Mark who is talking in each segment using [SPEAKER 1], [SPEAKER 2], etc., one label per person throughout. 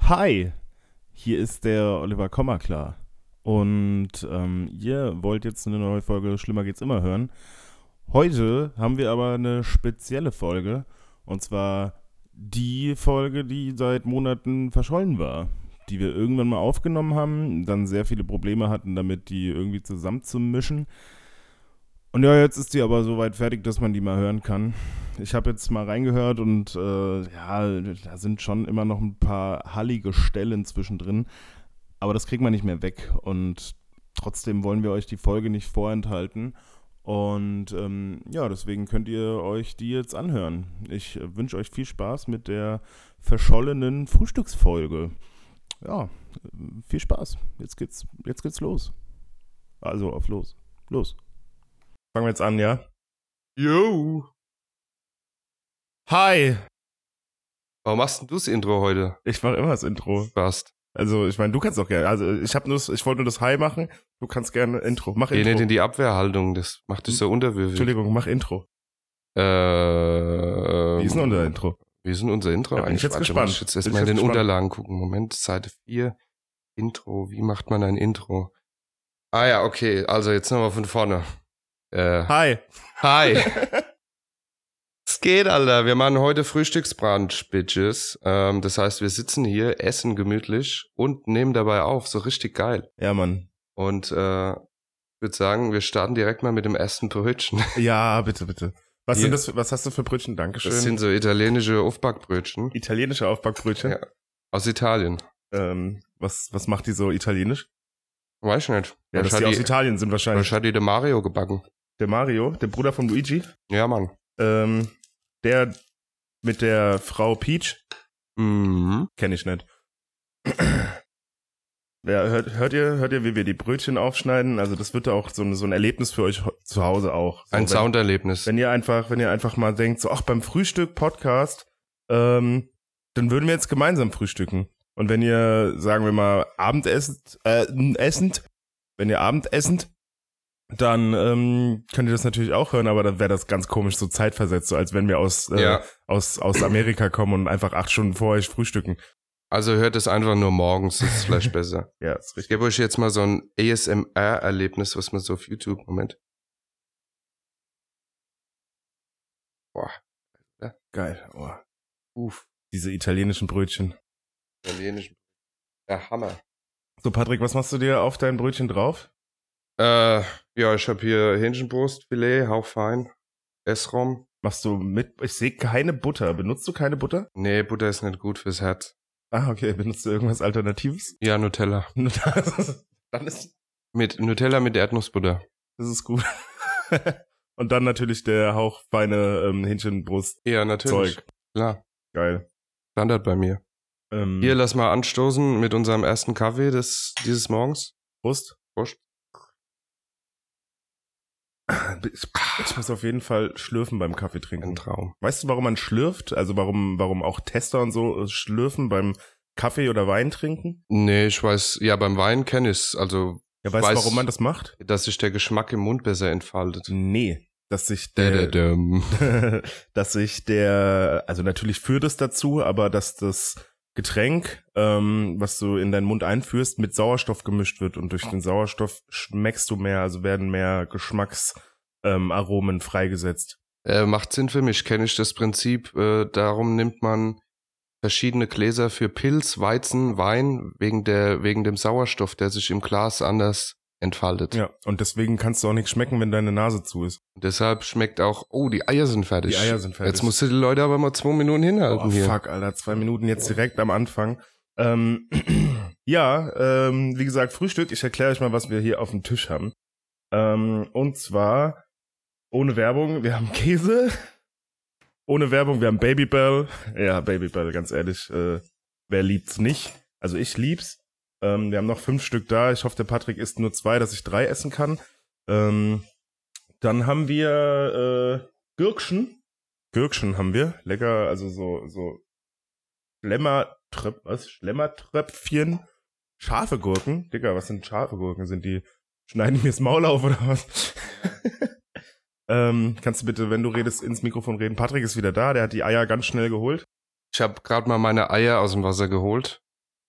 [SPEAKER 1] Hi, hier ist der Oliver Kommer klar. Und ähm, ihr wollt jetzt eine neue Folge Schlimmer geht's immer hören. Heute haben wir aber eine spezielle Folge. Und zwar die Folge, die seit Monaten verschollen war. Die wir irgendwann mal aufgenommen haben, dann sehr viele Probleme hatten, damit die irgendwie zusammenzumischen. Und ja, jetzt ist die aber soweit fertig, dass man die mal hören kann. Ich habe jetzt mal reingehört und äh, ja, da sind schon immer noch ein paar hallige Stellen zwischendrin. Aber das kriegt man nicht mehr weg. Und trotzdem wollen wir euch die Folge nicht vorenthalten. Und ähm, ja, deswegen könnt ihr euch die jetzt anhören. Ich äh, wünsche euch viel Spaß mit der verschollenen Frühstücksfolge. Ja, äh, viel Spaß. Jetzt geht's, jetzt geht's los. Also auf los. Los. Fangen wir jetzt an, ja?
[SPEAKER 2] Yo!
[SPEAKER 1] Hi!
[SPEAKER 2] Warum machst denn du das Intro heute?
[SPEAKER 1] Ich mache immer das Intro.
[SPEAKER 2] Fast.
[SPEAKER 1] Also, ich meine, du kannst auch gerne. Also, ich habe nur, das- ich wollte nur das Hi machen. Du kannst gerne Intro. Mach
[SPEAKER 2] Geh nicht
[SPEAKER 1] Intro. Hm.
[SPEAKER 2] in die Abwehrhaltung, das macht dich so unterwürfig.
[SPEAKER 1] Entschuldigung, mach Intro.
[SPEAKER 2] Äh,
[SPEAKER 1] Wie ist denn
[SPEAKER 2] Ähm.
[SPEAKER 1] unser Intro?
[SPEAKER 2] Wie ist denn unser Intro
[SPEAKER 1] Da bin ich
[SPEAKER 2] eigentlich?
[SPEAKER 1] jetzt
[SPEAKER 2] Warte
[SPEAKER 1] gespannt.
[SPEAKER 2] mal, Ich muss jetzt
[SPEAKER 1] Bin ich
[SPEAKER 2] erstmal
[SPEAKER 1] jetzt
[SPEAKER 2] in den
[SPEAKER 1] gespannt.
[SPEAKER 2] Unterlagen gucken. Moment, Seite 4. Intro. Wie macht man ein Intro? Ah ja, okay. Also jetzt nochmal von vorne. Äh,
[SPEAKER 1] Hi!
[SPEAKER 2] hi. Es geht, Alter. Wir machen heute Frühstücksbrunch, Bitches. Ähm, das heißt, wir sitzen hier, essen gemütlich und nehmen dabei auf. So richtig geil.
[SPEAKER 1] Ja, Mann.
[SPEAKER 2] Und äh, ich würde sagen, wir starten direkt mal mit dem ersten Brötchen.
[SPEAKER 1] Ja, bitte, bitte. Was,
[SPEAKER 2] Hier.
[SPEAKER 1] sind das, für- was hast du für Brötchen? Dankeschön.
[SPEAKER 2] Das sind so italienische Aufbackbrötchen
[SPEAKER 1] italienische Aufbackbrötchen.
[SPEAKER 2] Ja. aus Italien.
[SPEAKER 1] Ähm, was, was macht die so italienisch?
[SPEAKER 2] Weiß ich nicht.
[SPEAKER 1] Ja, dass
[SPEAKER 2] Wahrscheinlich
[SPEAKER 1] die aus
[SPEAKER 2] hat die-
[SPEAKER 1] Italien sind wahrscheinlich.
[SPEAKER 2] wahrscheinlich hat die der Mario gebacken.
[SPEAKER 1] Der Mario, der Bruder von Luigi,
[SPEAKER 2] Ja, Mann.
[SPEAKER 1] ähm, der mit der Frau Peach,
[SPEAKER 2] Mhm.
[SPEAKER 1] kenne ich nicht. Ja, hört, hört ihr, hört ihr, wie wir die Brötchen aufschneiden? Also das wird da auch so, ein- so ein Erlebnis für euch ho- zu Hause auch. So,
[SPEAKER 2] Ein
[SPEAKER 1] wenn-
[SPEAKER 2] Sounderlebnis.
[SPEAKER 1] Wenn ihr einfach, wenn ihr einfach mal denkt, so, ach, beim Frühstück Podcast, ähm, dann würden wir jetzt gemeinsam frühstücken. Und wenn ihr, sagen wir mal, Abendessend, äh, n- essend, wenn ihr Abendessend, dann ähm, könnt ihr das natürlich auch hören, aber dann wäre das ganz komisch so zeitversetzt, so als wenn wir aus, äh,
[SPEAKER 2] ja.
[SPEAKER 1] aus, aus Amerika kommen und einfach acht Stunden vor euch frühstücken.
[SPEAKER 2] Also hört es einfach nur morgens, das ist vielleicht besser.
[SPEAKER 1] Ja, ist
[SPEAKER 2] Ich
[SPEAKER 1] richtig.
[SPEAKER 2] gebe euch jetzt mal so ein ASMR-Erlebnis, was man so auf YouTube. Moment. Boah,
[SPEAKER 1] Geil. Oh,
[SPEAKER 2] uff.
[SPEAKER 1] diese italienischen Brötchen.
[SPEAKER 2] Italienisch. Der Hammer.
[SPEAKER 1] So, Patrick, was machst du dir auf dein Brötchen drauf?
[SPEAKER 2] Äh, ja, ich habe hier Hähnchenbrustfilet, hauchfein. Essrom.
[SPEAKER 1] Machst du mit? Ich sehe keine Butter. Benutzt du keine Butter?
[SPEAKER 2] Nee, Butter ist nicht gut fürs Herz.
[SPEAKER 1] Ah, okay. Benutzt du irgendwas Alternatives?
[SPEAKER 2] Ja, Nutella.
[SPEAKER 1] dann ist
[SPEAKER 2] Mit Nutella mit Erdnussbutter.
[SPEAKER 1] das ist gut. Und dann natürlich der hauchfeine ähm, Hähnchenbrust.
[SPEAKER 2] Ja, natürlich.
[SPEAKER 1] Zeug.
[SPEAKER 2] Klar,
[SPEAKER 1] Geil.
[SPEAKER 2] Standard bei mir.
[SPEAKER 1] Ähm,
[SPEAKER 2] Hier, lass mal anstoßen mit unserem ersten Kaffee des, dieses Morgens.
[SPEAKER 1] Brust.
[SPEAKER 2] Brust.
[SPEAKER 1] Ich, ich muss auf jeden Fall schlürfen beim Kaffee
[SPEAKER 2] Ein
[SPEAKER 1] trinken.
[SPEAKER 2] Traum.
[SPEAKER 1] Weißt du, warum man schlürft? Also warum, warum auch Tester und so äh, schlürfen beim Kaffee oder Wein trinken?
[SPEAKER 2] Nee, ich weiß, ja, beim Wein kenn ich's. Also,
[SPEAKER 1] Ja, weißt du,
[SPEAKER 2] Weiß-
[SPEAKER 1] warum man das macht?
[SPEAKER 2] dass sich der Geschmack im Mund besser entfaltet. Äh,
[SPEAKER 1] Nee. Dass sich
[SPEAKER 2] Dä,
[SPEAKER 1] der,
[SPEAKER 2] dä, däm.
[SPEAKER 1] dass sich der, also natürlich führt es dazu, aber dass das Getränk, ähm, was du in deinen Mund einführst, mit Sauerstoff gemischt wird und durch den Sauerstoff schmeckst du mehr, also werden mehr Geschmacksaromen ähm, Aromen freigesetzt.
[SPEAKER 2] Äh, macht Sinn für mich, kenne ich das Prinzip. Äh, darum nimmt man verschiedene Gläser für Pilz, Weizen, Wein, wegen, der, wegen dem Sauerstoff, der sich im Glas anders entfaltet.
[SPEAKER 1] Ja, und deswegen kannst du auch nichts schmecken, wenn deine Nase zu ist.
[SPEAKER 2] Deshalb schmeckt auch, oh, die Eier sind
[SPEAKER 1] Die
[SPEAKER 2] fertig.
[SPEAKER 1] Eier sind fertig.
[SPEAKER 2] Jetzt musst du die Leute aber mal zwei Minuten hinhalten
[SPEAKER 1] oh,
[SPEAKER 2] hier.
[SPEAKER 1] fuck, Alter, zwei Minuten jetzt direkt am Anfang. Ähm, ja, ähm, wie gesagt, Frühstück. Ich erkläre euch mal, was wir hier auf dem Tisch haben. Ähm, und zwar, ohne Werbung, wir haben Käse. Ohne Werbung, wir haben Babybell. Ja, Babybell, ganz ehrlich, äh, wer liebt's nicht? Also ich lieb's. Ähm, wir haben noch fünf Stück da. Ich hoffe, der Patrick isst nur zwei, dass ich drei essen kann. Ähm, dann haben wir äh, Gürkchen. Gürkchen haben wir. Lecker, also so, so Schlemmertröp was? Schlemmertröpfchen. Scharfe Gurken. Digga, was sind scharfe Gurken? Sind die, schneiden mir's Maul auf oder was? ähm, kannst du bitte, wenn du redest, ins Mikrofon reden? Patrick ist wieder da, der hat die Eier ganz schnell geholt.
[SPEAKER 2] Ich habe gerade mal meine Eier aus dem Wasser geholt.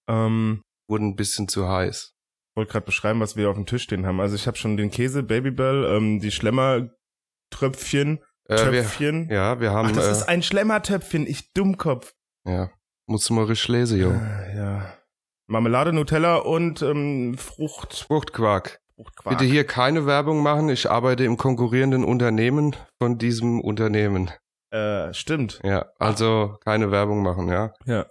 [SPEAKER 1] Ähm,
[SPEAKER 2] Wurden ein bisschen zu heiß.
[SPEAKER 1] wollte gerade beschreiben, was wir auf dem Tisch stehen haben. Also ich habe schon den Käse, Babybell, ähm, die Schlemmertröpfchen,
[SPEAKER 2] Äh, wir,
[SPEAKER 1] Töpfchen.
[SPEAKER 2] ja, wir haben.
[SPEAKER 1] Ach, das
[SPEAKER 2] äh,
[SPEAKER 1] ist ein Schlemmertöpfchen, ich Dummkopf.
[SPEAKER 2] ja, musst du mal richtig lesen, jo.
[SPEAKER 1] Ah, ja. Marmelade, Nutella und ähm, Frucht,
[SPEAKER 2] Fruchtquark.
[SPEAKER 1] Fruchtquark.
[SPEAKER 2] Bitte hier keine Werbung machen. Ich arbeite im konkurrierenden Unternehmen von diesem Unternehmen.
[SPEAKER 1] Äh, stimmt.
[SPEAKER 2] Ja, also keine Werbung machen, ja.
[SPEAKER 1] Ja.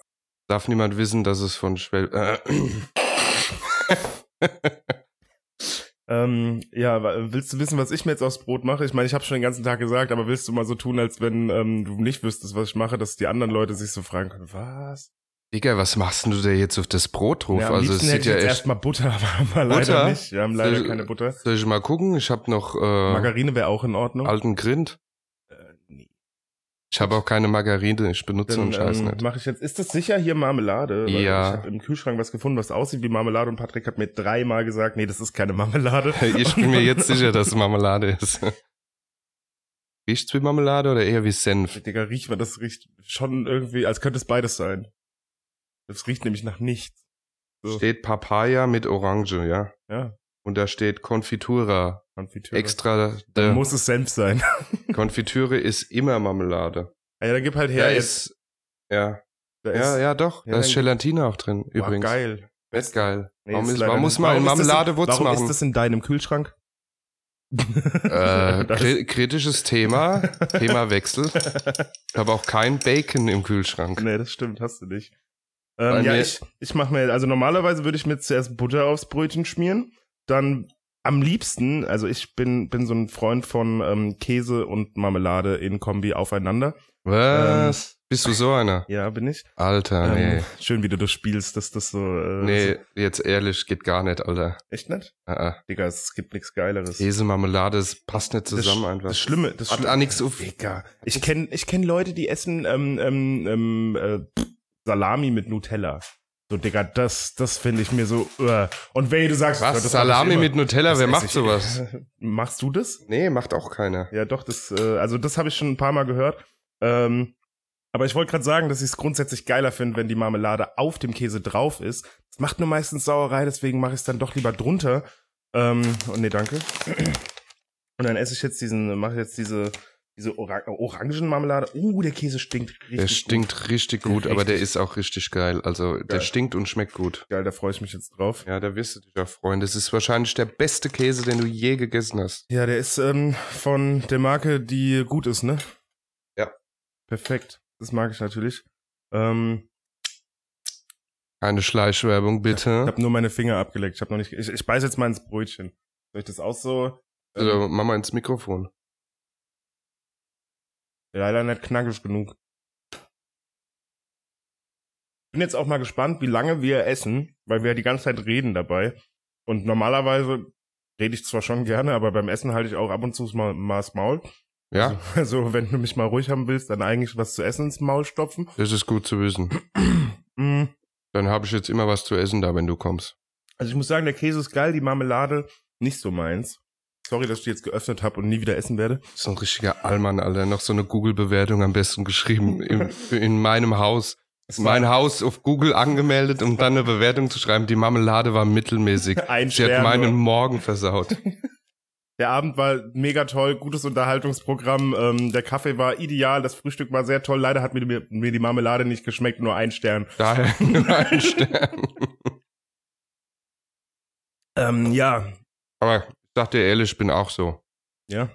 [SPEAKER 2] Darf niemand wissen, dass es von Schwel äh,
[SPEAKER 1] Ähm, ja, wa- willst du wissen, was ich mir jetzt aufs Brot mache? Ich meine, ich habe schon den ganzen Tag gesagt, aber willst du mal so tun, als wenn ähm, du nicht wüsstest, was ich mache, dass die anderen Leute sich so fragen können, was?
[SPEAKER 2] Digga, was machst denn du da jetzt auf das Brot drauf?
[SPEAKER 1] Ja, am
[SPEAKER 2] also
[SPEAKER 1] liebsten
[SPEAKER 2] es
[SPEAKER 1] hätte
[SPEAKER 2] sieht
[SPEAKER 1] ich
[SPEAKER 2] ja
[SPEAKER 1] jetzt
[SPEAKER 2] echt.
[SPEAKER 1] erstmal Butter, aber haben wir leider
[SPEAKER 2] Butter?
[SPEAKER 1] nicht. Wir haben leider
[SPEAKER 2] Soll-
[SPEAKER 1] keine Butter.
[SPEAKER 2] Soll ich mal gucken? Ich habe noch äh,
[SPEAKER 1] Margarine wäre auch in Ordnung.
[SPEAKER 2] alten Grind.
[SPEAKER 1] äh, nee.
[SPEAKER 2] Ich habe auch keine Margarine. Ich benutze
[SPEAKER 1] Dann
[SPEAKER 2] den Scheiß
[SPEAKER 1] ähm,
[SPEAKER 2] nicht.
[SPEAKER 1] mache ich jetzt. Ist das sicher hier Marmelade? Weil
[SPEAKER 2] Ja.
[SPEAKER 1] Ich habe im Kühlschrank was gefunden, was aussieht wie Marmelade und Patrick hat mir dreimal gesagt, nee, das ist keine Marmelade.
[SPEAKER 2] Ich bin mir jetzt sicher, dass es Marmelade ist. Riecht's wie Marmelade oder eher wie Senf?
[SPEAKER 1] Digga, riecht man, das riecht schon irgendwie, als könnte es beides sein. Das riecht nämlich nach nichts. So.
[SPEAKER 2] Steht Papaya mit Orange, ja.
[SPEAKER 1] Ja,
[SPEAKER 2] Und da steht Konfitura.
[SPEAKER 1] Konfitüre.
[SPEAKER 2] Extra.
[SPEAKER 1] Dann
[SPEAKER 2] De
[SPEAKER 1] muss es Senf sein.
[SPEAKER 2] Konfitüre ist immer Marmelade.
[SPEAKER 1] Ah ja, dann gib halt her
[SPEAKER 2] da
[SPEAKER 1] jetzt.
[SPEAKER 2] ist. Ja.
[SPEAKER 1] Da
[SPEAKER 2] ja, ja, doch.
[SPEAKER 1] ja,
[SPEAKER 2] da ist
[SPEAKER 1] dann-
[SPEAKER 2] Gelatine auch drin,
[SPEAKER 1] Boah,
[SPEAKER 2] übrigens.
[SPEAKER 1] geil.
[SPEAKER 2] Ist geil.
[SPEAKER 1] Nee,
[SPEAKER 2] warum
[SPEAKER 1] ist
[SPEAKER 2] ist,
[SPEAKER 1] leider
[SPEAKER 2] warum
[SPEAKER 1] nicht-
[SPEAKER 2] muss man in
[SPEAKER 1] warum ist das-
[SPEAKER 2] Marmelade Wutz
[SPEAKER 1] Warum
[SPEAKER 2] machen?
[SPEAKER 1] ist das in deinem Kühlschrank?
[SPEAKER 2] äh,
[SPEAKER 1] Das-
[SPEAKER 2] kri kritisches Thema. Thema Wechsel. Ich habe auch kein Bacon im Kühlschrank.
[SPEAKER 1] nee, das stimmt, hast du nicht.
[SPEAKER 2] Bei
[SPEAKER 1] Ähm, ja,
[SPEAKER 2] mir-
[SPEAKER 1] ich, ich mache mir, also normalerweise würde ich mir zuerst Butter aufs Brötchen schmieren, dann am liebsten, also ich bin, bin so ein Freund von ähm, Käse und Marmelade in Kombi aufeinander. Ähm,
[SPEAKER 2] Was? Bist du so einer?
[SPEAKER 1] Ja, bin ich.
[SPEAKER 2] Alter, nee.
[SPEAKER 1] Ähm, schön, wie du das spielst, dass das so. Äh, So,
[SPEAKER 2] nee, jetzt ehrlich, geht gar nicht, Alter.
[SPEAKER 1] echt nett?
[SPEAKER 2] Uh -uh.
[SPEAKER 1] Digga, es gibt nichts Geileres.
[SPEAKER 2] Käse, Marmelade, das passt nicht zusammen
[SPEAKER 1] das,
[SPEAKER 2] einfach.
[SPEAKER 1] Das Schlimme, das
[SPEAKER 2] Hat
[SPEAKER 1] Schlimme.
[SPEAKER 2] auch nichts auf.
[SPEAKER 1] Digga. Ich kenne ich kenn Leute, die essen ähm, ähm, ähm, äh, pff, Salami mit Nutella. So, Digga, das, das finde ich mir so. Uh. Und wenn du sagst,
[SPEAKER 2] Was?
[SPEAKER 1] das hab ich
[SPEAKER 2] Salami
[SPEAKER 1] immer.
[SPEAKER 2] mit Nutella?
[SPEAKER 1] Das
[SPEAKER 2] Wer
[SPEAKER 1] esse
[SPEAKER 2] macht
[SPEAKER 1] ich.
[SPEAKER 2] sowas?
[SPEAKER 1] Machst du das?
[SPEAKER 2] Nee, macht auch keiner.
[SPEAKER 1] Ja, doch, das, äh, also das habe ich schon ein paar Mal gehört. Ähm, aber ich wollte gerade sagen, dass ich es grundsätzlich geiler finde, wenn die Marmelade auf dem Käse drauf ist. Das macht nur meistens Sauerei, deswegen mache ich es dann doch lieber drunter. Ähm, und nee, danke. Und dann esse ich jetzt diesen, mache jetzt diese, diese Orang Orangenmarmelade. Uh, der Käse stinkt richtig.
[SPEAKER 2] Der stinkt richtig gut, aber der
[SPEAKER 1] Richtig.
[SPEAKER 2] ist auch richtig geil. Also der
[SPEAKER 1] Geil.
[SPEAKER 2] stinkt und schmeckt gut.
[SPEAKER 1] Gut. Geil, da freue ich mich jetzt drauf.
[SPEAKER 2] Ja, da wirst du dich auch freuen. Das ist wahrscheinlich der beste Käse, den du je gegessen hast.
[SPEAKER 1] Ja, der ist ähm, von der Marke, die gut ist, ne?
[SPEAKER 2] Ja.
[SPEAKER 1] Perfekt. Das mag ich natürlich. Ähm,
[SPEAKER 2] Keine Schleichwerbung, bitte.
[SPEAKER 1] Ich habe nur meine Finger abgeleckt. Ich habe noch nicht. Ich, ich beiß jetzt mal ins Brötchen. Soll ich das auch so? Ähm,
[SPEAKER 2] Also mach mal ins Mikrofon.
[SPEAKER 1] Leider nicht knackig genug. Bin jetzt auch mal gespannt, wie lange wir essen, weil wir ja die ganze Zeit reden dabei. Und normalerweise rede ich zwar schon gerne, aber beim Essen halte ich auch ab und zu mal, mal das Maul.
[SPEAKER 2] Ja,
[SPEAKER 1] Also, also wenn du mich mal ruhig haben willst, dann eigentlich was zu essen ins Maul stopfen.
[SPEAKER 2] das ist gut zu wissen.
[SPEAKER 1] Mm.
[SPEAKER 2] Dann habe ich jetzt immer was zu essen da, wenn du kommst.
[SPEAKER 1] Also ich muss sagen, der Käse ist geil, die Marmelade nicht so meins. Sorry, dass ich die jetzt geöffnet habe und nie wieder essen werde.
[SPEAKER 2] Das ist ein richtiger Allmann, Alter. Noch so eine Google-Bewertung am besten geschrieben im, für- in meinem Haus. Mein Haus auf Google angemeldet, um dann eine Bewertung zu schreiben. Die Marmelade war mittelmäßig.
[SPEAKER 1] Ein
[SPEAKER 2] Sie hat
[SPEAKER 1] Stern nur.
[SPEAKER 2] meinen Morgen versaut.
[SPEAKER 1] Der Abend war mega toll, gutes Unterhaltungsprogramm. Ähm, der Kaffee war ideal, das Frühstück war sehr toll. Leider hat mir, die- mir die Marmelade nicht geschmeckt, nur ein Stern.
[SPEAKER 2] Daher nur ein Stern.
[SPEAKER 1] Ähm, ja.
[SPEAKER 2] Aber ich sag dir ehrlich, ich bin auch so.
[SPEAKER 1] Ja.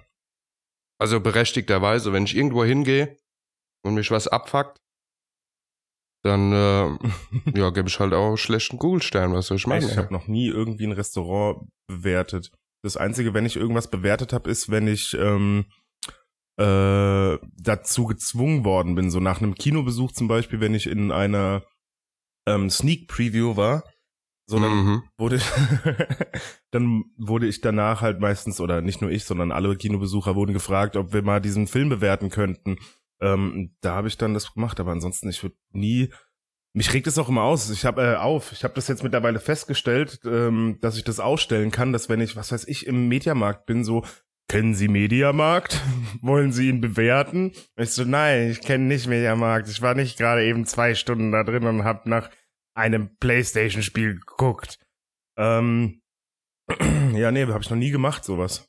[SPEAKER 2] Also berechtigterweise, wenn ich irgendwo hingehe und mich was abfuckt, dann äh, ja, gebe ich halt auch einen schlechten Google-Stern, was soll ich machen?
[SPEAKER 1] ich
[SPEAKER 2] ey?
[SPEAKER 1] habe noch nie irgendwie ein Restaurant bewertet. Das Einzige, wenn ich irgendwas bewertet habe, ist, wenn ich ähm, äh, dazu gezwungen worden bin. So nach einem Kinobesuch zum Beispiel, wenn ich in einer ähm, Sneak Preview war. So, dann
[SPEAKER 2] mhm.
[SPEAKER 1] wurde ich, dann wurde ich danach halt meistens, oder nicht nur ich, sondern alle Kinobesucher wurden gefragt, ob wir mal diesen Film bewerten könnten. Ähm, da habe ich dann das gemacht, aber ansonsten, ich würde nie. Mich regt es auch immer aus. Ich habe äh, auf. Ich habe das jetzt mittlerweile festgestellt, ähm, dass ich das ausstellen kann, dass wenn ich, was weiß ich, im Mediamarkt bin, so, kennen Sie Mediamarkt? Wollen Sie ihn bewerten? Ich so, nein, ich kenne nicht Mediamarkt. Ich war nicht gerade eben zwei Stunden da drin und habe nach einem Playstation-Spiel geguckt. Ähm, ja, nee, habe ich noch nie gemacht, sowas.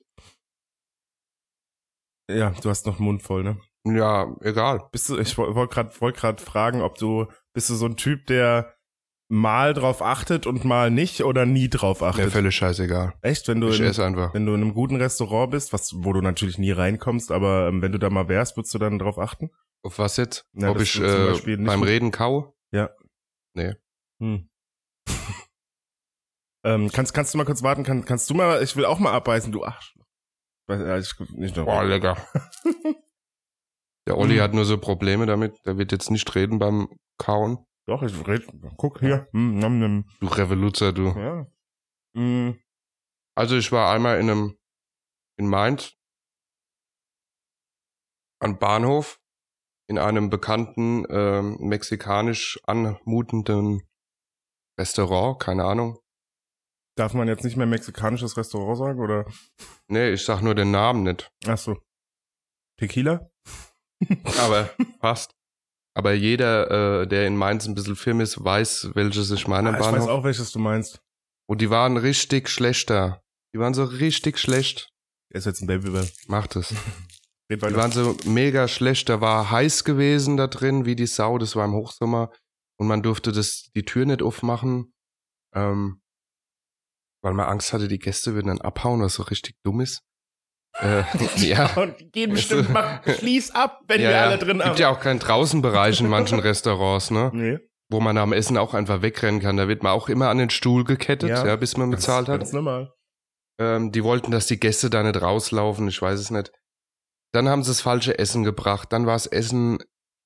[SPEAKER 1] Ja, du hast noch einen Mund voll, ne?
[SPEAKER 2] Ja, egal.
[SPEAKER 1] Bist du, ich wollte gerade wollt grad fragen, ob du, bist du so ein Typ, der mal drauf achtet und mal nicht oder nie drauf
[SPEAKER 2] Mir
[SPEAKER 1] achtet?
[SPEAKER 2] völlig scheißegal.
[SPEAKER 1] Echt, wenn du,
[SPEAKER 2] Ich
[SPEAKER 1] in,
[SPEAKER 2] esse einfach.
[SPEAKER 1] wenn du in einem guten Restaurant bist, was, wo du natürlich nie reinkommst, aber ähm, wenn du da mal wärst, würdest du dann drauf achten?
[SPEAKER 2] Auf was jetzt?
[SPEAKER 1] Na,
[SPEAKER 2] Ob
[SPEAKER 1] dass
[SPEAKER 2] ich
[SPEAKER 1] du zum
[SPEAKER 2] äh,
[SPEAKER 1] Beispiel nicht
[SPEAKER 2] beim
[SPEAKER 1] mit-
[SPEAKER 2] Reden kau?
[SPEAKER 1] Hm. ähm, kannst, kannst du mal kurz warten? Kann, kannst du mal, ich will auch mal abbeißen, du Arsch. Ja, ich, nicht noch.
[SPEAKER 2] Boah, lecker. Der Olli
[SPEAKER 1] Mhm.
[SPEAKER 2] hat nur so Probleme damit. Der wird jetzt nicht reden beim Kauen.
[SPEAKER 1] Doch, ich red, guck hier. Hm, nom, nom.
[SPEAKER 2] Du Revoluzer, du.
[SPEAKER 1] Ja. Hm.
[SPEAKER 2] Also ich war einmal in einem, in Mainz, am Bahnhof, in einem bekannten, ähm, mexikanisch anmutenden Restaurant, keine Ahnung.
[SPEAKER 1] Darf man jetzt nicht mehr mexikanisches Restaurant sagen oder?
[SPEAKER 2] Nee, ich sag nur den Namen nicht.
[SPEAKER 1] Ach so. Tequila?
[SPEAKER 2] Aber passt. Aber jeder, äh, der in Mainz ein bisschen firm ist, weiß, welches ich meine
[SPEAKER 1] Ah, ich
[SPEAKER 2] Bahnhof.
[SPEAKER 1] weiß auch, welches du meinst.
[SPEAKER 2] Und die waren richtig schlecht da. Die waren so richtig schlecht.
[SPEAKER 1] Er ist jetzt ein Baby, weil-
[SPEAKER 2] Macht es.
[SPEAKER 1] red
[SPEAKER 2] Die
[SPEAKER 1] weiter.
[SPEAKER 2] waren so mega schlecht. Da war heiß gewesen da drin, wie die Sau. Das war im Hochsommer. Und man durfte das, die Tür nicht aufmachen. Ähm, weil man Angst hatte, die Gäste würden dann abhauen, was so richtig dumm ist. Äh, ja.
[SPEAKER 1] Und gehen
[SPEAKER 2] bestimmt, mach-
[SPEAKER 1] schließ ab, wenn
[SPEAKER 2] ja, ja. Gibt ja auch keinen Draußenbereich in manchen Restaurants, ne?
[SPEAKER 1] Nee,
[SPEAKER 2] Wo man nach dem Essen auch einfach wegrennen kann. Da wird man auch immer an den Stuhl gekettet,
[SPEAKER 1] Ja.
[SPEAKER 2] ja, bis man bezahlt hat.
[SPEAKER 1] Ganz normal.
[SPEAKER 2] Ähm, die wollten, dass die Gäste da nicht rauslaufen, ich weiß es nicht. Dann haben sie das falsche Essen gebracht, dann war das Essen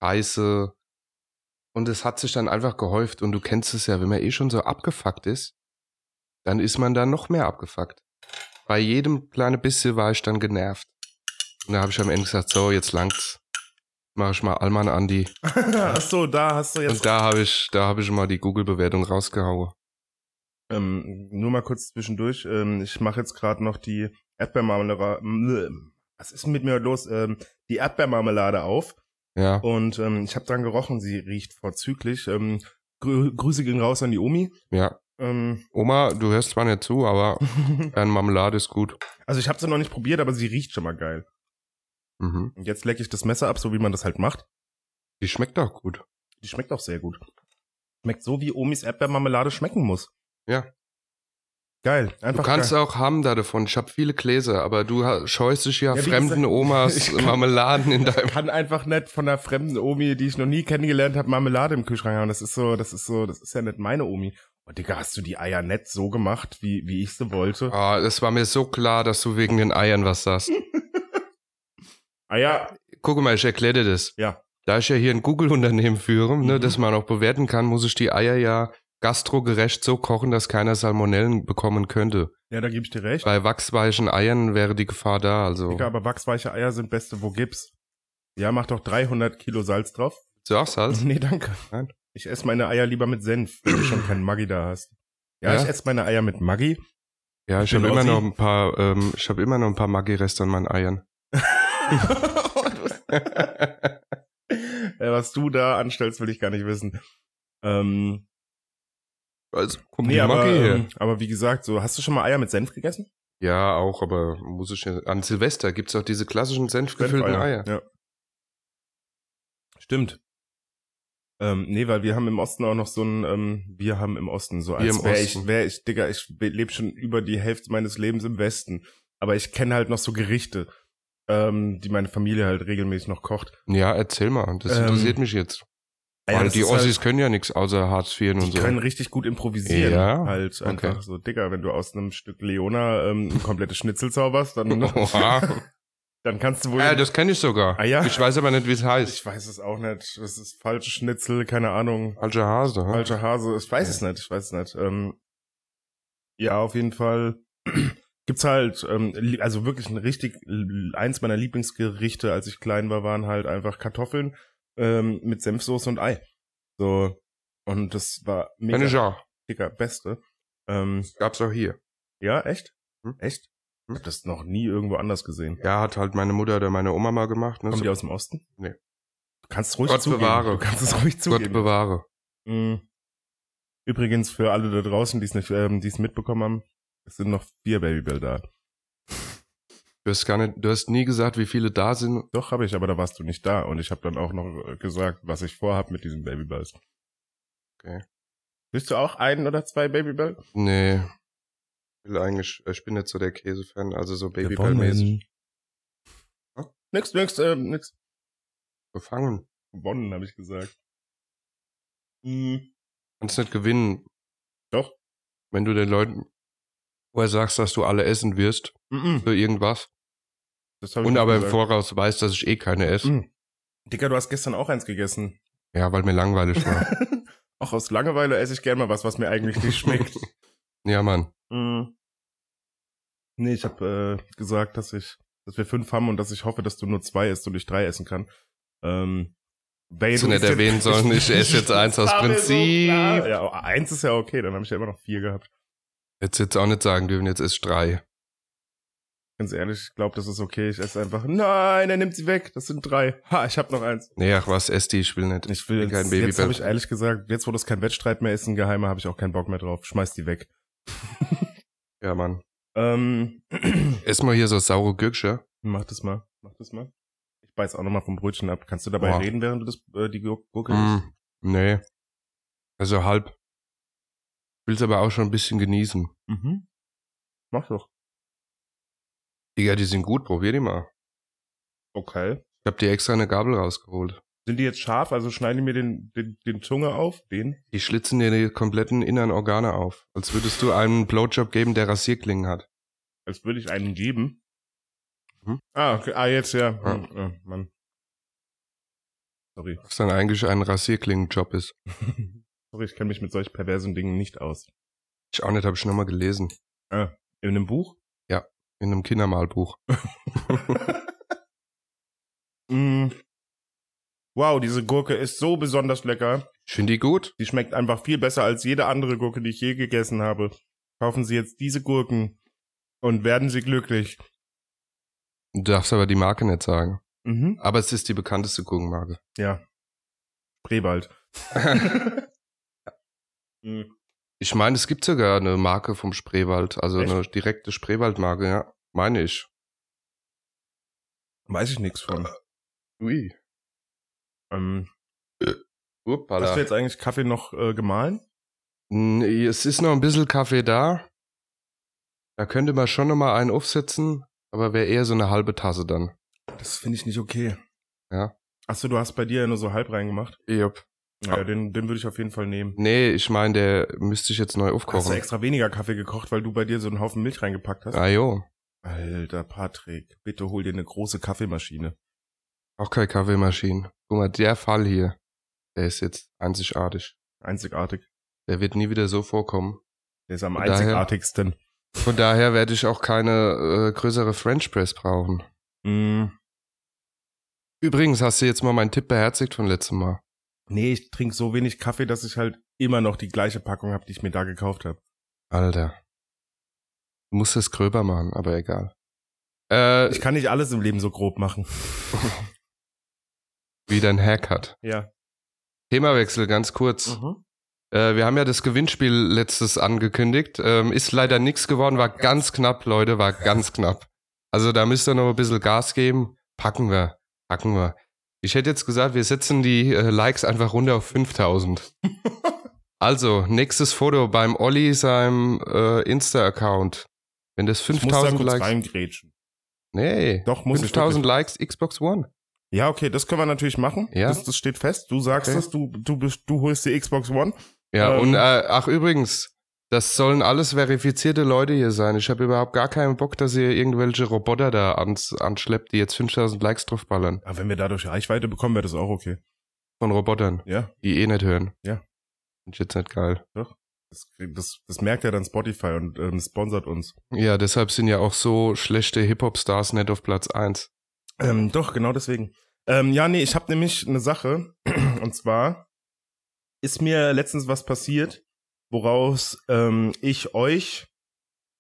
[SPEAKER 2] scheiße. Und es hat sich dann einfach gehäuft. Und du kennst es ja, wenn man eh schon so abgefuckt ist, dann ist man da noch mehr abgefuckt. Bei jedem kleinen bisschen war ich dann genervt. Und da habe ich am Ende gesagt, so, jetzt langt's. Mach ich mal Alman Andi.
[SPEAKER 1] Ach so, da hast du jetzt
[SPEAKER 2] Und da habe ich, da habe ich mal die Google-Bewertung rausgehauen.
[SPEAKER 1] Ähm, nur mal kurz zwischendurch. Ähm, ich mache jetzt gerade noch die Erdbeermarmelade. Mm, Was ist denn mit mir los? Ähm, die Erdbeermarmelade auf.
[SPEAKER 2] Ja.
[SPEAKER 1] Und ähm, ich habe dran gerochen, sie riecht vorzüglich. Ähm, grü Grüße gehen raus an die Omi.
[SPEAKER 2] Ja.
[SPEAKER 1] Ähm,
[SPEAKER 2] Oma, du hörst zwar nicht zu, aber deine Marmelade ist gut.
[SPEAKER 1] also ich habe sie noch nicht probiert, aber sie riecht schon mal geil.
[SPEAKER 2] Mhm.
[SPEAKER 1] Und jetzt lecke ich das Messer ab, so wie man das halt macht.
[SPEAKER 2] Die schmeckt auch gut.
[SPEAKER 1] Die schmeckt auch sehr gut. Schmeckt so, wie Omis Erdbeermarmelade schmecken muss.
[SPEAKER 2] Ja.
[SPEAKER 1] Geil.
[SPEAKER 2] Du
[SPEAKER 1] Einfach
[SPEAKER 2] kannst
[SPEAKER 1] geil.
[SPEAKER 2] auch haben da davon. Ich habe viele Gläser, aber du ha- scheust dich ja,
[SPEAKER 1] Ja, wie
[SPEAKER 2] fremden
[SPEAKER 1] gesagt,
[SPEAKER 2] Omas
[SPEAKER 1] ich kann-
[SPEAKER 2] Marmeladen in deinem.
[SPEAKER 1] Ich kann einfach nicht von einer fremden Omi, die ich noch nie kennengelernt habe, Marmelade im Kühlschrank haben. Das ist so, das ist so, das ist ja nicht meine Omi. Oh, Digga, hast du die Eier nett so gemacht, wie, wie ich sie wollte?
[SPEAKER 2] Ah, das war mir so klar, dass du wegen den Eiern was sagst.
[SPEAKER 1] Eier,
[SPEAKER 2] Guck mal, ich erkläre dir das.
[SPEAKER 1] Ja.
[SPEAKER 2] Da ich ja hier ein Google-Unternehmen führe, ne,
[SPEAKER 1] Mhm.
[SPEAKER 2] das man auch bewerten kann, muss ich die Eier ja gastrogerecht so kochen, dass keiner Salmonellen bekommen könnte.
[SPEAKER 1] ja, da gebe ich dir recht.
[SPEAKER 2] Bei wachsweichen Eiern wäre die Gefahr da. Also
[SPEAKER 1] Digga, aber wachsweiche Eier sind beste, wo gibt's? Ja, mach doch 300 Kilo Salz drauf.
[SPEAKER 2] du auch Salz?
[SPEAKER 1] Nee, danke.
[SPEAKER 2] Nein.
[SPEAKER 1] Ich esse meine Eier lieber mit Senf, wenn du schon keinen Maggi da hast. Ja,
[SPEAKER 2] Ja?
[SPEAKER 1] ich esse meine Eier mit Maggi.
[SPEAKER 2] Ja, ich
[SPEAKER 1] Ich bin
[SPEAKER 2] habe immer
[SPEAKER 1] Ossi.
[SPEAKER 2] noch ein paar. Ähm, ich habe immer noch ein paar Maggi-Reste an meinen Eiern.
[SPEAKER 1] Äh, Was du da anstellst, will ich gar nicht wissen. Ähm,
[SPEAKER 2] Also, kommt
[SPEAKER 1] nee,
[SPEAKER 2] die
[SPEAKER 1] aber,
[SPEAKER 2] Maggi her.
[SPEAKER 1] ähm, aber wie gesagt, so, hast du schon mal Eier mit Senf gegessen?
[SPEAKER 2] Ja, auch, aber muss ich ja. An Silvester gibt's auch diese klassischen senfgefüllten Eier.
[SPEAKER 1] Ja. Stimmt. Ähm, nee, weil wir haben im Osten auch noch so ein, ähm, wir haben im Osten so,
[SPEAKER 2] Wir
[SPEAKER 1] als
[SPEAKER 2] im
[SPEAKER 1] wäre
[SPEAKER 2] Osten.
[SPEAKER 1] ich, wär ich, Digga, ich lebe schon über die Hälfte meines Lebens im Westen. Aber ich kenne halt noch so Gerichte, ähm, die meine Familie halt regelmäßig noch kocht.
[SPEAKER 2] Ja, erzähl mal, das
[SPEAKER 1] Ähm,
[SPEAKER 2] interessiert mich jetzt.
[SPEAKER 1] Eier,
[SPEAKER 2] Weil
[SPEAKER 1] das
[SPEAKER 2] die
[SPEAKER 1] ist halt-
[SPEAKER 2] Ossis können ja nichts außer Hartz IV und
[SPEAKER 1] Die
[SPEAKER 2] so.
[SPEAKER 1] können richtig gut improvisieren.
[SPEAKER 2] Ja?
[SPEAKER 1] Halt
[SPEAKER 2] Okay.
[SPEAKER 1] einfach so, Digga, wenn du aus einem Stück Leona ähm, ein komplettes Schnitzel zauberst, dann,
[SPEAKER 2] Oha.
[SPEAKER 1] dann kannst du wohl.
[SPEAKER 2] ja, das kenne ich sogar.
[SPEAKER 1] ne? Ah, ja?
[SPEAKER 2] Ich weiß aber nicht, wie es heißt.
[SPEAKER 1] ich weiß es auch nicht. Das ist falsche Schnitzel, keine Ahnung.
[SPEAKER 2] Alter Hase. hm?
[SPEAKER 1] Falscher Hase, ich weiß es nicht, ich weiß es nicht. Ähm, ja, auf jeden Fall gibt's halt, ähm, li- also wirklich ein richtig, eins meiner Lieblingsgerichte, als ich klein war, waren halt einfach Kartoffeln ähm, mit Senfsoße und Ei. So, und das war
[SPEAKER 2] Kenn ich
[SPEAKER 1] mega
[SPEAKER 2] auch.
[SPEAKER 1] dicker Beste. Ähm,
[SPEAKER 2] Gab's auch hier.
[SPEAKER 1] ja, echt?
[SPEAKER 2] Hm?
[SPEAKER 1] Echt? Ich
[SPEAKER 2] Hm?
[SPEAKER 1] hab das noch nie irgendwo anders gesehen.
[SPEAKER 2] Ja, hat halt meine Mutter oder meine Oma mal gemacht. Ne?
[SPEAKER 1] Kommen
[SPEAKER 2] So,
[SPEAKER 1] die aus dem Osten?
[SPEAKER 2] Nee.
[SPEAKER 1] Du kannst es ruhig
[SPEAKER 2] Gott
[SPEAKER 1] zugeben.
[SPEAKER 2] bewahre.
[SPEAKER 1] Du kannst es ruhig
[SPEAKER 2] Gott
[SPEAKER 1] zugeben.
[SPEAKER 2] bewahre.
[SPEAKER 1] Mm. Übrigens für alle da draußen, die es nicht, ähm, die es mitbekommen haben, es sind noch vier Babybell da.
[SPEAKER 2] Du hast, gar nicht, du hast nie gesagt, wie viele da sind.
[SPEAKER 1] Doch habe ich, aber da warst du nicht da und ich habe dann auch noch äh, gesagt, was ich vorhab mit diesen Babybells.
[SPEAKER 2] Okay.
[SPEAKER 1] Willst du auch einen oder zwei Babybell?
[SPEAKER 2] Nee. Ich, will eigentlich, äh, ich bin nicht so der Käsefan, also so Babybell-mäßig. Hm?
[SPEAKER 1] Nix, nix, ähm, nix.
[SPEAKER 2] Gefangen.
[SPEAKER 1] Gewonnen, habe ich gesagt. Hm,
[SPEAKER 2] Kannst nicht gewinnen.
[SPEAKER 1] Doch.
[SPEAKER 2] Wenn du den Leuten vorher sagst, dass du alle essen wirst,
[SPEAKER 1] mm, mm.
[SPEAKER 2] für irgendwas.
[SPEAKER 1] Das hab ich
[SPEAKER 2] Und
[SPEAKER 1] nicht
[SPEAKER 2] aber im
[SPEAKER 1] gesagt.
[SPEAKER 2] Voraus weißt, dass ich eh keine esse.
[SPEAKER 1] Mm. Dicker, du hast gestern auch eins gegessen.
[SPEAKER 2] Ja, weil mir langweilig war.
[SPEAKER 1] Auch aus Langeweile esse ich gerne mal was, was mir eigentlich nicht schmeckt.
[SPEAKER 2] ja, Mann.
[SPEAKER 1] Mm. Nee, ich habe äh, gesagt, dass ich, dass wir fünf haben und dass ich hoffe, dass du nur zwei isst und ich drei essen kann. Ähm, weil
[SPEAKER 2] Hättest du nicht erwähnen sollen, ich esse jetzt eins aus
[SPEAKER 1] war mir
[SPEAKER 2] Prinzip.
[SPEAKER 1] So klar. ja, eins ist ja okay, dann habe ich ja immer noch vier gehabt.
[SPEAKER 2] Jetzt jetzt auch nicht sagen dürfen, jetzt ist drei.
[SPEAKER 1] Ganz ehrlich, ich glaube, das ist okay. Ich esse einfach. Nein, er nimmt sie weg. Das sind drei. Ha, ich habe noch eins.
[SPEAKER 2] Nee, ach was, ess die, ich will nicht.
[SPEAKER 1] Ich will
[SPEAKER 2] will kein
[SPEAKER 1] jetzt,
[SPEAKER 2] Babybell.
[SPEAKER 1] jetzt habe ich ehrlich gesagt, jetzt wo das kein Wettstreit mehr ist, ein Geheimer, habe ich auch keinen Bock mehr drauf. Schmeiß die weg.
[SPEAKER 2] Ja, Mann.
[SPEAKER 1] Ähm,
[SPEAKER 2] Ess mal hier so saure Gürkche.
[SPEAKER 1] Mach das mal. Mach das mal. Ich beiß auch nochmal vom Brötchen ab. Kannst du dabei
[SPEAKER 2] Boah.
[SPEAKER 1] reden, während du das, äh, die Gurke isst?
[SPEAKER 2] Mm, nee. Also halb. Will's aber auch schon ein bisschen genießen.
[SPEAKER 1] Mhm. Mach doch.
[SPEAKER 2] Digga, die sind gut, probier die mal.
[SPEAKER 1] Okay.
[SPEAKER 2] Ich hab dir extra eine Gabel rausgeholt.
[SPEAKER 1] Sind die jetzt scharf? Also schneiden die mir den, den, den Zunge auf? Den?
[SPEAKER 2] Die schlitzen dir die kompletten inneren Organe auf. Als würdest du einem Blowjob geben, der Rasierklingen hat.
[SPEAKER 1] Als würde ich einen geben.
[SPEAKER 2] Mhm.
[SPEAKER 1] Ah, okay. ah, jetzt ja.
[SPEAKER 2] Ja.
[SPEAKER 1] Hm, äh, Mann. Sorry.
[SPEAKER 2] Was dann eigentlich ein Rasierklingenjob ist.
[SPEAKER 1] Sorry, ich kenne mich mit solch perversen Dingen nicht aus.
[SPEAKER 2] Ich auch nicht, habe ich nochmal gelesen.
[SPEAKER 1] In einem Buch?
[SPEAKER 2] In einem Kindermalbuch.
[SPEAKER 1] Mm. Wow, diese Gurke ist so besonders lecker.
[SPEAKER 2] Ich finde die gut.
[SPEAKER 1] Die schmeckt einfach viel besser als jede andere Gurke, die ich je gegessen habe. Kaufen Sie jetzt diese Gurken und werden Sie glücklich.
[SPEAKER 2] Du darfst aber die Marke nicht sagen.
[SPEAKER 1] Mhm.
[SPEAKER 2] Aber es ist die bekannteste Gurkenmarke.
[SPEAKER 1] Ja. Spreewald. Mhm.
[SPEAKER 2] Ich meine, es gibt sogar eine Marke vom Spreewald, also
[SPEAKER 1] Echt?
[SPEAKER 2] eine direkte Spreewaldmarke, ja. Meine ich.
[SPEAKER 1] Weiß ich nichts von.
[SPEAKER 2] Ui.
[SPEAKER 1] Ähm, hast du
[SPEAKER 2] Urpala.
[SPEAKER 1] jetzt eigentlich Kaffee noch äh, gemahlen?
[SPEAKER 2] Nee, Hm, Es ist noch ein bisschen Kaffee da. Da könnte man schon nochmal einen aufsetzen, aber wäre eher so eine halbe Tasse dann.
[SPEAKER 1] Das finde ich nicht okay.
[SPEAKER 2] Ja.
[SPEAKER 1] Achso, du hast bei dir ja nur so halb reingemacht.
[SPEAKER 2] Jupp.
[SPEAKER 1] Ja,
[SPEAKER 2] Ah.
[SPEAKER 1] den, den würde ich auf jeden Fall nehmen.
[SPEAKER 2] Nee, ich meine, der müsste ich jetzt neu
[SPEAKER 1] Hast du
[SPEAKER 2] aufkochen.
[SPEAKER 1] extra weniger Kaffee gekocht, weil du bei dir so einen Haufen Milch reingepackt hast?
[SPEAKER 2] Ah jo.
[SPEAKER 1] Alter Patrick, bitte hol dir eine große Kaffeemaschine.
[SPEAKER 2] Auch keine Kaffeemaschine. Guck mal, der Fall hier, der ist jetzt einzigartig.
[SPEAKER 1] Einzigartig.
[SPEAKER 2] Der wird nie wieder so vorkommen.
[SPEAKER 1] Der ist am
[SPEAKER 2] Von daher-
[SPEAKER 1] einzigartigsten.
[SPEAKER 2] Von daher werde ich auch keine äh, größere French Press brauchen.
[SPEAKER 1] Mm.
[SPEAKER 2] Übrigens hast du jetzt mal meinen Tipp beherzigt von letztem Mal.
[SPEAKER 1] Nee, ich trinke so wenig Kaffee, dass ich halt immer noch die gleiche Packung habe, die ich mir da gekauft habe.
[SPEAKER 2] Alter. Du musst es gröber machen, aber egal. Äh,
[SPEAKER 1] Ich kann nicht alles im Leben so grob machen.
[SPEAKER 2] wie dein Haircut.
[SPEAKER 1] Ja.
[SPEAKER 2] Themawechsel, ganz kurz.
[SPEAKER 1] Mhm.
[SPEAKER 2] Äh, wir haben ja das Gewinnspiel letztes angekündigt. Ähm, ist leider nichts geworden, war ganz knapp, Leute, war ganz knapp. Also da müsst ihr noch ein bisschen Gas geben. Packen wir, packen wir. Ich hätte jetzt gesagt, wir setzen die äh, Likes einfach runter auf 5000. Also, nächstes Foto beim Olli, seinem äh, Insta-Account. Wenn das
[SPEAKER 1] Ich muss da
[SPEAKER 2] 5000
[SPEAKER 1] kurz
[SPEAKER 2] Likes.
[SPEAKER 1] reingrätschen.
[SPEAKER 2] Nee.
[SPEAKER 1] Doch, muss ich
[SPEAKER 2] 5000 Likes, Xbox One.
[SPEAKER 1] wirklich. Ja, okay, das können wir natürlich machen.
[SPEAKER 2] Ja.
[SPEAKER 1] Das, das steht fest. Du sagst
[SPEAKER 2] Okay.
[SPEAKER 1] es, du, du, bist, du holst die Xbox One.
[SPEAKER 2] Ja,
[SPEAKER 1] Ähm.
[SPEAKER 2] und äh, ach, übrigens, das sollen alles verifizierte Leute hier sein. Ich habe überhaupt gar keinen Bock, dass ihr irgendwelche Roboter da ans, anschleppt, die jetzt 5000 Likes draufballern.
[SPEAKER 1] Aber wenn wir dadurch Reichweite bekommen, wäre das auch okay.
[SPEAKER 2] Von Robotern,
[SPEAKER 1] Ja.
[SPEAKER 2] die eh nicht hören.
[SPEAKER 1] Ja.
[SPEAKER 2] Find ich jetzt nicht geil.
[SPEAKER 1] Das, das, das merkt ja dann Spotify und ähm, sponsert uns.
[SPEAKER 2] Ja, deshalb sind ja auch so schlechte Hip-Hop-Stars nicht auf Platz 1.
[SPEAKER 1] Ähm, doch, genau deswegen. Ähm, ja, nee, ich habe nämlich eine Sache. Und zwar ist mir letztens was passiert, woraus ähm, ich euch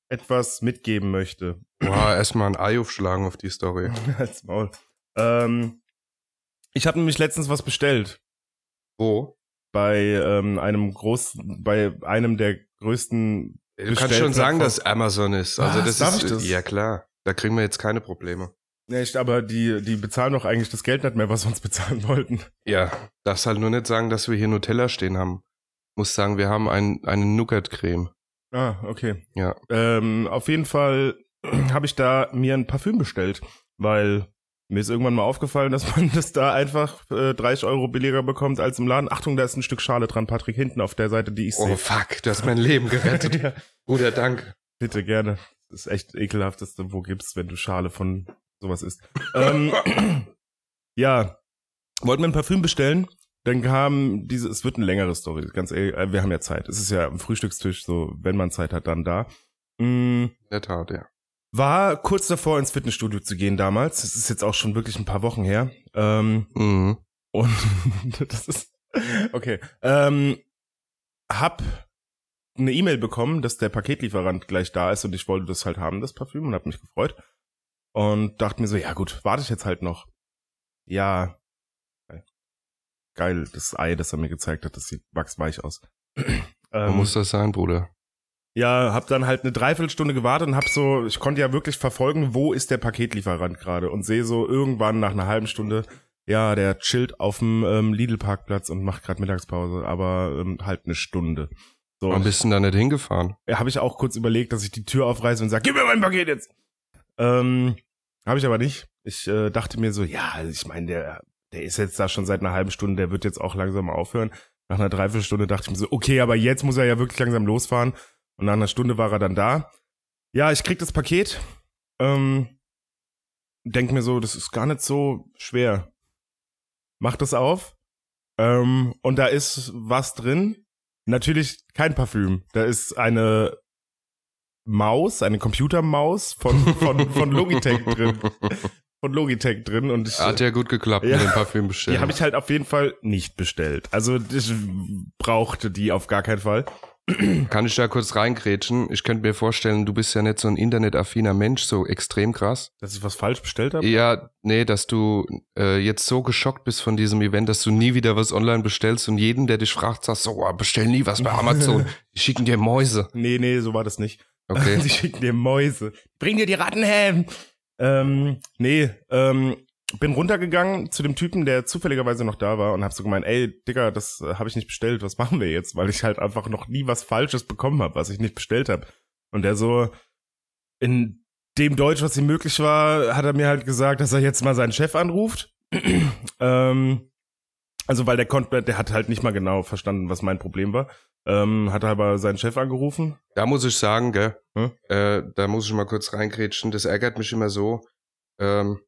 [SPEAKER 1] etwas mitgeben möchte.
[SPEAKER 2] Boah, erstmal ein Ei aufschlagen auf die Story.
[SPEAKER 1] Als Maul. Ähm, ich habe nämlich letztens was bestellt.
[SPEAKER 2] Wo?
[SPEAKER 1] bei ähm, einem großen, bei einem der größten.
[SPEAKER 2] Du kannst schon sagen, dass Amazon ist. Also
[SPEAKER 1] Was?
[SPEAKER 2] das
[SPEAKER 1] Darf
[SPEAKER 2] ist
[SPEAKER 1] ich das?
[SPEAKER 2] ja klar. Da kriegen wir jetzt keine Probleme.
[SPEAKER 1] Ja, echt, aber die, die bezahlen doch eigentlich das Geld nicht mehr, was wir uns bezahlen wollten.
[SPEAKER 2] Ja, darfst halt nur nicht sagen, dass wir hier Nutella stehen haben. Muss sagen, wir haben ein, eine Nougat-Creme.
[SPEAKER 1] Ah, okay.
[SPEAKER 2] Ja.
[SPEAKER 1] Ähm, auf jeden Fall habe ich da mir ein Parfüm bestellt, weil mir ist irgendwann mal aufgefallen, dass man das da einfach äh, 30 Euro billiger bekommt als im Laden. Achtung, da ist ein Stück Schale dran, Patrick, hinten auf der Seite, die ich
[SPEAKER 2] Oh
[SPEAKER 1] sehe.
[SPEAKER 2] fuck, du hast mein Leben gerettet.
[SPEAKER 1] Ja.
[SPEAKER 2] Bruder, danke.
[SPEAKER 1] Bitte, gerne. Das ist echt ekelhafteste, wo gibt's, wenn du Schale von sowas isst. ähm, ja, wollten wir ein Parfüm bestellen, dann kam diese, es wird eine längere Story, ganz ehrlich, äh, wir haben ja Zeit. Es ist ja am Frühstückstisch, so, wenn man Zeit hat, dann da. Mm,
[SPEAKER 2] In der Tat, ja.
[SPEAKER 1] war kurz davor, ins Fitnessstudio zu gehen damals. Das ist jetzt auch schon wirklich ein paar Wochen her. Ähm,
[SPEAKER 2] Mhm.
[SPEAKER 1] und das ist. Okay. Ähm, hab eine E-Mail bekommen, dass der Paketlieferant gleich da ist und ich wollte das halt haben, das Parfüm, und hab mich gefreut. Und dachte mir so, ja gut, warte ich jetzt halt noch. Ja. geil. Geil, das Ei, das er mir gezeigt hat, das sieht wachsweich aus.
[SPEAKER 2] Wo
[SPEAKER 1] Ähm,
[SPEAKER 2] muss das sein, Bruder?
[SPEAKER 1] ja, hab dann halt eine Dreiviertelstunde gewartet und hab so, ich konnte ja wirklich verfolgen, wo ist der Paketlieferant gerade und sehe so irgendwann nach einer halben Stunde, ja, der chillt auf dem ähm, Lidl-Parkplatz und macht gerade Mittagspause, aber ähm, halt eine Stunde. So,
[SPEAKER 2] Warum
[SPEAKER 1] und
[SPEAKER 2] bist du denn da nicht hingefahren?
[SPEAKER 1] habe ich auch kurz überlegt, dass ich die Tür aufreiße und sage, gib mir mein Paket jetzt. Ähm, habe ich aber nicht. Ich äh, dachte mir so, ja, also ich meine, der, der ist jetzt da schon seit einer halben Stunde, der wird jetzt auch langsam mal aufhören. Nach einer Dreiviertelstunde dachte ich mir so, okay, aber jetzt muss er ja wirklich langsam losfahren. Und nach einer Stunde war er dann da. Ja, ich krieg das Paket. Ähm, denk mir so, das ist gar nicht so schwer. Mach das auf. Ähm, und da ist was drin. Natürlich kein Parfüm. Da ist eine Maus, eine Computermaus von, von, von Logitech drin. Von Logitech drin. Und ich,
[SPEAKER 2] Hat ja gut geklappt
[SPEAKER 1] Ja.
[SPEAKER 2] mit dem Parfüm bestellen.
[SPEAKER 1] die habe ich halt auf jeden Fall nicht bestellt. Also ich brauchte die auf gar keinen Fall.
[SPEAKER 2] Kann ich da kurz reingrätschen? Ich könnte mir vorstellen, du bist ja nicht so ein internetaffiner Mensch, so extrem krass.
[SPEAKER 1] Dass ich was falsch bestellt habe?
[SPEAKER 2] Ja, nee, dass du äh, jetzt so geschockt bist von diesem Event, dass du nie wieder was online bestellst und jeden, der dich fragt, sagst, so, ah, bestell nie was bei Amazon. Die schicken dir Mäuse.
[SPEAKER 1] Nee, nee, so war das nicht.
[SPEAKER 2] Okay.
[SPEAKER 1] Die schicken dir Mäuse. Bring dir die Rattenhelm. Ähm, nee, ähm, bin runtergegangen zu dem Typen, der zufälligerweise noch da war und hab so gemeint, ey, Digga, das äh, habe ich nicht bestellt, was machen wir jetzt? Weil ich halt einfach noch nie was Falsches bekommen habe, was ich nicht bestellt habe. Und der so in dem Deutsch, was ihm möglich war, hat er mir halt gesagt, dass er jetzt mal seinen Chef anruft. ähm, also weil der konnte, der hat halt nicht mal genau verstanden, was mein Problem war. Ähm, hat aber seinen Chef angerufen.
[SPEAKER 2] Da muss ich sagen, gell,
[SPEAKER 1] Hm?
[SPEAKER 2] äh, da muss ich mal kurz reingrätschen, das ärgert mich immer so. Ähm,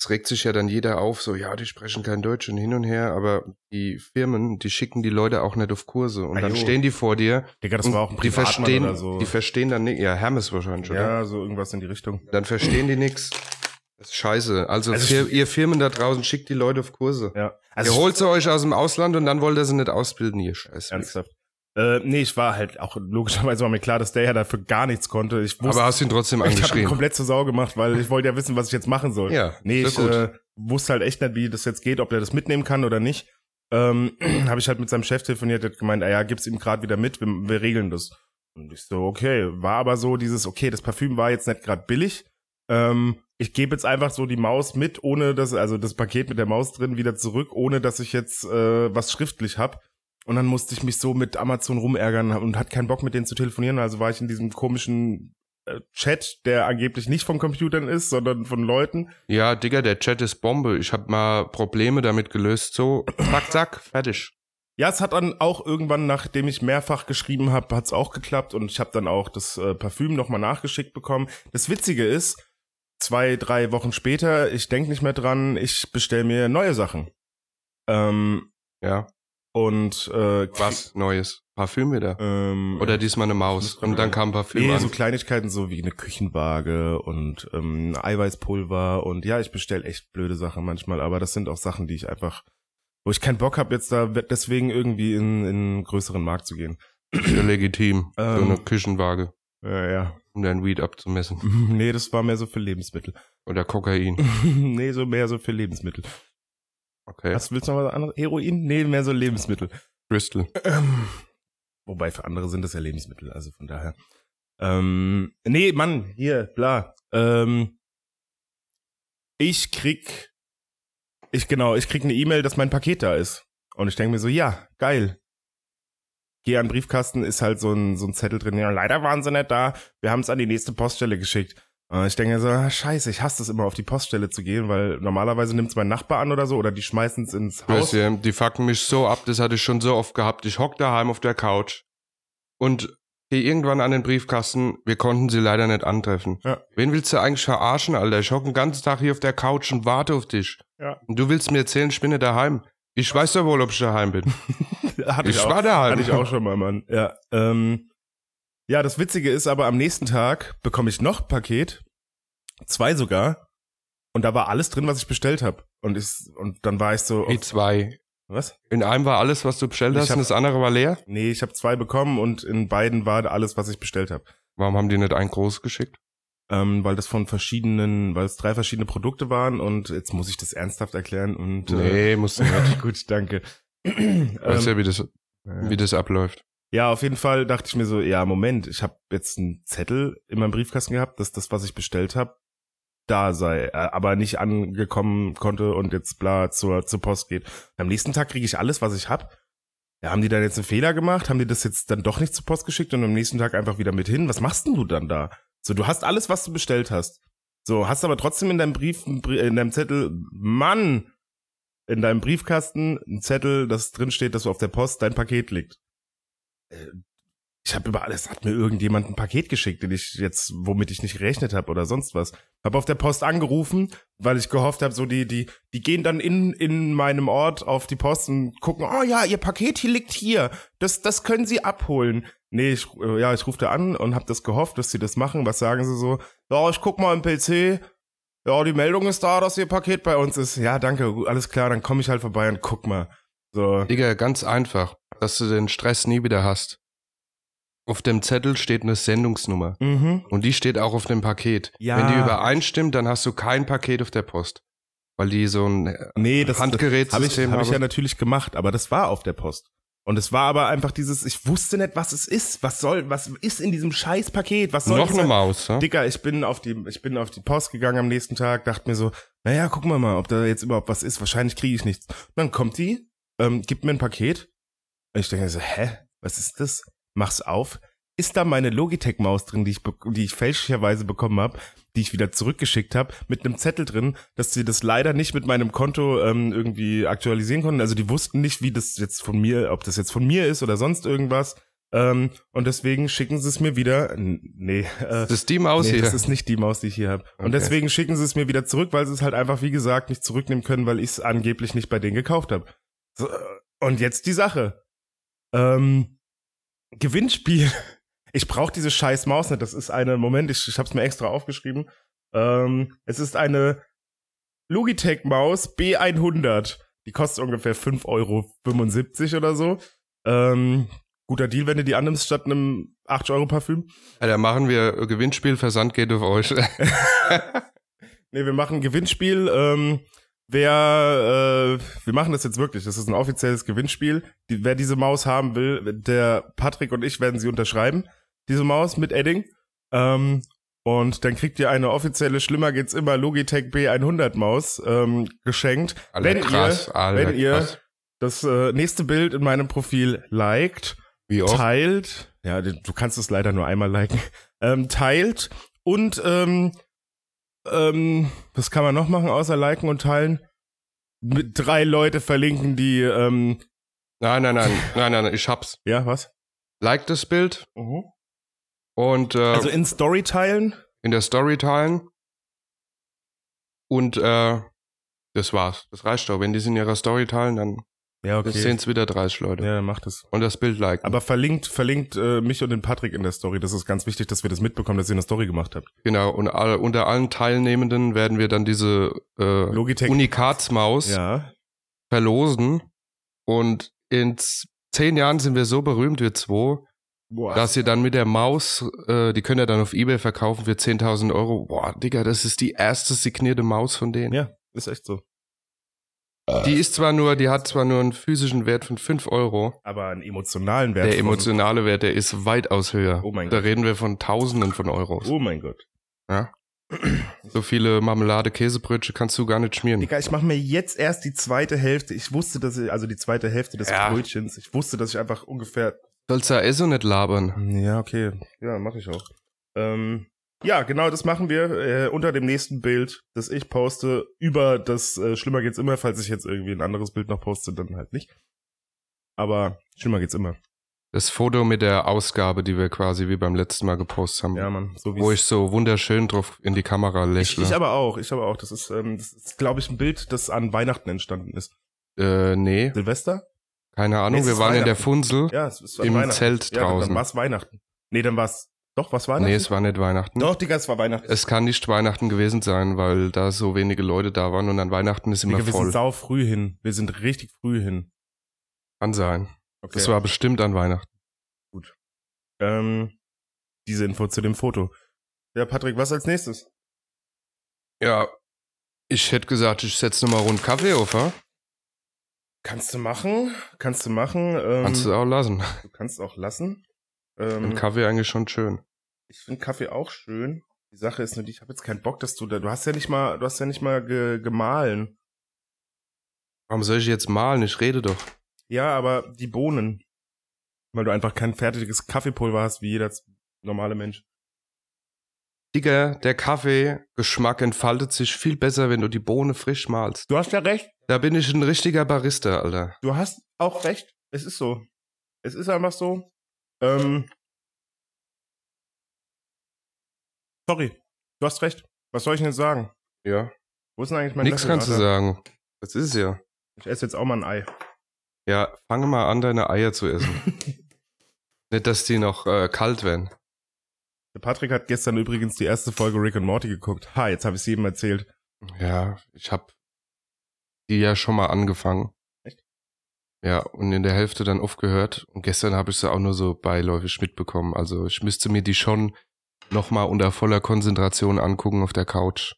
[SPEAKER 2] es regt sich ja dann jeder auf, so, ja, die sprechen kein Deutsch und hin und her, aber die Firmen, die schicken die Leute auch nicht auf Kurse und
[SPEAKER 1] Ah,
[SPEAKER 2] dann
[SPEAKER 1] jo.
[SPEAKER 2] stehen die vor dir
[SPEAKER 1] Digga, das
[SPEAKER 2] und
[SPEAKER 1] war auch ein
[SPEAKER 2] die
[SPEAKER 1] Privatmann
[SPEAKER 2] verstehen,
[SPEAKER 1] oder so.
[SPEAKER 2] die verstehen dann nicht, ja, Hermes wahrscheinlich, oder?
[SPEAKER 1] ja, so irgendwas in die Richtung.
[SPEAKER 2] Dann verstehen die nichts. Das ist scheiße. Also,
[SPEAKER 1] Also
[SPEAKER 2] Fir- ihr Firmen da draußen schickt die Leute auf Kurse.
[SPEAKER 1] Ja.
[SPEAKER 2] ihr holt sie euch aus dem Ausland und dann wollt ihr sie nicht ausbilden, ihr Scheiße.
[SPEAKER 1] ernsthaft. Äh, nee, ich war halt auch, logischerweise war mir klar, dass der ja dafür gar nichts konnte. Ich wusste,
[SPEAKER 2] Aber hast ihn trotzdem
[SPEAKER 1] ich habe ihn
[SPEAKER 2] angeschrieben.
[SPEAKER 1] komplett zur Sau gemacht, weil ich wollte ja wissen, was ich jetzt machen soll.
[SPEAKER 2] Ja,
[SPEAKER 1] nee,
[SPEAKER 2] sehr
[SPEAKER 1] ich äh, wusste halt echt nicht, wie das jetzt geht, ob der das mitnehmen kann oder nicht. Ähm, habe ich halt mit seinem Chef telefoniert, der hat gemeint, ah ja, gib's ihm gerade wieder mit, wir, wir regeln das. Und ich so, okay, war aber so dieses, okay, das Parfüm war jetzt nicht gerade billig. Ähm, ich gebe jetzt einfach so die Maus mit, ohne dass, also das Paket mit der Maus drin wieder zurück, ohne dass ich jetzt äh, was schriftlich hab. Und dann musste ich mich so mit Amazon rumärgern und hatte keinen Bock, mit denen zu telefonieren. Also war ich in diesem komischen äh, Chat, der angeblich nicht von Computern ist, sondern von Leuten.
[SPEAKER 2] Ja, Digga, der Chat ist Bombe. Ich hab mal Probleme damit gelöst. So, zack, zack, fertig.
[SPEAKER 1] Ja, es hat dann auch irgendwann, nachdem ich mehrfach geschrieben habe, hat's auch geklappt und ich habe dann auch das äh, Parfüm nochmal nachgeschickt bekommen. Das Witzige ist, zwei, drei Wochen später, ich denk nicht mehr dran, ich bestell mir neue Sachen. Ähm,
[SPEAKER 2] Ja,
[SPEAKER 1] und äh,
[SPEAKER 2] was Neues. Parfüm wieder.
[SPEAKER 1] Ähm,
[SPEAKER 2] Oder diesmal eine Maus. Und dann kam Parfüm
[SPEAKER 1] Nee,
[SPEAKER 2] an.
[SPEAKER 1] so Kleinigkeiten so wie eine Küchenwaage und ähm, Eiweißpulver und ja, ich bestell echt blöde Sachen manchmal, aber das sind auch Sachen, die ich einfach, wo ich keinen Bock habe, jetzt da deswegen irgendwie in, in einen größeren Markt zu gehen.
[SPEAKER 2] Ist ja legitim.
[SPEAKER 1] Ähm.
[SPEAKER 2] so eine Küchenwaage,
[SPEAKER 1] Äh, ja.
[SPEAKER 2] um dein Weed abzumessen.
[SPEAKER 1] Nee, das war mehr so für Lebensmittel.
[SPEAKER 2] Oder Kokain.
[SPEAKER 1] nee, so mehr so für Lebensmittel.
[SPEAKER 2] Okay.
[SPEAKER 1] Hast, willst du noch was anderes? Heroin? Nee, mehr so Lebensmittel.
[SPEAKER 2] Crystal.
[SPEAKER 1] Ähm, wobei für andere sind das ja Lebensmittel, also von daher. Ähm, nee, Mann, hier, bla. Ähm, ich krieg, ich genau, ich krieg eine E-Mail, dass mein Paket da ist. Und ich denke mir so, ja, geil. Geh an den Briefkasten, ist halt so ein, so ein Zettel drin. Ja, leider waren sie nicht da. Wir haben es an die nächste Poststelle geschickt. Und ich denke so, ah, scheiße, ich hasse es immer, auf die Poststelle zu gehen, weil normalerweise nimmt es mein Nachbar an oder so, oder die schmeißen es ins Haus.
[SPEAKER 2] Weißt du, die fucken mich so ab, das hatte ich schon so oft gehabt. Ich hock daheim auf der Couch und gehe irgendwann an den Briefkasten. Wir konnten sie leider nicht antreffen.
[SPEAKER 1] Ja.
[SPEAKER 2] Wen willst du eigentlich verarschen, Alter? Ich hock den ganzen Tag hier auf der Couch und warte auf dich.
[SPEAKER 1] Ja.
[SPEAKER 2] Und du willst mir erzählen, ich bin nicht daheim. Ich weiß doch wohl, ob ich daheim bin.
[SPEAKER 1] Hatte
[SPEAKER 2] ich
[SPEAKER 1] auch.
[SPEAKER 2] war daheim.
[SPEAKER 1] Hatte ich auch schon mal, Mann. Ja, ähm, ja, das Witzige ist aber, am nächsten Tag bekomme ich noch ein Paket, zwei sogar, und da war alles drin, was ich bestellt habe. Und, ich- und dann war ich so,
[SPEAKER 2] Die zwei.
[SPEAKER 1] was?
[SPEAKER 2] In einem war alles, was du bestellt
[SPEAKER 1] Ich
[SPEAKER 2] hast,
[SPEAKER 1] hab-
[SPEAKER 2] und das andere war leer.
[SPEAKER 1] Nee, ich habe zwei bekommen und in beiden war alles, was ich bestellt habe.
[SPEAKER 2] Warum haben die nicht ein großes geschickt?
[SPEAKER 1] Ähm, weil das von verschiedenen, weil es drei verschiedene Produkte waren und jetzt muss ich das ernsthaft erklären und
[SPEAKER 2] Nee, musst du
[SPEAKER 1] äh,
[SPEAKER 2] nicht.
[SPEAKER 1] gut, danke.
[SPEAKER 2] Weißt
[SPEAKER 1] Ähm,
[SPEAKER 2] ja, wie das,
[SPEAKER 1] ja.
[SPEAKER 2] wie das abläuft.
[SPEAKER 1] Ja, auf jeden Fall dachte ich mir so, ja, Moment, ich habe jetzt einen Zettel in meinem Briefkasten gehabt, dass das, was ich bestellt habe, da sei, äh, aber nicht angekommen konnte und jetzt bla zur, zur Post geht. Am nächsten Tag kriege ich alles, was ich hab. Ja, haben die dann jetzt einen Fehler gemacht? Haben die das jetzt dann doch nicht zur Post geschickt und am nächsten Tag einfach wieder mit hin? Was machst denn du dann da? So, du hast alles, was du bestellt hast. So, hast aber trotzdem in deinem Brief, in deinem Zettel, Mann, in deinem Briefkasten einen Zettel, das drin steht, dass du auf der Post dein Paket liegt. Äh, Ich habe über alles, hat mir irgendjemand ein Paket geschickt, den ich jetzt, womit ich nicht gerechnet habe oder sonst was. Hab auf der Post angerufen, weil ich gehofft habe, so die, die, die gehen dann in, in meinem Ort auf die Post und gucken, oh ja, ihr Paket hier liegt hier. Das, das können sie abholen. Nee, ich, äh, ja, ich rufe da an und habe das gehofft, dass sie das machen. Was sagen sie so? Ja, ich guck mal im PC. Ja, die Meldung ist da, dass ihr Paket bei uns ist. Ja, danke, gut, alles klar, dann komme ich halt vorbei und guck mal. So,
[SPEAKER 2] Digga, ganz einfach, dass du den Stress nie wieder hast. Auf dem Zettel steht eine Sendungsnummer.
[SPEAKER 1] mhm.
[SPEAKER 2] Und die steht auch auf dem Paket.
[SPEAKER 1] Ja.
[SPEAKER 2] Wenn die übereinstimmt, dann hast du kein Paket auf der Post. Weil die so ein äh,
[SPEAKER 1] Nee, das habe ich, hab ich
[SPEAKER 2] Handgerätsystem haben.
[SPEAKER 1] ja natürlich gemacht, aber das war auf der Post. Und es war aber einfach dieses, ich wusste nicht, was es ist. Was soll, was ist in diesem scheiß Paket? Was soll
[SPEAKER 2] Noch
[SPEAKER 1] das
[SPEAKER 2] eine
[SPEAKER 1] sein?
[SPEAKER 2] Maus, ja?
[SPEAKER 1] Dicker, ich bin auf die, ich bin auf die Post gegangen am nächsten Tag, dachte mir so, naja, gucken wir mal, ob da jetzt überhaupt was ist. Wahrscheinlich kriege ich nichts. Und dann kommt die, ähm, gibt mir ein Paket. Und ich denke so, hä, was ist das? Mach's auf. Ist da meine Logitech-Maus drin, die ich, be- die ich fälschlicherweise bekommen habe, die ich wieder zurückgeschickt habe, mit einem Zettel drin, dass sie das leider nicht mit meinem Konto ähm, irgendwie aktualisieren konnten. Also die wussten nicht, wie das jetzt von mir, ob das jetzt von mir ist oder sonst irgendwas. Ähm, und deswegen schicken sie es mir wieder. N nee, äh,
[SPEAKER 2] Das ist die Maus
[SPEAKER 1] Nee,
[SPEAKER 2] hier.
[SPEAKER 1] das ist nicht die Maus, die ich hier habe.
[SPEAKER 2] Okay.
[SPEAKER 1] Und deswegen schicken sie es mir wieder zurück, weil sie es halt einfach, wie gesagt, nicht zurücknehmen können, weil ich es angeblich nicht bei denen gekauft habe. So, äh, und jetzt die Sache. Ähm, Gewinnspiel. Ich brauche diese scheiß Maus nicht. Das ist eine, Moment, ich, ich habe es mir extra aufgeschrieben. Ähm, es ist eine Logitech-Maus B100. Die kostet ungefähr 5,75 Euro oder so. Ähm, guter Deal, wenn du die annimmst statt einem 8-Euro-Parfüm.
[SPEAKER 2] Alter, machen wir äh, Gewinnspiel, Versand geht auf euch.
[SPEAKER 1] Nee, wir machen ein Gewinnspiel. Ähm, wer, äh, wir machen das jetzt wirklich. Das ist ein offizielles Gewinnspiel. Die, wer diese Maus haben will, der Patrick und ich werden sie unterschreiben. Diese Maus mit Edding. Ähm, und dann kriegt ihr eine offizielle, schlimmer geht's immer, Logitech B100 Maus ähm, geschenkt.
[SPEAKER 2] Alter,
[SPEAKER 1] wenn
[SPEAKER 2] krass,
[SPEAKER 1] ihr
[SPEAKER 2] Alter,
[SPEAKER 1] wenn ihr-
[SPEAKER 2] krass.
[SPEAKER 1] das äh, nächste Bild in meinem Profil liked,
[SPEAKER 2] Wie oft?
[SPEAKER 1] teilt, ja, du du kannst es leider nur einmal liken, ähm, teilt und ähm, ähm, was kann man noch machen außer liken und teilen? Mit drei Leute verlinken, die, ähm,
[SPEAKER 2] Nein, nein, nein, nein, nein, nein, ich hab's.
[SPEAKER 1] ja, was?
[SPEAKER 2] Like das Bild und äh,
[SPEAKER 1] Also in Story teilen?
[SPEAKER 2] in der Story teilen. Und äh, das war's. Das reicht doch. Wenn die es in ihrer Story teilen, dann
[SPEAKER 1] Ja,
[SPEAKER 2] sehen es wieder 30 Leute.
[SPEAKER 1] Ja, macht es.
[SPEAKER 2] Und das Bild liken.
[SPEAKER 1] Aber verlinkt, verlinkt äh, mich und den Patrick in der Story. Das ist ganz wichtig, dass wir das mitbekommen, dass ihr eine Story gemacht habt.
[SPEAKER 2] genau. Und alle, unter allen Teilnehmenden werden wir dann diese äh,
[SPEAKER 1] Logitech.
[SPEAKER 2] Unikatsmaus
[SPEAKER 1] ja.
[SPEAKER 2] verlosen. Und in z- zehn Jahren sind wir so berühmt, wir zwei,
[SPEAKER 1] Boah.
[SPEAKER 2] dass ihr dann mit der Maus, äh, die könnt ihr dann auf Ebay verkaufen für 10.000 Euro. Boah, Digga, das ist die erste signierte Maus von denen.
[SPEAKER 1] ja, ist echt so.
[SPEAKER 2] Die ist zwar nur, die hat zwar nur einen physischen Wert von 5 Euro.
[SPEAKER 1] Aber einen emotionalen Wert.
[SPEAKER 2] Der
[SPEAKER 1] von-
[SPEAKER 2] emotionale Wert, der ist weitaus höher.
[SPEAKER 1] Oh mein
[SPEAKER 2] da
[SPEAKER 1] Gott.
[SPEAKER 2] reden wir von Tausenden von Euros.
[SPEAKER 1] Oh mein Gott.
[SPEAKER 2] So viele Marmelade, Käsebrötchen kannst du gar nicht schmieren.
[SPEAKER 1] Digga, ich mache mir jetzt erst die zweite Hälfte. Ich wusste, dass ich, also die zweite Hälfte des
[SPEAKER 2] Ja.
[SPEAKER 1] Brötchens, ich wusste, dass ich einfach ungefähr.
[SPEAKER 2] Sollst du essen und nicht labern.
[SPEAKER 1] Ja, okay. Ja, mache ich auch. Ähm, ja, genau, das machen wir äh, unter dem nächsten Bild, das ich poste, über das äh, Schlimmer geht's immer, falls ich jetzt irgendwie ein anderes Bild noch poste, dann halt nicht. Aber schlimmer geht's immer.
[SPEAKER 2] Das Foto mit der Ausgabe, die wir quasi wie beim letzten Mal gepostet haben.
[SPEAKER 1] Ja, Mann, so wie
[SPEAKER 2] wo ich ne? so wunderschön drauf in die Kamera
[SPEAKER 1] ich,
[SPEAKER 2] lächle.
[SPEAKER 1] ich aber auch, ich aber auch. Das ist, ähm, das ist glaube ich, ein Bild, das an Weihnachten entstanden ist.
[SPEAKER 2] äh, nee,
[SPEAKER 1] Silvester?
[SPEAKER 2] keine Ahnung.
[SPEAKER 1] es
[SPEAKER 2] wir
[SPEAKER 1] ist
[SPEAKER 2] waren in der
[SPEAKER 1] Weihnachten.
[SPEAKER 2] Funsel
[SPEAKER 1] Ja, es ist an
[SPEAKER 2] im
[SPEAKER 1] Weihnachten.
[SPEAKER 2] Zelt
[SPEAKER 1] Ja, dann- dann
[SPEAKER 2] draußen.
[SPEAKER 1] war es Weihnachten. Nee, dann war es. Doch, was war
[SPEAKER 2] nee, es war nicht Weihnachten.
[SPEAKER 1] Doch, Digga, es war Weihnachten.
[SPEAKER 2] Es kann nicht Weihnachten gewesen sein, weil da so wenige Leute da waren und an Weihnachten ist immer
[SPEAKER 1] Digga, wir sind
[SPEAKER 2] voll.
[SPEAKER 1] sau früh hin. Wir sind richtig früh hin.
[SPEAKER 2] Kann sein.
[SPEAKER 1] Okay.
[SPEAKER 2] Das war bestimmt an Weihnachten.
[SPEAKER 1] ähm, diese Info zu dem Foto. Ja, Patrick, was als nächstes?
[SPEAKER 2] Ja, ich hätte gesagt, ich setze nochmal rund Kaffee auf, ha?
[SPEAKER 1] Kannst du machen? Kannst du machen? Ähm,
[SPEAKER 2] Kannst du auch lassen.
[SPEAKER 1] du kannst auch lassen.
[SPEAKER 2] Ein
[SPEAKER 1] Ähm,
[SPEAKER 2] Kaffee eigentlich schon schön.
[SPEAKER 1] ich finde Kaffee auch schön. Die Sache ist nur, die- ich habe jetzt keinen Bock, dass du da. Du hast ja nicht mal, du hast ja nicht mal ge, gemahlen.
[SPEAKER 2] Warum soll ich jetzt malen? Ich rede doch.
[SPEAKER 1] Ja, aber die Bohnen. Weil du einfach kein fertiges Kaffeepulver hast, wie jeder z- normale Mensch.
[SPEAKER 2] Digga, der Kaffeegeschmack entfaltet sich viel besser, wenn du die Bohne frisch malst.
[SPEAKER 1] Du hast ja recht.
[SPEAKER 2] Da bin ich ein richtiger Barista, Alter.
[SPEAKER 1] Du hast auch recht. Es ist so. Es ist einfach so. Ähm, sorry, du hast recht. Was soll ich denn jetzt sagen?
[SPEAKER 2] Ja.
[SPEAKER 1] Wo ist denn eigentlich mein
[SPEAKER 2] Nix
[SPEAKER 1] Löffel,
[SPEAKER 2] kannst du
[SPEAKER 1] Alter?
[SPEAKER 2] sagen. Das ist ja.
[SPEAKER 1] Ich esse jetzt auch mal ein Ei.
[SPEAKER 2] Ja, fange mal an, deine Eier zu essen. Nicht, dass die noch äh, kalt werden.
[SPEAKER 1] Der Patrick hat gestern übrigens die erste Folge Rick und Morty geguckt. Ha, jetzt habe ich es jedem erzählt.
[SPEAKER 2] Ja, ich hab die ja schon mal angefangen.
[SPEAKER 1] Echt?
[SPEAKER 2] Ja, und in der Hälfte dann aufgehört. Und gestern habe ich sie auch nur so beiläufig mitbekommen. Also ich müsste mir die schon nochmal unter voller Konzentration angucken auf der Couch.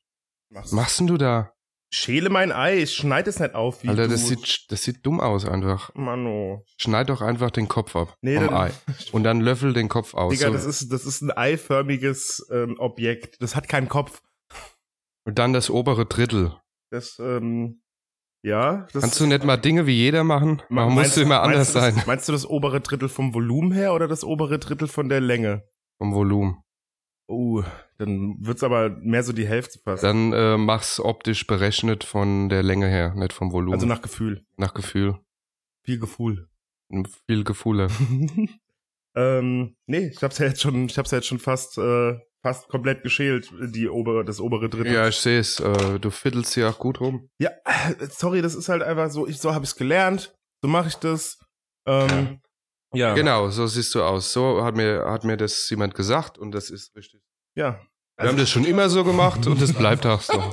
[SPEAKER 1] Mach's.
[SPEAKER 2] Was machst denn du da?
[SPEAKER 1] Schäle mein Ei, ich schneide es nicht auf. Wie
[SPEAKER 2] Alter,
[SPEAKER 1] du. oh.
[SPEAKER 2] das sieht, das sieht dumm aus einfach.
[SPEAKER 1] Mano.
[SPEAKER 2] Schneid doch einfach den Kopf ab
[SPEAKER 1] Nee,
[SPEAKER 2] vom
[SPEAKER 1] dann-
[SPEAKER 2] Ei. Und dann löffel den Kopf aus.
[SPEAKER 1] Digga,
[SPEAKER 2] so.
[SPEAKER 1] das ist, das ist ein eiförmiges ähm, Objekt. Das hat keinen Kopf.
[SPEAKER 2] und dann das obere Drittel.
[SPEAKER 1] Das, ähm, ja. Das
[SPEAKER 2] Kannst du nicht mal Dinge wie jeder machen? Warum
[SPEAKER 1] Meinst
[SPEAKER 2] musst du
[SPEAKER 1] du-
[SPEAKER 2] immer anders
[SPEAKER 1] meinst du das,
[SPEAKER 2] sein?
[SPEAKER 1] Meinst du das obere Drittel vom Volumen her oder das obere Drittel von der Länge?
[SPEAKER 2] Vom Volumen.
[SPEAKER 1] Oh, dann wird's aber mehr so die Hälfte passen.
[SPEAKER 2] Dann äh, mach's optisch berechnet von der Länge her, nicht vom Volumen.
[SPEAKER 1] Also nach Gefühl.
[SPEAKER 2] nach Gefühl.
[SPEAKER 1] Viel Gefühl.
[SPEAKER 2] Viel Gefühle.
[SPEAKER 1] ähm, nee, ich hab's ja jetzt schon, ich hab's ja jetzt schon fast, äh, fast komplett geschält, die obere, das obere Drittel.
[SPEAKER 2] ja, ich sehe es. Äh, du fiddelst hier auch gut rum.
[SPEAKER 1] Ja, sorry, das ist halt einfach so, ich, so habe ich's gelernt, so mache ich das. Ähm, ja.
[SPEAKER 2] Genau, so siehst du aus. So hat mir, hat mir das jemand gesagt und das ist richtig.
[SPEAKER 1] Ja,
[SPEAKER 2] Wir
[SPEAKER 1] Also-
[SPEAKER 2] haben das schon immer so gemacht und das bleibt auch so.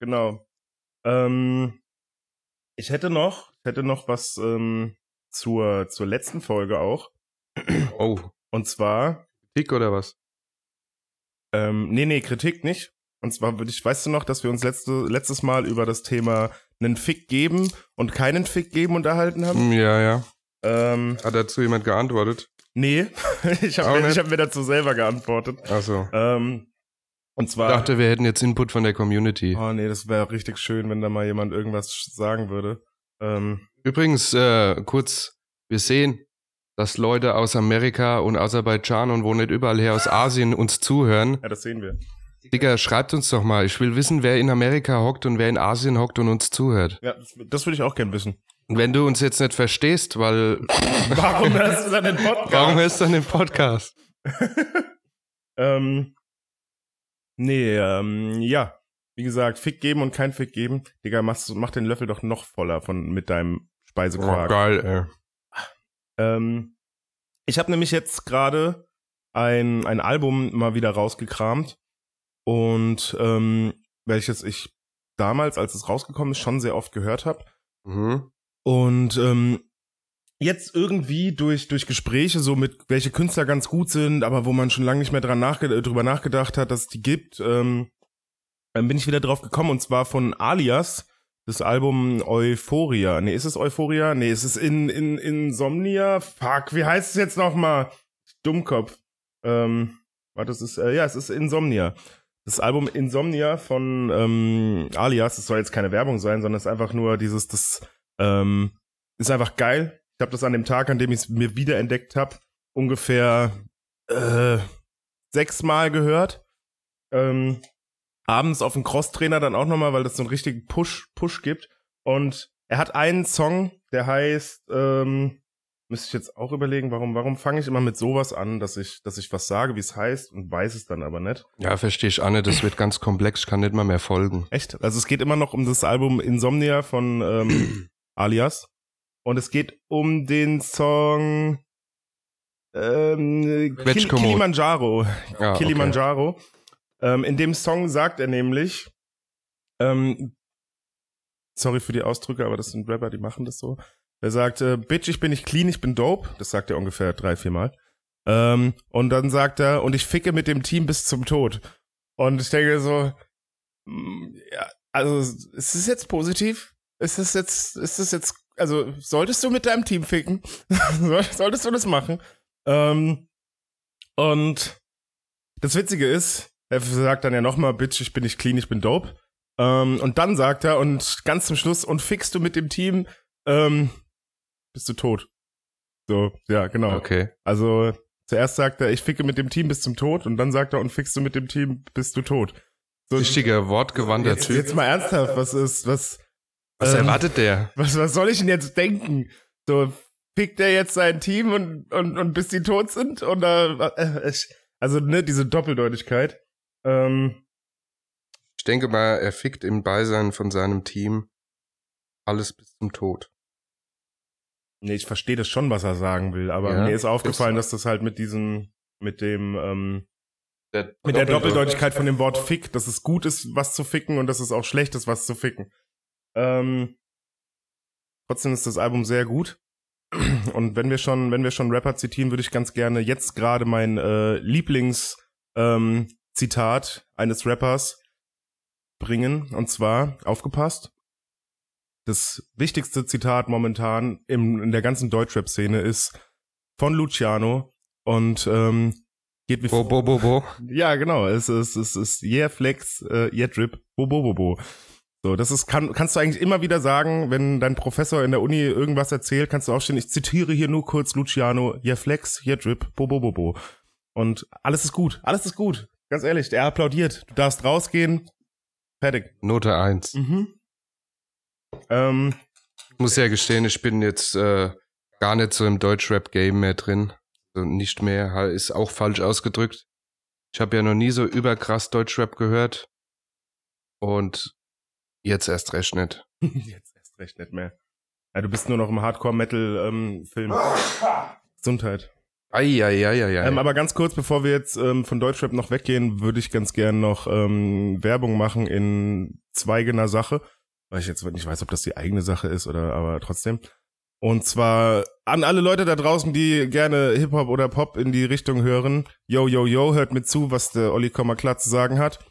[SPEAKER 1] genau. Ähm, ich hätte noch, ich hätte noch was ähm, zur, zur letzten Folge auch.
[SPEAKER 2] Oh,
[SPEAKER 1] Und zwar,
[SPEAKER 2] dick oder was?
[SPEAKER 1] ähm, nee, nee, Kritik nicht. Und zwar würde ich, weißt du noch, dass wir uns letzte, letztes Mal über das Thema einen Fick geben und keinen Fick geben unterhalten haben?
[SPEAKER 2] Hm, Ja, ja.
[SPEAKER 1] Ähm,
[SPEAKER 2] Hat dazu jemand geantwortet?
[SPEAKER 1] nee, ich
[SPEAKER 2] Auch
[SPEAKER 1] habe mir,
[SPEAKER 2] nicht?
[SPEAKER 1] ich hab mir dazu selber geantwortet.
[SPEAKER 2] Also.
[SPEAKER 1] Ähm, und
[SPEAKER 2] Ich
[SPEAKER 1] zwar,
[SPEAKER 2] dachte, wir hätten jetzt Input von der Community.
[SPEAKER 1] oh nee, das wäre richtig schön, wenn da mal jemand irgendwas sch- sagen würde. Ähm,
[SPEAKER 2] Übrigens, äh, kurz, wir sehen, dass Leute aus Amerika und Aserbaidschan und wo nicht überall her aus Asien uns zuhören.
[SPEAKER 1] ja, das sehen wir.
[SPEAKER 2] Digga, schreibt uns doch mal. Ich will wissen, wer in Amerika hockt und wer in Asien hockt und uns zuhört.
[SPEAKER 1] Ja, das, das würde ich auch gern wissen.
[SPEAKER 2] Und wenn du uns jetzt nicht verstehst, weil
[SPEAKER 1] Warum hörst du dann den Podcast?
[SPEAKER 2] warum hörst du dann den Podcast?
[SPEAKER 1] Ähm, nee, ähm, ja. Wie gesagt, Fick geben und kein Fick geben. Digga, machst, du- mach den Löffel doch noch voller von, mit deinem
[SPEAKER 2] Oh
[SPEAKER 1] Speisequark.
[SPEAKER 2] geil,
[SPEAKER 1] ähm, ich habe nämlich jetzt gerade ein, ein Album mal wieder rausgekramt. Und ähm, welches ich damals, als es rausgekommen ist, schon sehr oft gehört habe.
[SPEAKER 2] ey. Mhm.
[SPEAKER 1] Und ähm, jetzt irgendwie durch, durch Gespräche, so mit welche Künstler ganz gut sind, aber wo man schon lange nicht mehr dran nachge äh, drüber nachgedacht hat, dass es die gibt, ähm, dann bin ich wieder drauf gekommen und zwar von Alias, das Album Euphoria. Nee, ist es Euphoria? Nee, ist es in, in, Insomnia? Fuck, wie heißt es jetzt nochmal? Dummkopf. Ähm, warte, das ist, äh, ja, es ist Insomnia. Das Album Insomnia von ähm, Alias, das soll jetzt keine Werbung sein, sondern es ist einfach nur dieses, das ähm, ist einfach geil. Ich habe das an dem Tag, an dem ich es mir wiederentdeckt habe, ungefähr äh, sechsmal gehört. Ähm, abends auf dem Crosstrainer dann auch nochmal, weil das so einen richtigen Push, Push gibt. Und er hat einen Song, der heißt, ähm, müsste ich jetzt auch überlegen, warum, warum fange ich immer mit sowas an, dass ich, dass ich was sage, wie es heißt und weiß es dann aber nicht.
[SPEAKER 2] Ja, verstehe ich, Anne, das wird ganz komplex, ich kann nicht mal mehr folgen.
[SPEAKER 1] Echt? Also es geht immer noch um das Album Insomnia von ähm, Alias. Und es geht um den Song ähm, Kil
[SPEAKER 2] Wetschkommod.
[SPEAKER 1] Kilimanjaro.
[SPEAKER 2] Ja, okay.
[SPEAKER 1] Kilimanjaro. Ähm, in dem Song sagt er nämlich, ähm, sorry für die Ausdrücke, aber das sind Rapper, die machen das so. Er sagt, äh, Bitch, ich bin nicht clean, ich bin dope. Das sagt er ungefähr drei, vier Mal. Ähm, und dann sagt er, und ich ficke mit dem Team bis zum Tod. Und ich denke so, mm, ja, also ist es jetzt positiv? Ist es jetzt, ist es jetzt, also solltest du mit deinem Team ficken? Soll- solltest du das machen? Ähm, und das Witzige ist, er sagt dann ja nochmal, Bitch, ich bin nicht clean, ich bin dope. Ähm, und dann sagt er, und ganz zum Schluss, und fickst du mit dem Team, ähm, bist du tot. So, ja, genau.
[SPEAKER 2] Okay.
[SPEAKER 1] Also zuerst sagt er, ich ficke mit dem Team bis zum Tod und dann sagt er, und fickst du mit dem Team, bist du tot. So,
[SPEAKER 2] Richtiger, wortgewandter
[SPEAKER 1] jetzt,
[SPEAKER 2] Typ.
[SPEAKER 1] jetzt mal ernsthaft, was ist, was,
[SPEAKER 2] Was
[SPEAKER 1] ähm,
[SPEAKER 2] erwartet der?
[SPEAKER 1] was, was soll ich denn jetzt denken? So, pickt er jetzt sein Team und, und, und bis die tot sind? Oder, äh, ich- also, ne, diese Doppeldeutigkeit. Ähm,
[SPEAKER 2] Ich denke mal, er fickt im Beisein von seinem Team alles bis zum Tod.
[SPEAKER 1] nee, ich verstehe das schon, was er sagen will, aber
[SPEAKER 2] Ja.
[SPEAKER 1] mir ist aufgefallen, dass das halt mit diesem, mit dem, ähm, mit der Doppeldeutigkeit von dem Wort Fick, dass es gut ist, was zu ficken und dass es auch schlecht ist, was zu ficken. Ähm, trotzdem ist das Album sehr gut. Und wenn wir schon, wenn wir schon Rapper zitieren, würde ich ganz gerne jetzt gerade mein äh, Lieblings ähm, Zitat eines Rappers bringen. Und zwar, aufgepasst, das wichtigste Zitat momentan im, in der ganzen Deutschrap-Szene ist von Luciano und ähm, geht wie
[SPEAKER 2] Bo, bo, bo, bo.
[SPEAKER 1] ja, genau. Es ist, es ist Yeah Flex, äh, Yeah Drip, bo, bo, bo, bo. So, das ist, kann, kannst du eigentlich immer wieder sagen, wenn dein Professor in der Uni irgendwas erzählt, kannst du aufstehen, ich zitiere hier nur kurz Luciano, Yeah Flex, Yeah Drip, bo, bo, bo, bo. Und alles ist gut, alles ist gut. Ganz ehrlich, der applaudiert. Du darfst rausgehen. Fertig.
[SPEAKER 2] Note 1.
[SPEAKER 1] Mhm. Ähm,
[SPEAKER 2] Ich muss ja gestehen, ich bin jetzt äh, gar nicht so im Deutschrap-Game mehr drin. Also nicht mehr, ha- ist auch falsch ausgedrückt. Ich habe ja noch nie so überkrass Deutschrap gehört. Und jetzt erst recht nicht.
[SPEAKER 1] jetzt erst recht nicht mehr. Ja, du bist nur noch im Hardcore-Metal-Film. Gesundheit.
[SPEAKER 2] Eieieiei.
[SPEAKER 1] Ähm, aber ganz kurz, bevor wir jetzt ähm, von Deutschrap noch weggehen, würde ich ganz gern noch ähm, Werbung machen in zweigener Sache. Weil ich jetzt nicht weiß, ob das die eigene Sache ist oder aber trotzdem. Und zwar an alle Leute da draußen, die gerne Hip-Hop oder Pop in die Richtung hören. Yo, yo, yo, hört mir zu, was der Olli Kommer klar zu sagen hat.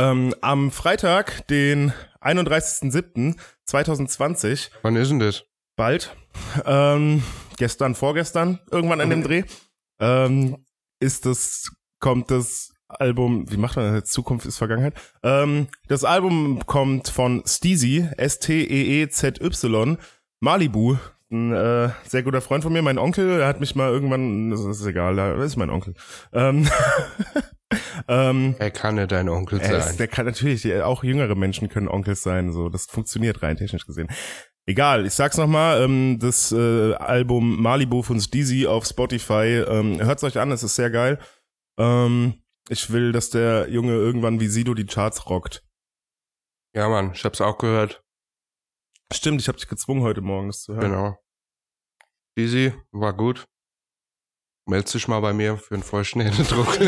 [SPEAKER 1] Ähm, am Freitag, den 31.07.2020,
[SPEAKER 2] Wann ist denn das?
[SPEAKER 1] bald, ähm, gestern, vorgestern, irgendwann an dem Dreh, ähm, ist das, kommt das Album, wie macht man das jetzt? Zukunft ist Vergangenheit. Ähm, das Album kommt von Steezy, E S-T-E-E-Z-Y, Malibu, ein äh, sehr guter Freund von mir, mein Onkel, er hat mich mal irgendwann, das ist egal, da ist mein Onkel. Ähm, ähm,
[SPEAKER 2] Er kann ja dein Onkel
[SPEAKER 1] er ist,
[SPEAKER 2] sein.
[SPEAKER 1] der kann natürlich, äh, auch jüngere Menschen können Onkels sein, so. Das funktioniert rein technisch gesehen. Egal, ich sag's nochmal, ähm, das äh, Album Malibu von Steezy auf Spotify, ähm, hört's euch an, es ist sehr geil. Ähm, ich will, dass der Junge irgendwann wie Sido die Charts rockt.
[SPEAKER 2] Ja, Mann, ich hab's auch gehört.
[SPEAKER 1] Stimmt, ich habe dich gezwungen, heute Morgen das zu hören.
[SPEAKER 2] Genau. Easy, war gut. Meld dich mal bei mir für einen feuchten Händedruck.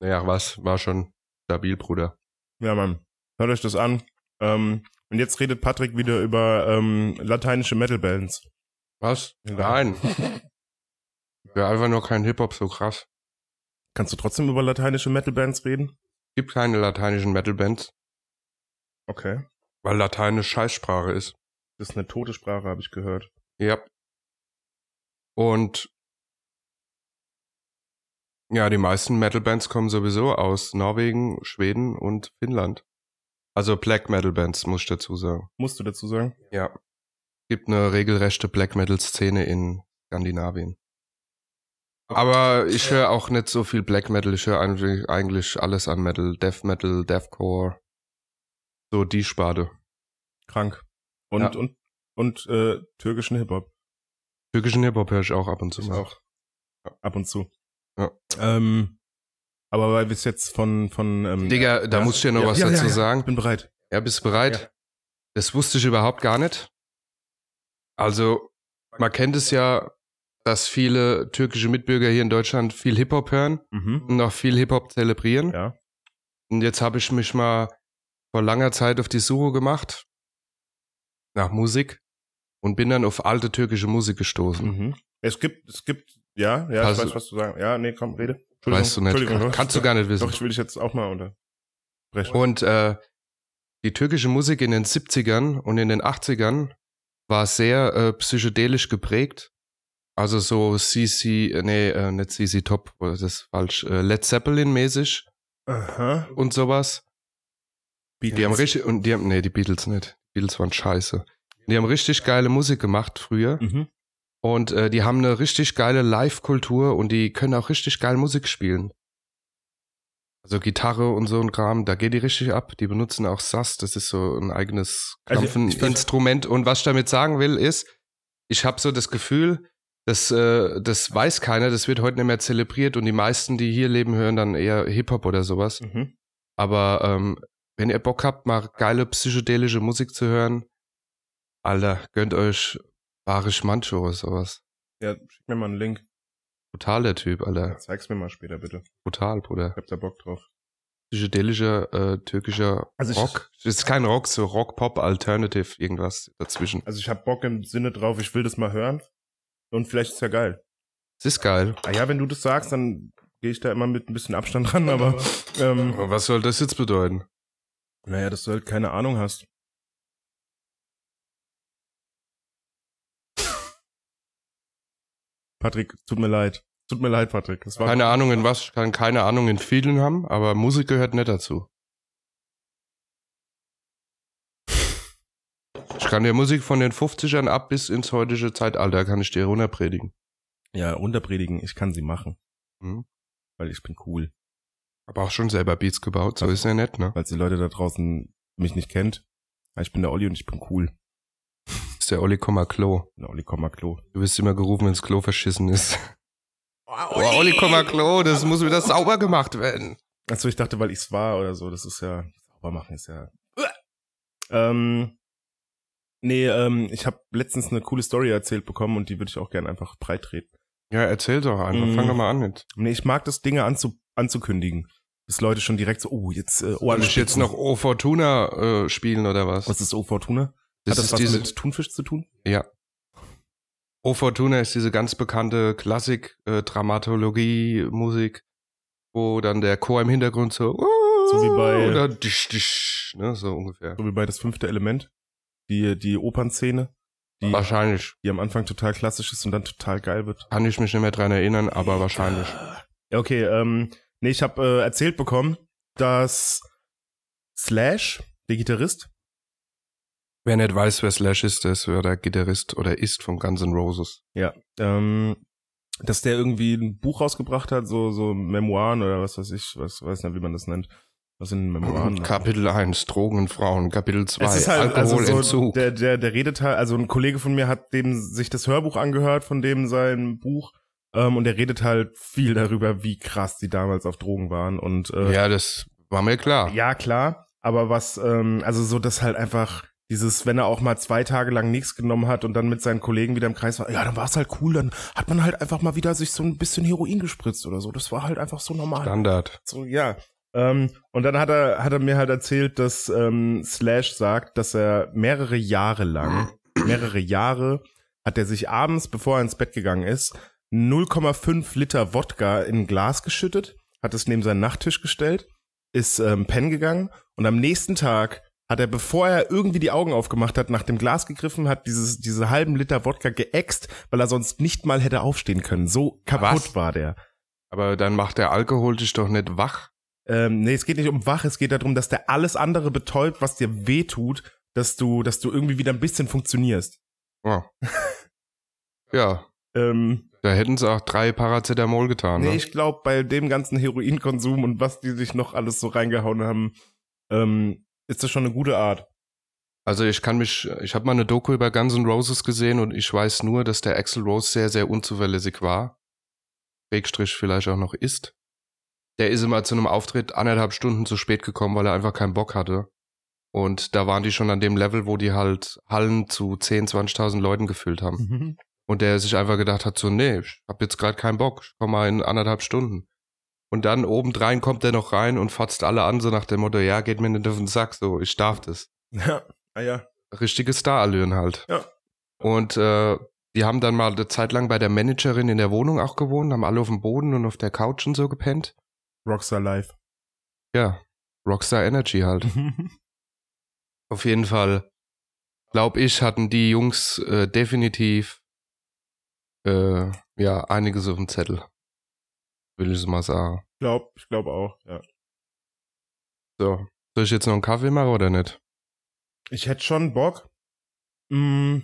[SPEAKER 2] naja, was? War schon stabil, Bruder.
[SPEAKER 1] Ja, Mann. Hört euch das an. Ähm, und jetzt redet Patrick wieder über ähm, lateinische Metal-Bands.
[SPEAKER 2] Was?
[SPEAKER 1] Ja.
[SPEAKER 2] Nein. Wäre einfach nur kein Hip-Hop so krass.
[SPEAKER 1] Kannst du trotzdem über lateinische Metal-Bands reden?
[SPEAKER 2] Gibt keine lateinischen Metal-Bands.
[SPEAKER 1] Okay.
[SPEAKER 2] Weil Latein eine Scheißsprache ist.
[SPEAKER 1] Das ist eine tote Sprache, habe ich gehört.
[SPEAKER 2] Ja. Und ja, die meisten Metal-Bands kommen sowieso aus Norwegen, Schweden und Finnland. Also Black Metal-Bands, muss ich dazu sagen.
[SPEAKER 1] Musst du dazu sagen?
[SPEAKER 2] Ja. Gibt eine regelrechte Black Metal-Szene in Skandinavien. Aber ich höre auch nicht so viel Black Metal. Ich höre eigentlich, eigentlich alles an Metal. Death Metal, Deathcore. So die Sparte.
[SPEAKER 1] Krank. Und,
[SPEAKER 2] Ja.
[SPEAKER 1] und, und äh, türkischen Hip-Hop.
[SPEAKER 2] Türkischen Hip-Hop höre ich auch ab und zu mal.
[SPEAKER 1] Ab und zu.
[SPEAKER 2] Ja.
[SPEAKER 1] Ähm, aber weil wir es jetzt von, von ähm,
[SPEAKER 2] Hm. Digga, da
[SPEAKER 1] Ja.
[SPEAKER 2] muss ich dir noch
[SPEAKER 1] Ja,
[SPEAKER 2] was
[SPEAKER 1] ja, ja,
[SPEAKER 2] dazu
[SPEAKER 1] ja.
[SPEAKER 2] sagen.
[SPEAKER 1] ich bin bereit.
[SPEAKER 2] Ja, bist du bereit?
[SPEAKER 1] Ja.
[SPEAKER 2] Das wusste ich überhaupt gar nicht. Also, man kennt es ja, dass viele türkische Mitbürger hier in Deutschland viel Hip-Hop hören
[SPEAKER 1] Mhm.
[SPEAKER 2] und auch viel Hip-Hop zelebrieren.
[SPEAKER 1] Ja.
[SPEAKER 2] Und jetzt habe ich mich mal vor langer Zeit auf die Suche gemacht nach Musik und bin dann auf alte türkische Musik gestoßen.
[SPEAKER 1] Mhm. Es gibt, es gibt, ja, ja,
[SPEAKER 2] Hast
[SPEAKER 1] ich weiß,
[SPEAKER 2] du-
[SPEAKER 1] was du sagen. Ja, nee, komm, rede. Entschuldigung,
[SPEAKER 2] Weißt du nicht.
[SPEAKER 1] Entschuldigung,
[SPEAKER 2] Kann, kannst du gar nicht wissen.
[SPEAKER 1] Doch, ich will dich jetzt auch mal unterbrechen.
[SPEAKER 2] Und äh, die türkische Musik in den 70ern und in den 80ern war sehr äh, psychedelisch geprägt. Also so CC, äh, nee, äh, nicht CC Top, oder das ist falsch, äh, Led Zeppelin mäßig
[SPEAKER 1] Aha.
[SPEAKER 2] und sowas.
[SPEAKER 1] Beatles.
[SPEAKER 2] Die haben richtig, und die haben, nee, die Beatles nicht. Die Beatles waren scheiße. Die haben richtig geile Musik gemacht früher
[SPEAKER 1] Mhm.
[SPEAKER 2] und äh, die haben eine richtig geile Live-Kultur und die können auch richtig geil Musik spielen. Also Gitarre und so ein Kram, da geht die richtig ab. Die benutzen auch Sass, das ist so ein eigenes
[SPEAKER 1] Also, ich find's-
[SPEAKER 2] Kampfinstrument. und was ich damit sagen will, ist, ich habe so das Gefühl, das, äh, das weiß keiner, das wird heute nicht mehr zelebriert und die meisten, die hier leben, hören dann eher Hip-Hop oder sowas.
[SPEAKER 1] Mhm.
[SPEAKER 2] Aber ähm, wenn ihr Bock habt, mal geile psychedelische Musik zu hören, Alter, gönnt euch Barisch Mancho oder sowas.
[SPEAKER 1] Ja, schick mir mal einen Link.
[SPEAKER 2] Brutal der Typ, Alter.
[SPEAKER 1] Zeig's mir mal später, bitte.
[SPEAKER 2] Brutal, Bruder.
[SPEAKER 1] Ich hab da Bock drauf.
[SPEAKER 2] Psychedelischer, äh, türkischer
[SPEAKER 1] Also ich-
[SPEAKER 2] Rock. Das ist kein Rock, so Rock, Pop, Alternative, irgendwas dazwischen.
[SPEAKER 1] Also ich hab Bock im Sinne drauf, ich will das mal hören. Und vielleicht ist ja geil.
[SPEAKER 2] Es ist geil.
[SPEAKER 1] Ah ja, wenn du das sagst, dann gehe ich da immer mit ein bisschen Abstand ran, aber ähm,
[SPEAKER 2] Was soll das jetzt bedeuten?
[SPEAKER 1] naja, dass du halt keine Ahnung hast. Patrick, tut mir leid. Tut mir leid, Patrick. Das war
[SPEAKER 2] Keine Ahnung in was, ich kann keine Ahnung in vielen haben, aber Musik gehört nicht dazu. Ich kann dir Musik von den 50ern ab bis ins heutige Zeitalter, kann ich dir runterpredigen.
[SPEAKER 1] Ja, runterpredigen, ich kann sie machen.
[SPEAKER 2] Mhm.
[SPEAKER 1] Weil ich bin cool.
[SPEAKER 2] Aber auch schon selber Beats gebaut, so ist ja nett, ne?
[SPEAKER 1] Falls die Leute da draußen mich nicht kennt. Ich bin der Olli und ich bin cool.
[SPEAKER 2] ist der Olli Komma Klo.
[SPEAKER 1] Ich bin der Olli Komma Klo.
[SPEAKER 2] Du wirst immer gerufen, wenns Klo verschissen ist. Oh, Olli Komma Klo, das muss wieder sauber gemacht werden.
[SPEAKER 1] Achso, ich dachte, weil ich's war oder so. Das ist ja. Sauber machen ist ja. Ähm. Nee, ähm, ich habe letztens eine coole Story erzählt bekommen und die würde ich auch gerne einfach breitreten.
[SPEAKER 2] Ja, erzähl doch einfach,
[SPEAKER 1] Mhm.
[SPEAKER 2] fang doch mal an jetzt.
[SPEAKER 1] Nee, ich mag das, Dinge anzu anzukündigen. Dass Leute schon direkt so, oh, jetzt, äh,
[SPEAKER 2] Soll ich jetzt
[SPEAKER 1] anspitzen.
[SPEAKER 2] noch O Fortuna äh, spielen oder was?
[SPEAKER 1] Was ist O Fortuna?
[SPEAKER 2] das
[SPEAKER 1] Hat das
[SPEAKER 2] ist
[SPEAKER 1] was
[SPEAKER 2] diese,
[SPEAKER 1] mit Thunfisch zu tun?
[SPEAKER 2] Ja. O Fortuna ist diese ganz bekannte Klassik-Dramatologie-Musik, wo dann der Chor im Hintergrund so,
[SPEAKER 1] So wie bei-
[SPEAKER 2] oder disch, disch, ne, so ungefähr.
[SPEAKER 1] So wie bei das fünfte Element. Die, die Opernszene, die,
[SPEAKER 2] Wahrscheinlich.
[SPEAKER 1] die am Anfang total klassisch ist und dann total geil wird.
[SPEAKER 2] Kann ich mich nicht mehr dran erinnern, aber wahrscheinlich.
[SPEAKER 1] Ja, okay, ähm, nee, ich habe äh, erzählt bekommen, dass Slash, der Gitarrist,
[SPEAKER 2] Wer nicht weiß, wer Slash ist, der ist ja der Gitarrist oder ist von Guns N' Roses.
[SPEAKER 1] ähm, dass der irgendwie ein Buch rausgebracht hat, so, so Memoiren oder was weiß ich, was weiß nicht, wie man das nennt. Was sind Memoiren?
[SPEAKER 2] Kapitel 1, Drogen und Frauen. Kapitel 2,
[SPEAKER 1] Es ist halt, also so,
[SPEAKER 2] Alkoholentzug.
[SPEAKER 1] der, der, der redet halt, also ein Kollege von mir hat dem sich das Hörbuch angehört, von dem sein Buch, ähm, und der redet halt viel darüber, wie krass die damals auf Drogen waren und äh,
[SPEAKER 2] ja, das war mir klar.
[SPEAKER 1] Ja, klar. Aber was, ähm, also so, dass halt einfach dieses, wenn er auch mal zwei Tage lang nichts genommen hat und dann mit seinen Kollegen wieder im Kreis war, ja, dann war es halt cool, dann hat man halt einfach mal wieder sich so ein bisschen Heroin gespritzt oder so. Das war halt einfach so normal.
[SPEAKER 2] Standard.
[SPEAKER 1] So, ja. Ähm, und dann hat er, hat er mir halt erzählt, dass ähm, Slash sagt, dass er mehrere Jahre lang, mehrere Jahre hat er sich abends, bevor er ins Bett gegangen ist, 0,5 Liter Wodka in ein Glas geschüttet, hat es neben seinen Nachttisch gestellt, ist ähm, pennen gegangen und am nächsten Tag hat er, bevor er irgendwie die Augen aufgemacht hat, nach dem Glas gegriffen, hat dieses, diese halben Liter Wodka geäxt, weil er sonst nicht mal hätte aufstehen können. So kaputt
[SPEAKER 2] Was?
[SPEAKER 1] war der.
[SPEAKER 2] Aber dann macht der Alkohol dich doch nicht wach.
[SPEAKER 1] Ähm, nee, es geht nicht um wach, es geht darum, dass der alles andere betäubt, was dir wehtut, dass du, dass du irgendwie wieder ein bisschen funktionierst.
[SPEAKER 2] Ja. ja,
[SPEAKER 1] Ähm,
[SPEAKER 2] da hätten sie auch drei Paracetamol getan.
[SPEAKER 1] nee,
[SPEAKER 2] ne?
[SPEAKER 1] ich glaube, bei dem ganzen Heroinkonsum und was die sich noch alles so reingehauen haben, ähm, ist das schon eine gute Art.
[SPEAKER 2] Also ich kann mich, ich habe mal eine Doku über Guns N' Roses gesehen und ich weiß nur, dass der Axel Rose sehr, sehr unzuverlässig war. Wegstrich vielleicht auch noch ist. Der ist immer zu einem Auftritt anderthalb Stunden zu spät gekommen, weil er einfach keinen Bock hatte. Und da waren die schon an dem Level, wo die halt Hallen zu 10.000, 20.000 Leuten gefüllt haben. Und der sich einfach gedacht hat, so, nee, ich hab jetzt gerade keinen Bock, ich komm mal in anderthalb Stunden. Und dann obendrein kommt der noch rein und fotzt alle an, so nach dem Motto, ja, geht mir nicht auf den Sack, so, ich darf das.
[SPEAKER 1] Ja, ah ja.
[SPEAKER 2] Richtige Starallüren halt.
[SPEAKER 1] Ja.
[SPEAKER 2] Und äh, die haben dann mal eine Zeit lang bei der Managerin in der Wohnung auch gewohnt, haben alle auf dem Boden und auf der Couch und so gepennt.
[SPEAKER 1] Rockstar Life.
[SPEAKER 2] Ja, Rockstar Energy halt. Auf jeden Fall, glaub ich, hatten die Jungs äh, definitiv äh, ja einiges auf dem Zettel. Will ich mal sagen.
[SPEAKER 1] glaub, ich glaube auch, ja.
[SPEAKER 2] So. Soll ich jetzt noch einen Kaffee machen oder nicht?
[SPEAKER 1] Ich hätte schon Bock. Mm.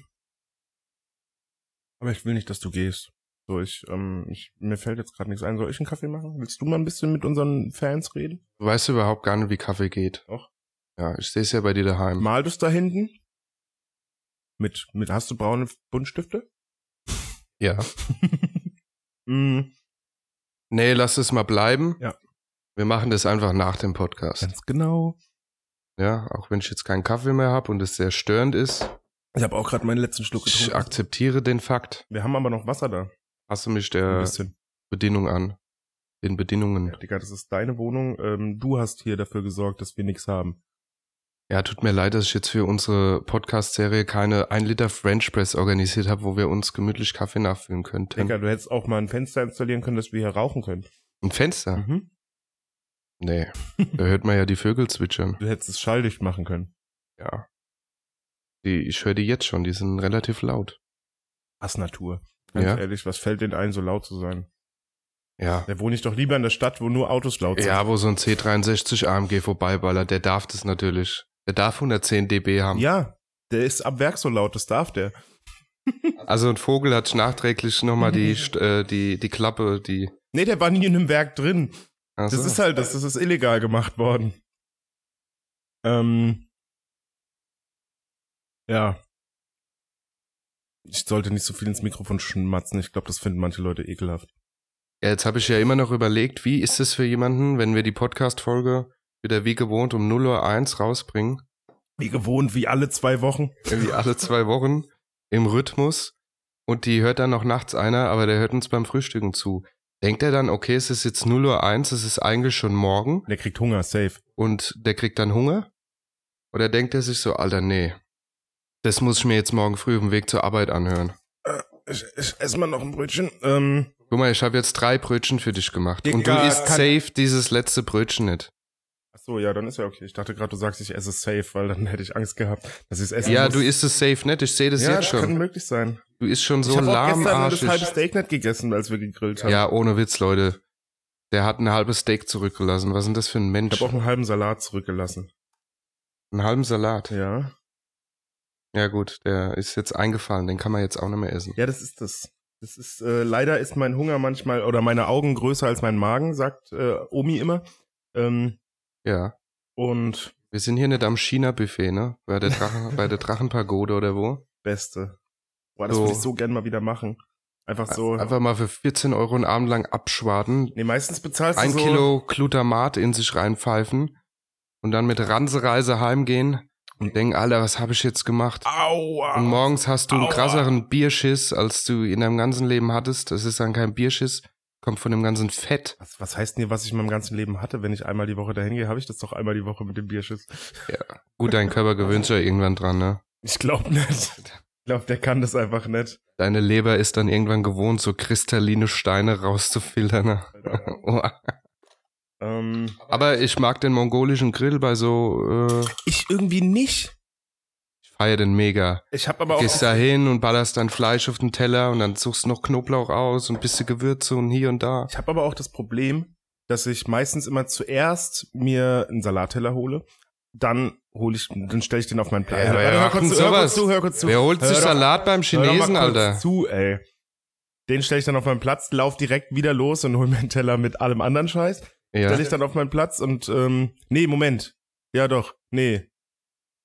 [SPEAKER 1] Aber ich will nicht, dass du gehst. So, ich, ähm, ich, mir fällt jetzt gerade nichts ein. Soll ich einen Kaffee machen? Willst du mal ein bisschen mit unseren Fans reden?
[SPEAKER 2] Du weißt überhaupt gar nicht, wie Kaffee geht.
[SPEAKER 1] Doch.
[SPEAKER 2] Ja, ich sehe es ja bei dir daheim.
[SPEAKER 1] Mal du da hinten? Mit, mit, hast du braune Buntstifte?
[SPEAKER 2] ja.
[SPEAKER 1] Mm,
[SPEAKER 2] Nee, lass es mal bleiben.
[SPEAKER 1] Ja.
[SPEAKER 2] Wir machen das einfach nach dem Podcast.
[SPEAKER 1] ganz genau.
[SPEAKER 2] Ja, auch wenn ich jetzt keinen Kaffee mehr habe und es sehr störend ist.
[SPEAKER 1] Ich habe auch gerade meinen letzten Schluck
[SPEAKER 2] Ich
[SPEAKER 1] getrunken.
[SPEAKER 2] akzeptiere den Fakt.
[SPEAKER 1] Wir haben aber noch Wasser da.
[SPEAKER 2] Passe mich
[SPEAKER 1] Ein
[SPEAKER 2] der
[SPEAKER 1] bisschen.
[SPEAKER 2] Bedienung an. Den Bedingungen.
[SPEAKER 1] Ja, Digga, das ist deine Wohnung. Ähm, du hast hier dafür gesorgt, dass wir nichts haben.
[SPEAKER 2] Ja, tut mir leid, dass ich jetzt für unsere Podcast-Serie keine 1 Liter French Press organisiert habe, wo wir uns gemütlich Kaffee nachfüllen könnten.
[SPEAKER 1] Digga, du hättest auch mal ein Fenster installieren können, dass wir hier rauchen können.
[SPEAKER 2] Ein Fenster?
[SPEAKER 1] Mhm.
[SPEAKER 2] Nee, da hört man ja die Vögel zwitschern.
[SPEAKER 1] Du hättest es schalldicht machen können.
[SPEAKER 2] Ja. Die, ich höre die jetzt schon, die sind relativ laut.
[SPEAKER 1] Hassnatur. Ganz
[SPEAKER 2] Ja.
[SPEAKER 1] ehrlich, was fällt denn ein, so laut zu sein?
[SPEAKER 2] Ja.
[SPEAKER 1] Da wohne ich doch lieber in der Stadt, wo nur Autos laut sind.
[SPEAKER 2] Ja, wo so ein C63 AMG vorbeiballert, der darf das natürlich. Der darf 110 dB haben.
[SPEAKER 1] Ja, der ist ab Werk so laut, das darf der.
[SPEAKER 2] Also ein Vogel hat nachträglich nochmal die, St- äh, die, die Klappe, die. also
[SPEAKER 1] Nee, der war nie in einem Werk drin.
[SPEAKER 2] Ach
[SPEAKER 1] Das
[SPEAKER 2] so.
[SPEAKER 1] ist halt, das, das ist illegal gemacht worden. Ähm. Ja. Ich sollte nicht so viel ins Mikrofon schmatzen. Ich glaube, das finden manche Leute ekelhaft.
[SPEAKER 2] Ja, jetzt habe ich ja immer noch überlegt, wie ist es für jemanden, wenn wir die Podcast-Folge wieder wie gewohnt um 0 Uhr 1 rausbringen,
[SPEAKER 1] Wie gewohnt, wie alle zwei Wochen.
[SPEAKER 2] irgendwie alle zwei Wochen im Rhythmus und die hört dann noch nachts einer, aber der hört uns beim Frühstücken zu. Denkt er dann, okay, es ist jetzt 0 Uhr 1, es ist eigentlich schon morgen
[SPEAKER 1] Der kriegt Hunger, safe.
[SPEAKER 2] und der kriegt dann Hunger? Oder denkt er sich so, Alter, nee, das muss ich mir jetzt morgen früh auf dem Weg zur Arbeit anhören.
[SPEAKER 1] Ich, ich esse mal noch ein Brötchen. Ähm.
[SPEAKER 2] Guck mal, ich habe jetzt drei Brötchen für dich gemacht. und du
[SPEAKER 1] Digga,
[SPEAKER 2] isst
[SPEAKER 1] kann-
[SPEAKER 2] safe dieses letzte Brötchen nicht.
[SPEAKER 1] Ach so, ja, dann ist ja okay. Ich dachte gerade, du sagst, ich esse safe, weil dann hätte ich Angst gehabt, dass ich es essen
[SPEAKER 2] Ja,
[SPEAKER 1] muss.
[SPEAKER 2] du isst es safe nicht. Ich sehe das
[SPEAKER 1] ja,
[SPEAKER 2] jetzt
[SPEAKER 1] das kann
[SPEAKER 2] schon.
[SPEAKER 1] möglich sein.
[SPEAKER 2] Du isst schon
[SPEAKER 1] ich
[SPEAKER 2] so
[SPEAKER 1] habe auch gestern nur das halbe
[SPEAKER 2] lahmarschig.
[SPEAKER 1] Steak nicht gegessen, als wir gegrillt haben.
[SPEAKER 2] Ja, ohne Witz, Leute. Der hat ein halbes Steak zurückgelassen. Was ist denn das für ein
[SPEAKER 1] Ich
[SPEAKER 2] Mensch?
[SPEAKER 1] habe auch einen halben Salat zurückgelassen.
[SPEAKER 2] Einen halben Salat. Ja.
[SPEAKER 1] Ja.
[SPEAKER 2] gut, der ist jetzt eingefallen. Den kann man jetzt auch nicht mehr essen.
[SPEAKER 1] Ja, das ist das. Das ist äh, leider ist mein Hunger manchmal oder meine Augen größer als mein Magen, sagt äh, Omi immer. Ähm,
[SPEAKER 2] Ja.
[SPEAKER 1] und
[SPEAKER 2] Wir sind hier nicht am China-Buffet, ne? Bei der, Drachen, bei der Drachenpagode oder wo?
[SPEAKER 1] Beste. Boah, das
[SPEAKER 2] So.
[SPEAKER 1] würde ich so gern mal wieder machen. Einfach so.
[SPEAKER 2] Einfach mal für 14 Euro einen Abend lang abschwaden.
[SPEAKER 1] nee, meistens bezahlst
[SPEAKER 2] Ein
[SPEAKER 1] du so.
[SPEAKER 2] Kilo Glutamat in sich reinpfeifen. Und dann mit Ransereise heimgehen. Und denken, Alter, was habe ich jetzt gemacht?
[SPEAKER 1] Aua.
[SPEAKER 2] Und morgens hast du einen
[SPEAKER 1] Aua.
[SPEAKER 2] krasseren Bierschiss, als du in deinem ganzen Leben hattest. Das ist dann kein Bierschiss, kommt von dem ganzen Fett.
[SPEAKER 1] Was, was heißt denn hier, was ich in meinem ganzen Leben hatte? Wenn ich einmal die Woche dahin gehe, habe ich das doch einmal die Woche mit dem Bierschiss.
[SPEAKER 2] Gut, dein Körper gewöhnt sich ja irgendwann dran, ne?
[SPEAKER 1] Ich glaube nicht. Ich glaube, der kann das einfach nicht.
[SPEAKER 2] Deine Leber ist dann irgendwann gewohnt, so kristalline Steine rauszufiltern. Ne? Oh.
[SPEAKER 1] Ähm,
[SPEAKER 2] Aber ich mag den mongolischen Grill bei so äh,
[SPEAKER 1] ich ich irgendwie nicht.
[SPEAKER 2] Ich feier den mega.
[SPEAKER 1] Ich habe aber auch.
[SPEAKER 2] Gehst da hin und ballerst dann Fleisch auf den Teller und dann suchst noch Knoblauch aus und bisschen Gewürze und hier und da.
[SPEAKER 1] Ich habe aber auch das Problem, dass ich meistens immer zuerst mir einen Salatteller hole, dann hole ich, dann stelle ich den auf meinen Plan.
[SPEAKER 2] Ey, wer macht denn
[SPEAKER 1] zu, hör kurz
[SPEAKER 2] sowas?
[SPEAKER 1] zu, hör kurz zu.
[SPEAKER 2] Wer holt
[SPEAKER 1] Hör
[SPEAKER 2] sich
[SPEAKER 1] doch-
[SPEAKER 2] Salat beim
[SPEAKER 1] hör doch mal
[SPEAKER 2] Chinesen,
[SPEAKER 1] kurz
[SPEAKER 2] Alter?
[SPEAKER 1] zu, ey. Den stelle ich dann auf meinen Platz, lauf direkt wieder los und hol mir einen Teller mit allem anderen Scheiß.
[SPEAKER 2] Ja.
[SPEAKER 1] Stelle ich dann auf meinen Platz und ähm, nee, Moment. Ja doch, nee.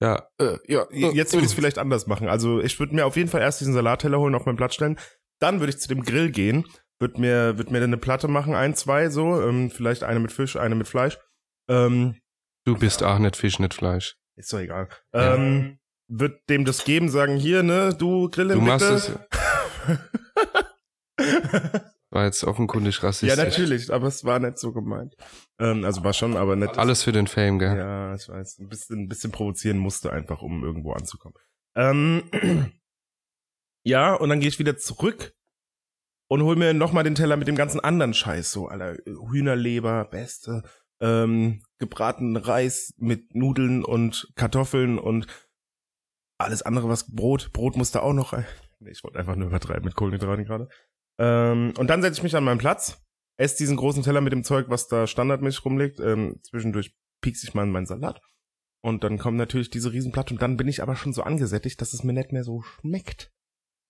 [SPEAKER 2] ja.
[SPEAKER 1] Äh, ja,
[SPEAKER 2] äh,
[SPEAKER 1] jetzt würde ich es vielleicht anders machen. Also ich würde mir auf jeden Fall erst diesen Salatteller holen, auf meinen Platz stellen. Dann würde ich zu dem Grill gehen, würde mir, würd mir dann eine Platte machen, ein, zwei so, ähm, vielleicht eine mit Fisch, eine mit Fleisch. Ähm,
[SPEAKER 2] Du bist auch nicht Fisch, nicht Fleisch.
[SPEAKER 1] ist doch egal.
[SPEAKER 2] Ja.
[SPEAKER 1] Ähm, wird dem das geben, sagen, hier, ne, du Grillen
[SPEAKER 2] Du machst
[SPEAKER 1] bitte.
[SPEAKER 2] es. War jetzt offenkundig
[SPEAKER 1] ja,
[SPEAKER 2] rassistisch.
[SPEAKER 1] natürlich, aber es war nicht so gemeint. Ähm, also war schon, aber nicht.
[SPEAKER 2] Alles für den Fame, gell?
[SPEAKER 1] Ja, ich weiß. Ein bisschen, ein bisschen provozieren musste einfach, um irgendwo anzukommen. Ähm, ja, und dann gehe ich wieder zurück und hol mir nochmal den Teller mit dem ganzen anderen Scheiß. So, aller äh, Hühnerleber, Beste, ähm, gebratenen Reis mit Nudeln und Kartoffeln und alles andere, was Brot, Brot muss da auch noch rein. Nee, ich wollte einfach nur übertreiben mit Kohlenhydraten gerade. Ähm, und dann setze ich mich an meinen Platz, esse diesen großen Teller mit dem Zeug, was da standardmäßig rumliegt. Ähm, zwischendurch piekse ich mal in meinen Salat. Und dann kommt natürlich diese Riesenplatte und dann bin ich aber schon so angesättigt, dass es mir nicht mehr so schmeckt.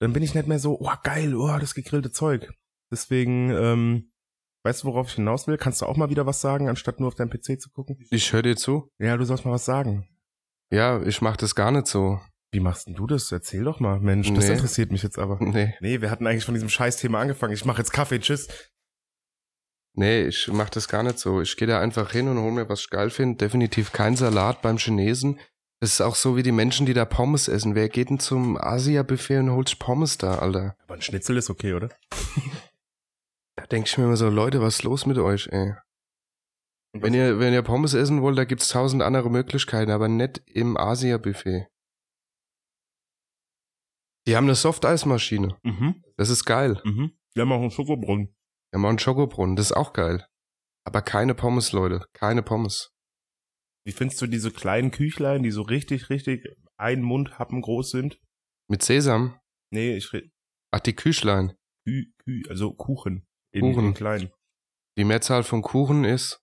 [SPEAKER 1] Dann bin ich nicht mehr so, oh geil, oh, das gegrillte Zeug. Deswegen, ähm, weißt du, worauf ich hinaus will? Kannst du auch mal wieder was sagen, anstatt nur auf deinen PC zu gucken?
[SPEAKER 2] Ich höre dir zu.
[SPEAKER 1] Ja, du sollst mal was sagen.
[SPEAKER 2] Ja, ich mach das gar nicht so.
[SPEAKER 1] Wie machst denn du das? Erzähl doch mal, Mensch, das
[SPEAKER 2] Nee.
[SPEAKER 1] interessiert mich jetzt aber.
[SPEAKER 2] Nee.
[SPEAKER 1] Nee, wir hatten eigentlich von diesem Scheißthema angefangen. Ich mache jetzt Kaffee, tschüss.
[SPEAKER 2] Nee, ich mach das gar nicht so. Ich gehe da einfach hin und hol mir was ich geil finde. Definitiv kein Salat beim Chinesen. Das ist auch so wie die Menschen, die da Pommes essen. Wer geht denn zum Asia-Buffet und holt sich Pommes da, Alter?
[SPEAKER 1] Aber ein Schnitzel ist okay, oder?
[SPEAKER 2] Da denke ich mir immer so, Leute, was ist los mit euch, ey? Wenn ihr, wenn ihr Pommes essen wollt, da gibt's tausend andere Möglichkeiten, aber nicht im Asia-Buffet. Die haben eine Soft-Eismaschine.
[SPEAKER 1] Mhm,
[SPEAKER 2] Das ist geil.
[SPEAKER 1] mhm. Wir haben auch einen Schokobrunnen.
[SPEAKER 2] Ja, mal einen Schokobrunnen, das ist auch geil. Aber keine Pommes, Leute. Keine Pommes.
[SPEAKER 1] Wie findest du diese kleinen Küchlein, die so richtig, richtig ein Mundhappen groß sind?
[SPEAKER 2] Mit Sesam?
[SPEAKER 1] Nee, ich rede
[SPEAKER 2] Ach, die Küchlein.
[SPEAKER 1] Kü, Kü, also Kuchen. In,
[SPEAKER 2] Kuchen.
[SPEAKER 1] in klein.
[SPEAKER 2] Die Mehrzahl von Kuchen ist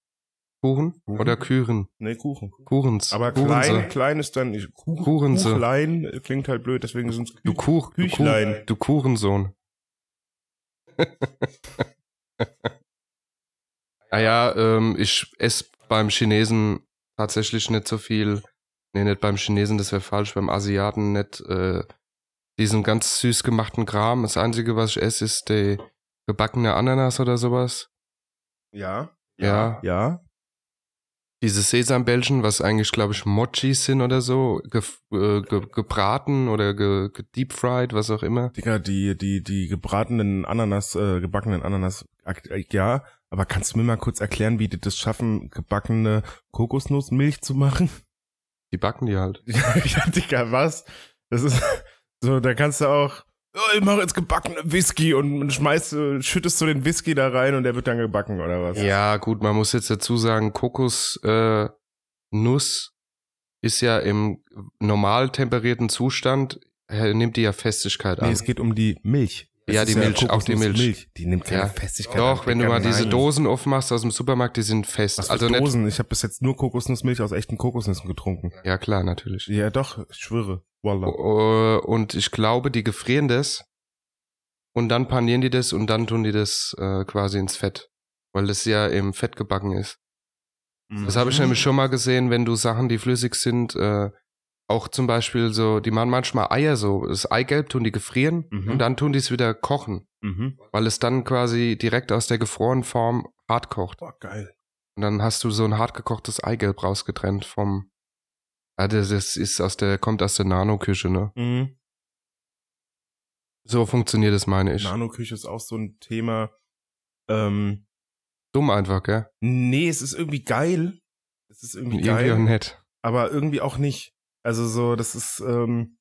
[SPEAKER 2] Kuchen
[SPEAKER 1] Kuchen?
[SPEAKER 2] oder Küren?
[SPEAKER 1] Nee, Kuchen.
[SPEAKER 2] Kuchens.
[SPEAKER 1] Aber
[SPEAKER 2] Kuchense.
[SPEAKER 1] klein, klein ist dann ich, Kuchen.
[SPEAKER 2] Kuchense.
[SPEAKER 1] Kuchlein äh, klingt halt blöd, deswegen sind es
[SPEAKER 2] Du Kuch, du, Kuh,
[SPEAKER 1] Küchlein.
[SPEAKER 2] du Kuchensohn. naja, ähm, ich esse beim Chinesen tatsächlich nicht so viel. Nee, nicht beim Chinesen, das wäre falsch. Beim Asiaten nicht äh, diesen ganz süß gemachten Kram. Das Einzige, was ich esse, ist die gebackene Ananas oder sowas.
[SPEAKER 1] Ja.
[SPEAKER 2] Ja.
[SPEAKER 1] Ja.
[SPEAKER 2] Diese Sesambällchen, was eigentlich, glaube ich, Mochis sind oder so, gef- äh, ge gebraten oder ge gedeepfried, was auch immer.
[SPEAKER 1] Digga, die, die, die gebratenen Ananas, äh, gebackenen Ananas, ak- äh, ja. Aber kannst du mir mal kurz erklären, wie die das schaffen, gebackene Kokosnussmilch zu machen?
[SPEAKER 2] Die backen die halt.
[SPEAKER 1] ja, Digga, was? Das ist, so, da kannst du auch, oh, ich mache jetzt gebackenen Whisky und schmeißt, äh, schüttest du den Whisky da rein und der wird dann gebacken, oder was?
[SPEAKER 2] Ja, gut, man muss jetzt dazu sagen, Kokos äh, Nuss ist ja im normal temperierten Zustand, äh, nimmt die ja Festigkeit
[SPEAKER 1] Nee,
[SPEAKER 2] an.
[SPEAKER 1] es geht um die Milch. Es
[SPEAKER 2] Ja,
[SPEAKER 1] ist
[SPEAKER 2] die Milch, auch die
[SPEAKER 1] Kokosnuss-
[SPEAKER 2] Milch.
[SPEAKER 1] Die nimmt keine
[SPEAKER 2] Ja.
[SPEAKER 1] Festigkeit.
[SPEAKER 2] Doch,
[SPEAKER 1] an,
[SPEAKER 2] wenn du
[SPEAKER 1] Digga,
[SPEAKER 2] mal diese
[SPEAKER 1] nein.
[SPEAKER 2] Dosen aufmachst aus dem Supermarkt, die sind fest.
[SPEAKER 1] Was
[SPEAKER 2] also
[SPEAKER 1] also
[SPEAKER 2] nicht.
[SPEAKER 1] Dosen? Ich habe bis jetzt nur Kokosnussmilch aus echten Kokosnüssen getrunken.
[SPEAKER 2] Ja, klar, natürlich.
[SPEAKER 1] Ja, doch, ich schwöre. Wallah.
[SPEAKER 2] O- äh, Und ich glaube, die gefrieren das und dann panieren die das und dann tun die das äh, quasi ins Fett. Weil das ja im Fett gebacken ist.
[SPEAKER 1] Mhm.
[SPEAKER 2] Das habe ich nämlich schon mal gesehen, wenn du Sachen, die flüssig sind, äh, auch zum Beispiel so, die machen manchmal Eier so, das Eigelb tun die gefrieren
[SPEAKER 1] Mhm.
[SPEAKER 2] und dann tun die es wieder kochen,
[SPEAKER 1] Mhm.
[SPEAKER 2] weil es dann quasi direkt aus der gefrorenen Form hart kocht.
[SPEAKER 1] Boah, geil.
[SPEAKER 2] Und dann hast du so ein hart gekochtes Eigelb rausgetrennt vom, ah, das das ist aus der, kommt aus der Nanoküche, ne?
[SPEAKER 1] Mhm.
[SPEAKER 2] So funktioniert es, meine ich.
[SPEAKER 1] Nanoküche ist auch so ein Thema. Ähm,
[SPEAKER 2] Dumm einfach, gell?
[SPEAKER 1] nee, es ist irgendwie geil. Es ist irgendwie geil.
[SPEAKER 2] Irgendwie auch nett.
[SPEAKER 1] aber irgendwie auch nicht. Also so, das ist, ähm,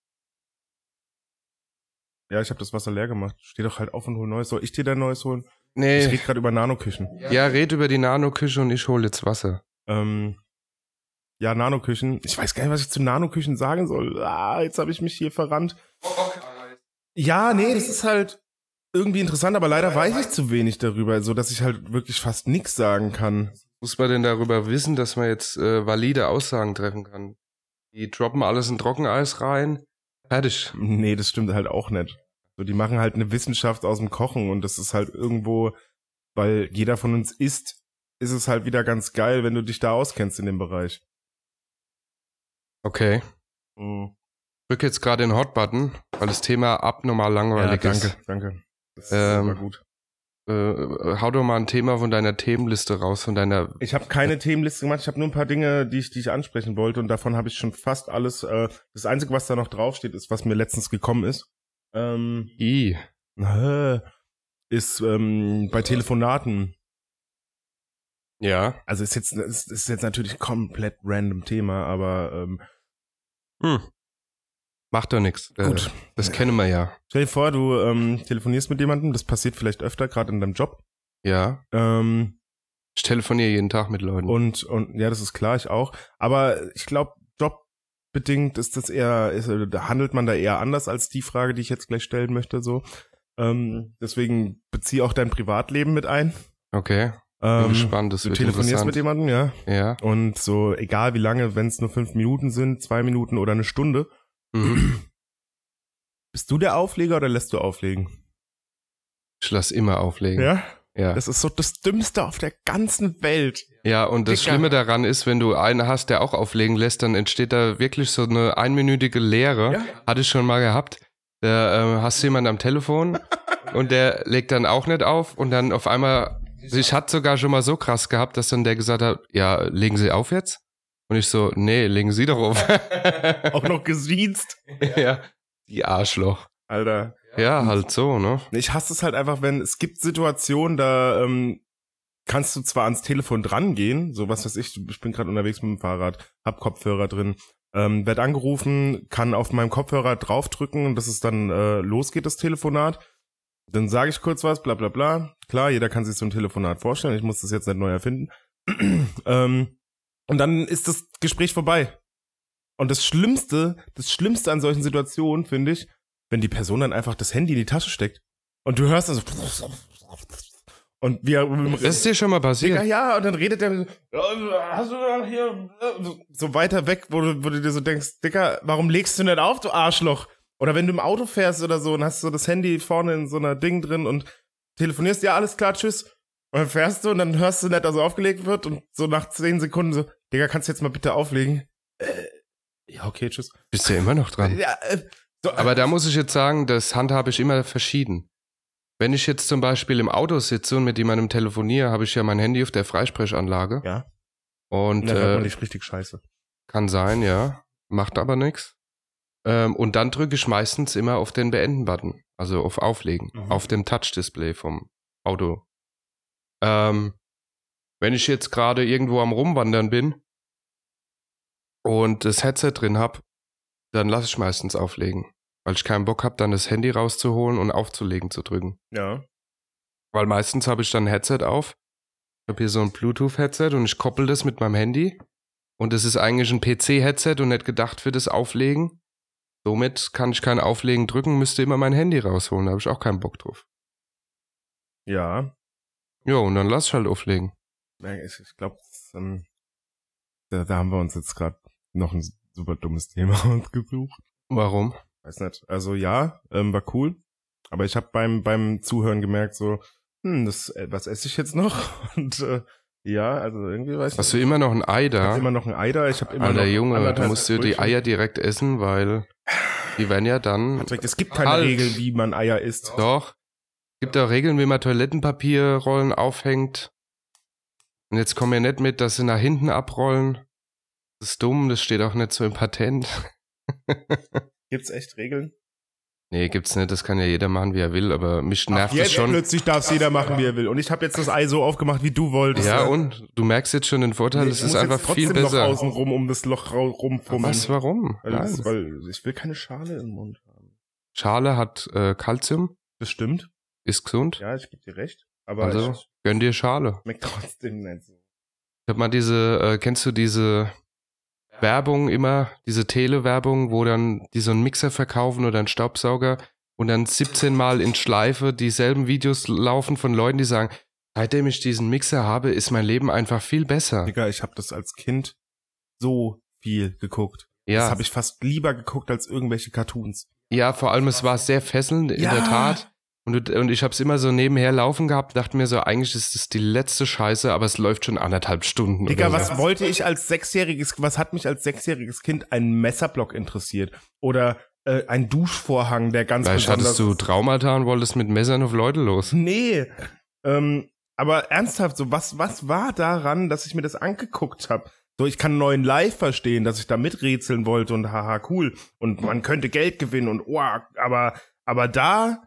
[SPEAKER 1] ja, ich habe das Wasser leer gemacht. Steh doch halt auf und hol Neues. Soll ich dir dein Neues holen? Ich
[SPEAKER 2] Nee.
[SPEAKER 1] rede gerade über Nanoküchen.
[SPEAKER 2] Ja, red über die Nanoküche und ich hole jetzt Wasser.
[SPEAKER 1] Ähm, Ja, Nanoküchen. Ich weiß gar nicht, was ich zu Nanoküchen sagen soll. Ah, jetzt habe ich mich hier verrannt. Ja, nee, das ist halt irgendwie interessant, aber leider weiß ich zu wenig darüber, so dass ich halt wirklich fast nichts sagen kann.
[SPEAKER 2] Muss man denn darüber wissen, dass man jetzt äh, valide Aussagen treffen kann? Die droppen alles in Trockeneis rein. Fertig.
[SPEAKER 1] Nee, das stimmt halt auch nicht. So, die machen halt eine Wissenschaft aus dem Kochen und das ist halt irgendwo, weil jeder von uns isst, ist es halt wieder ganz geil, wenn du dich da auskennst in dem Bereich.
[SPEAKER 2] Okay.
[SPEAKER 1] Mhm.
[SPEAKER 2] Drück jetzt gerade den Hot-Button, weil das Thema abnormal
[SPEAKER 1] Ja,
[SPEAKER 2] langweilig
[SPEAKER 1] danke,
[SPEAKER 2] ist.
[SPEAKER 1] danke. Das
[SPEAKER 2] Ähm,
[SPEAKER 1] war gut.
[SPEAKER 2] Äh, hau doch mal ein Thema von deiner Themenliste raus, von deiner.
[SPEAKER 1] Ich habe keine Themenliste gemacht, ich habe nur ein paar Dinge, die ich, die ich ansprechen wollte und davon habe ich schon fast alles. Äh, das Einzige, was da noch draufsteht, ist, was mir letztens gekommen ist. Ähm,
[SPEAKER 2] I.
[SPEAKER 1] äh, ist ähm, bei Telefonaten.
[SPEAKER 2] Ja.
[SPEAKER 1] Also ist jetzt, ist, ist jetzt natürlich komplett random Thema, aber ähm,
[SPEAKER 2] Hm. Macht doch nichts.
[SPEAKER 1] Gut.
[SPEAKER 2] Äh, das kennen wir ja.
[SPEAKER 1] stell dir vor, du ähm, telefonierst mit jemandem, das passiert vielleicht öfter, gerade in deinem Job.
[SPEAKER 2] Ja.
[SPEAKER 1] Ähm,
[SPEAKER 2] Ich telefoniere jeden Tag mit Leuten.
[SPEAKER 1] Und, und ja, das ist klar, ich auch. Aber ich glaube, jobbedingt ist das eher, ist, äh, da handelt man da eher anders als die Frage, die ich jetzt gleich stellen möchte. So. Ähm, deswegen beziehe auch dein Privatleben mit ein.
[SPEAKER 2] okay. Bin
[SPEAKER 1] Ähm,
[SPEAKER 2] gespannt. Das
[SPEAKER 1] du
[SPEAKER 2] wird
[SPEAKER 1] telefonierst mit
[SPEAKER 2] interessant.
[SPEAKER 1] jemandem, ja.
[SPEAKER 2] Ja.
[SPEAKER 1] Und so, egal wie lange, wenn es nur fünf Minuten sind, zwei Minuten oder eine Stunde,
[SPEAKER 2] Mhm.
[SPEAKER 1] bist du der Aufleger oder lässt du auflegen?
[SPEAKER 2] Ich lass immer auflegen.
[SPEAKER 1] Ja.
[SPEAKER 2] Ja.
[SPEAKER 1] Das ist so das Dümmste auf der ganzen Welt.
[SPEAKER 2] Ja, und das
[SPEAKER 1] Dicker.
[SPEAKER 2] Schlimme daran ist, wenn du einen hast, der auch auflegen lässt, dann entsteht da wirklich so eine einminütige Leere. Hatte ich schon mal gehabt. Da äh, hast du jemanden am Telefon und der legt dann auch nicht auf und dann auf einmal, ich hatte sogar schon mal so krass gehabt, dass dann der gesagt hat, ja, legen Sie auf jetzt? Und ich so, nee, legen Sie doch auf.
[SPEAKER 1] Auch noch gesiezt.
[SPEAKER 2] ja, die Arschloch.
[SPEAKER 1] Alter.
[SPEAKER 2] Ja, halt so, ne?
[SPEAKER 1] Ich hasse es halt einfach, wenn es gibt Situationen, da ähm, kannst du zwar ans Telefon dran gehen, so was weiß ich, ich bin gerade unterwegs mit dem Fahrrad, hab Kopfhörer drin, ähm, werd angerufen, kann auf meinem Kopfhörer draufdrücken, dass es dann äh, losgeht, das Telefonat. Dann sage ich kurz was, bla bla bla. Klar, jeder kann sich so ein Telefonat vorstellen, ich muss das jetzt nicht neu erfinden. ähm, und dann ist das Gespräch vorbei. Und das Schlimmste, das Schlimmste an solchen Situationen, finde ich, wenn die Person dann einfach das Handy in die Tasche steckt und du hörst also und wir
[SPEAKER 2] Das ist dir schon mal
[SPEAKER 1] ja,
[SPEAKER 2] passiert.
[SPEAKER 1] ja, und dann redet der so, "Ja, hast du da hier äh, so weiter weg, wo du, wo du dir so denkst, Dicker, warum legst du nicht auf, du Arschloch? Oder wenn du im Auto fährst oder so und hast so das Handy vorne in so einer Ding drin und telefonierst, ja, alles klar, tschüss. Und dann fährst du und dann hörst du nicht, dass er aufgelegt wird und so nach zehn Sekunden so, Digga, kannst du jetzt mal bitte auflegen? Äh, ja, okay, tschüss.
[SPEAKER 2] Bist du ja immer noch dran.
[SPEAKER 1] Ja, äh, so,
[SPEAKER 2] Aber da muss ich jetzt sagen, das handhabe ich immer verschieden. Wenn ich jetzt zum Beispiel im Auto sitze und mit jemandem telefoniere, habe ich ja mein Handy auf der Freisprechanlage.
[SPEAKER 1] Ja.
[SPEAKER 2] Und
[SPEAKER 1] dann hört man
[SPEAKER 2] äh,
[SPEAKER 1] dich richtig scheiße.
[SPEAKER 2] kann sein, ja. Macht aber nichts. Ähm, und dann drücke ich meistens immer auf den Beenden-Button. Also auf Auflegen.
[SPEAKER 1] Mhm.
[SPEAKER 2] Auf dem Touch-Display vom Auto. Ähm, wenn ich jetzt gerade irgendwo am Rumwandern bin und das Headset drin habe, dann lasse ich meistens auflegen. Weil ich keinen Bock habe, dann das Handy rauszuholen und aufzulegen zu drücken.
[SPEAKER 1] Ja.
[SPEAKER 2] Weil meistens habe ich dann ein Headset auf. Ich habe hier so ein Bluetooth-Headset und ich koppel das mit meinem Handy. Und es ist eigentlich ein PC-Headset und nicht gedacht für das Auflegen. Somit kann ich kein Auflegen drücken, müsste immer mein Handy rausholen. Da habe ich auch keinen Bock drauf.
[SPEAKER 1] Ja.
[SPEAKER 2] Ja, und dann lass ich halt auflegen.
[SPEAKER 1] Ja, Ich, ich glaube, ähm, da, da haben wir uns jetzt gerade noch ein super dummes Thema ausgesucht.
[SPEAKER 2] Warum?
[SPEAKER 1] Weiß nicht. Also ja, ähm, war cool. Aber ich habe beim, beim Zuhören gemerkt, so, hm, das, äh, was esse ich jetzt noch? Und äh, ja, also irgendwie weiß ich
[SPEAKER 2] Hast
[SPEAKER 1] nicht.
[SPEAKER 2] du immer noch ein Ei
[SPEAKER 1] Ich
[SPEAKER 2] da?
[SPEAKER 1] hab immer noch ein Ei da, ich habe immer
[SPEAKER 2] Alter
[SPEAKER 1] noch
[SPEAKER 2] Junge, du
[SPEAKER 1] anderthalb
[SPEAKER 2] musst dir die
[SPEAKER 1] Brötchen.
[SPEAKER 2] Eier direkt essen, weil die werden ja dann.
[SPEAKER 1] Patrick, es gibt keine
[SPEAKER 2] Halt.
[SPEAKER 1] Regel, wie man Eier isst.
[SPEAKER 2] Doch. Gibt auch Regeln, wie man Toilettenpapierrollen aufhängt. Und jetzt komm mir nicht mit, dass sie nach hinten abrollen. Das ist dumm, das steht auch nicht so im Patent.
[SPEAKER 1] Gibt's echt Regeln?
[SPEAKER 2] Nee, gibt's nicht, das kann ja jeder machen, wie er will, aber mich nervt es
[SPEAKER 1] Jetzt
[SPEAKER 2] schon.
[SPEAKER 1] plötzlich darf's jeder machen, wie er will. Und ich habe jetzt das Ei so aufgemacht, wie du wolltest.
[SPEAKER 2] Ja, und du merkst jetzt schon den Vorteil,
[SPEAKER 1] Nee,
[SPEAKER 2] es
[SPEAKER 1] ich
[SPEAKER 2] ist
[SPEAKER 1] muss
[SPEAKER 2] einfach
[SPEAKER 1] jetzt trotzdem
[SPEAKER 2] viel
[SPEAKER 1] Noch
[SPEAKER 2] besser.
[SPEAKER 1] außen rum um das Loch rau- rumfummeln.
[SPEAKER 2] Was, warum?
[SPEAKER 1] Weil, das,
[SPEAKER 2] Nein.
[SPEAKER 1] weil ich will keine Schale im Mund haben.
[SPEAKER 2] Schale hat äh, Calcium,
[SPEAKER 1] Das stimmt.
[SPEAKER 2] ist gesund.
[SPEAKER 1] Ja, ich geb dir recht. Aber
[SPEAKER 2] Also,
[SPEAKER 1] es
[SPEAKER 2] gönn dir Schale.
[SPEAKER 1] schmeckt trotzdem nicht so.
[SPEAKER 2] Ich hab mal diese, äh, kennst du diese Werbung immer, diese Telewerbung, wo dann die so einen Mixer verkaufen oder einen Staubsauger und dann 17 Mal in Schleife dieselben Videos laufen von Leuten, die sagen, seitdem ich diesen Mixer habe, ist mein Leben einfach viel besser.
[SPEAKER 1] Digga, ich habe das als Kind so viel geguckt. Das
[SPEAKER 2] Ja,
[SPEAKER 1] habe ich fast lieber geguckt als irgendwelche Cartoons.
[SPEAKER 2] ja vor allem es war sehr fesselnd, in
[SPEAKER 1] Ja.
[SPEAKER 2] der Tat. Und, du, und ich habe es immer so nebenher laufen gehabt, dachte mir so, eigentlich ist das die letzte Scheiße, aber es läuft schon anderthalb Stunden.
[SPEAKER 1] Digga,
[SPEAKER 2] oder
[SPEAKER 1] was
[SPEAKER 2] so.
[SPEAKER 1] wollte ich als sechsjähriges, was hat mich als sechsjähriges Kind ein Messerblock interessiert? Oder äh, ein Duschvorhang, der ganz
[SPEAKER 2] Vielleicht hattest du Traumata und wolltest mit Messern auf Leute los.
[SPEAKER 1] Nee. Ähm, aber ernsthaft, so was, was war daran, dass ich mir das angeguckt habe? So, ich kann neuen Live verstehen, dass ich da miträtseln wollte und haha, cool. Und man könnte Geld gewinnen und oh, aber, aber da,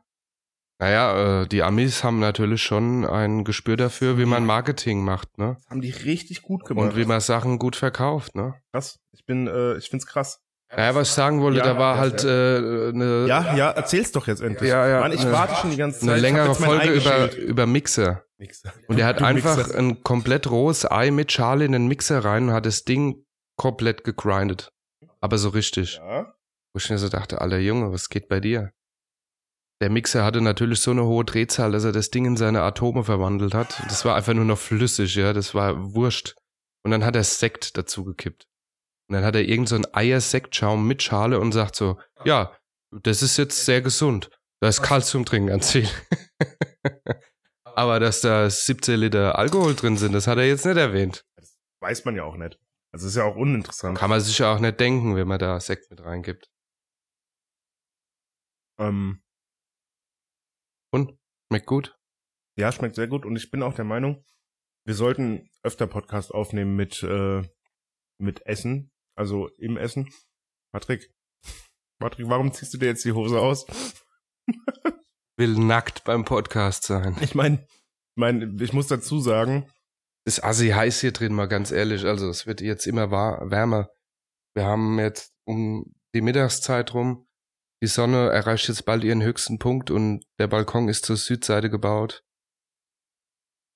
[SPEAKER 2] Naja, äh, die Amis haben natürlich schon ein Gespür dafür, wie man Marketing macht, ne?
[SPEAKER 1] das haben die richtig gut gemacht.
[SPEAKER 2] Und wie man Sachen gut verkauft, ne?
[SPEAKER 1] krass. Ich bin, äh, ich find's krass.
[SPEAKER 2] Naja, was ich sagen wollte,
[SPEAKER 1] Ja,
[SPEAKER 2] da war
[SPEAKER 1] ja,
[SPEAKER 2] halt äh, eine
[SPEAKER 1] Ja, ja, erzähl's doch jetzt endlich.
[SPEAKER 2] Ja, ja,
[SPEAKER 1] Mann, ich
[SPEAKER 2] ne-
[SPEAKER 1] warte schon die ganze Zeit.
[SPEAKER 2] eine
[SPEAKER 1] Ich hab
[SPEAKER 2] längere
[SPEAKER 1] jetzt mein Ei
[SPEAKER 2] Folge über,
[SPEAKER 1] geschält.
[SPEAKER 2] über Mixer.
[SPEAKER 1] Mixer.
[SPEAKER 2] Und er hat
[SPEAKER 1] Du
[SPEAKER 2] einfach
[SPEAKER 1] Mixer.
[SPEAKER 2] ein komplett rohes Ei mit Schale in den Mixer rein und hat das Ding komplett gegrindet. Aber so richtig.
[SPEAKER 1] Ja.
[SPEAKER 2] Wo ich mir so dachte, alter Junge, was geht bei dir? Der Mixer hatte natürlich so eine hohe Drehzahl, dass er das Ding in seine Atome verwandelt hat. Das war einfach nur noch flüssig, ja. Das war wurscht. Und dann hat er Sekt dazu gekippt. Und dann hat er irgend so einen Eiersektschaum mit Schale und sagt so, ja, das ist jetzt sehr gesund. Da ist Kalzium drin, ganz viel. Aber dass da 17 Liter Alkohol drin sind, das hat er jetzt nicht erwähnt.
[SPEAKER 1] Weiß man ja auch nicht. Also ist ja auch uninteressant.
[SPEAKER 2] Kann man sich ja auch nicht denken, wenn man da Sekt mit reingibt.
[SPEAKER 1] Ähm,
[SPEAKER 2] Und? Schmeckt gut?
[SPEAKER 1] Ja, schmeckt sehr gut und ich bin auch der Meinung, wir sollten öfter Podcast aufnehmen mit, äh, mit Essen, also im Essen. Patrick, Patrick, warum ziehst du dir jetzt die Hose aus?
[SPEAKER 2] Will nackt beim Podcast sein.
[SPEAKER 1] Ich meine, ich, mein, ich muss dazu sagen,
[SPEAKER 2] ist assi heiß hier drin, mal ganz ehrlich. Also es wird jetzt immer wa- wärmer. Wir haben jetzt um die Mittagszeit rum. Die Sonne erreicht jetzt bald ihren höchsten Punkt und der Balkon ist zur Südseite gebaut.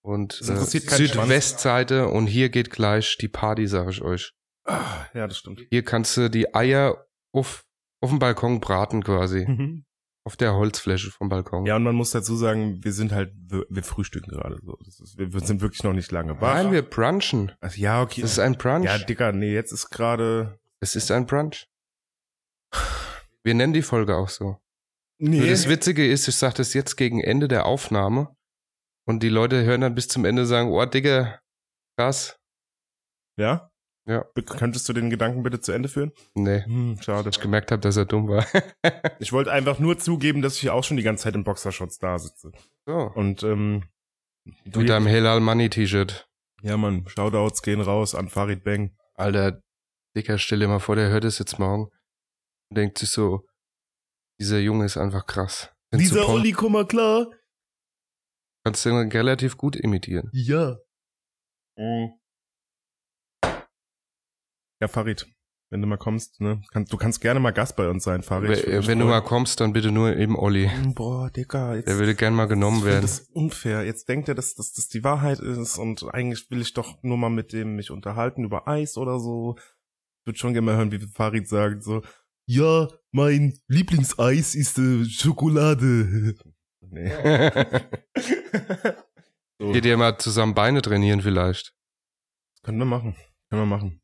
[SPEAKER 2] Und
[SPEAKER 1] Das
[SPEAKER 2] äh,
[SPEAKER 1] interessiert keinen Schwanz.
[SPEAKER 2] Südwestseite und hier geht gleich die Party, sag ich euch.
[SPEAKER 1] ah, ja, das stimmt.
[SPEAKER 2] Hier kannst du die Eier auf, auf dem Balkon braten quasi. Auf der Holzfläche vom Balkon.
[SPEAKER 1] Hm. Ja, und man muss dazu sagen, wir sind halt, wir, wir frühstücken gerade so. Das ist, wir, wir sind wirklich noch nicht lange wach.
[SPEAKER 2] Nein, wir brunchen.
[SPEAKER 1] also, ja, okay.
[SPEAKER 2] Das ist ein Brunch.
[SPEAKER 1] ja, Dicker, nee, jetzt ist gerade.
[SPEAKER 2] Es ist ein Brunch. Wir nennen die Folge auch so. Nur
[SPEAKER 1] Nee,
[SPEAKER 2] das Witzige ist, ich sage das jetzt gegen Ende der Aufnahme und die Leute hören dann bis zum Ende und sagen, oh Digga, krass.
[SPEAKER 1] ja?
[SPEAKER 2] Ja.
[SPEAKER 1] Könntest du den Gedanken bitte zu Ende führen?
[SPEAKER 2] Nee,
[SPEAKER 1] Hm, schade.
[SPEAKER 2] ich gemerkt habe, dass er dumm war.
[SPEAKER 1] Ich wollte einfach nur zugeben, dass ich auch schon die ganze Zeit im Boxershorts da sitze.
[SPEAKER 2] so.
[SPEAKER 1] Und ähm, du
[SPEAKER 2] Mit deinem Helal Money T-Shirt.
[SPEAKER 1] ja, Mann, Shoutouts gehen raus an Farid Bang.
[SPEAKER 2] Alter, Dicker, stell dir mal vor, der hört es jetzt morgen und denkt sich so, dieser Junge ist einfach krass. Den Support
[SPEAKER 1] komm mal klar.
[SPEAKER 2] Kannst du ihn relativ gut imitieren.
[SPEAKER 1] Ja. Mhm. Ja, Farid, wenn du mal kommst, ne? Kannst- du kannst gerne mal Gast bei uns sein, Farid. Ich würd
[SPEAKER 2] Wenn
[SPEAKER 1] mich
[SPEAKER 2] wenn du mal
[SPEAKER 1] freuen.
[SPEAKER 2] kommst, dann bitte nur eben Olli.
[SPEAKER 1] Boah, Digga, jetzt
[SPEAKER 2] Der würde gern mal
[SPEAKER 1] ich
[SPEAKER 2] genommen
[SPEAKER 1] find
[SPEAKER 2] werden.
[SPEAKER 1] Das ist unfair. Jetzt denkt er, dass dass das die Wahrheit ist und eigentlich will ich doch nur mal mit dem mich unterhalten über Eis oder so. Ich würde schon gerne mal hören, wie Farid sagt so. Ja, mein Lieblingseis ist äh, Schokolade. Nee. so,
[SPEAKER 2] Geht ihr mal zusammen Beine trainieren vielleicht?
[SPEAKER 1] können wir machen. Können wir machen.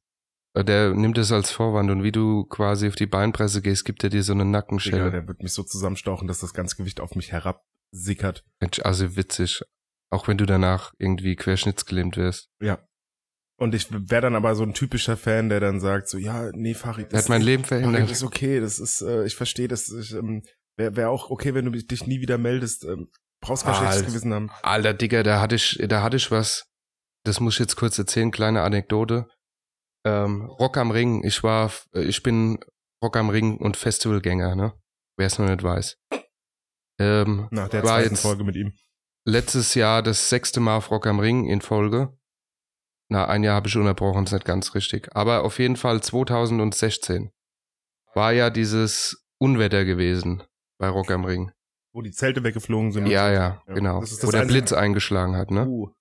[SPEAKER 2] Äh, Der nimmt es als Vorwand und wie du quasi auf die Beinpresse gehst, gibt er dir so eine
[SPEAKER 1] Digga,
[SPEAKER 2] Nackenschelle.
[SPEAKER 1] der wird mich so zusammenstauchen, dass das ganze Gewicht auf mich herabsickert.
[SPEAKER 2] Mensch, Also witzig. Auch wenn du danach irgendwie querschnittsgelähmt wirst.
[SPEAKER 1] Und ich wäre dann aber so ein typischer Fan, der dann sagt so, ja, nee, Farid,
[SPEAKER 2] Er
[SPEAKER 1] das
[SPEAKER 2] hat mein Leben
[SPEAKER 1] Nein, das
[SPEAKER 2] verändert.
[SPEAKER 1] ist okay. Das ist, äh, ich verstehe das. Ich, ähm, Wäre wär auch okay, wenn du dich- dich nie wieder meldest. Ähm, brauchst kein
[SPEAKER 2] Ah,
[SPEAKER 1] schlechtes
[SPEAKER 2] Alter.
[SPEAKER 1] Gewissen haben.
[SPEAKER 2] Alter Digga, da hatte ich, da hatte ich was. Das muss ich jetzt kurz erzählen, kleine Anekdote. Ähm, Rock am Ring. Ich war, f- äh, ich bin Rock am Ring und Festivalgänger, ne? Wer es noch nicht weiß. Ähm,
[SPEAKER 1] Nach der
[SPEAKER 2] War
[SPEAKER 1] zweiten
[SPEAKER 2] jetzt-
[SPEAKER 1] Folge mit ihm.
[SPEAKER 2] letztes Jahr das sechste Mal auf Rock am Ring in Folge. Na, ein Jahr habe ich unterbrochen, ist nicht ganz richtig. Aber auf jeden Fall 2016 war ja dieses Unwetter gewesen bei Rock am Ring.
[SPEAKER 1] Wo die Zelte weggeflogen sind.
[SPEAKER 2] Ja, ja, genau.
[SPEAKER 1] Das ist das
[SPEAKER 2] Wo der
[SPEAKER 1] Einzige-
[SPEAKER 2] Blitz eingeschlagen hat, ne?
[SPEAKER 1] Uh,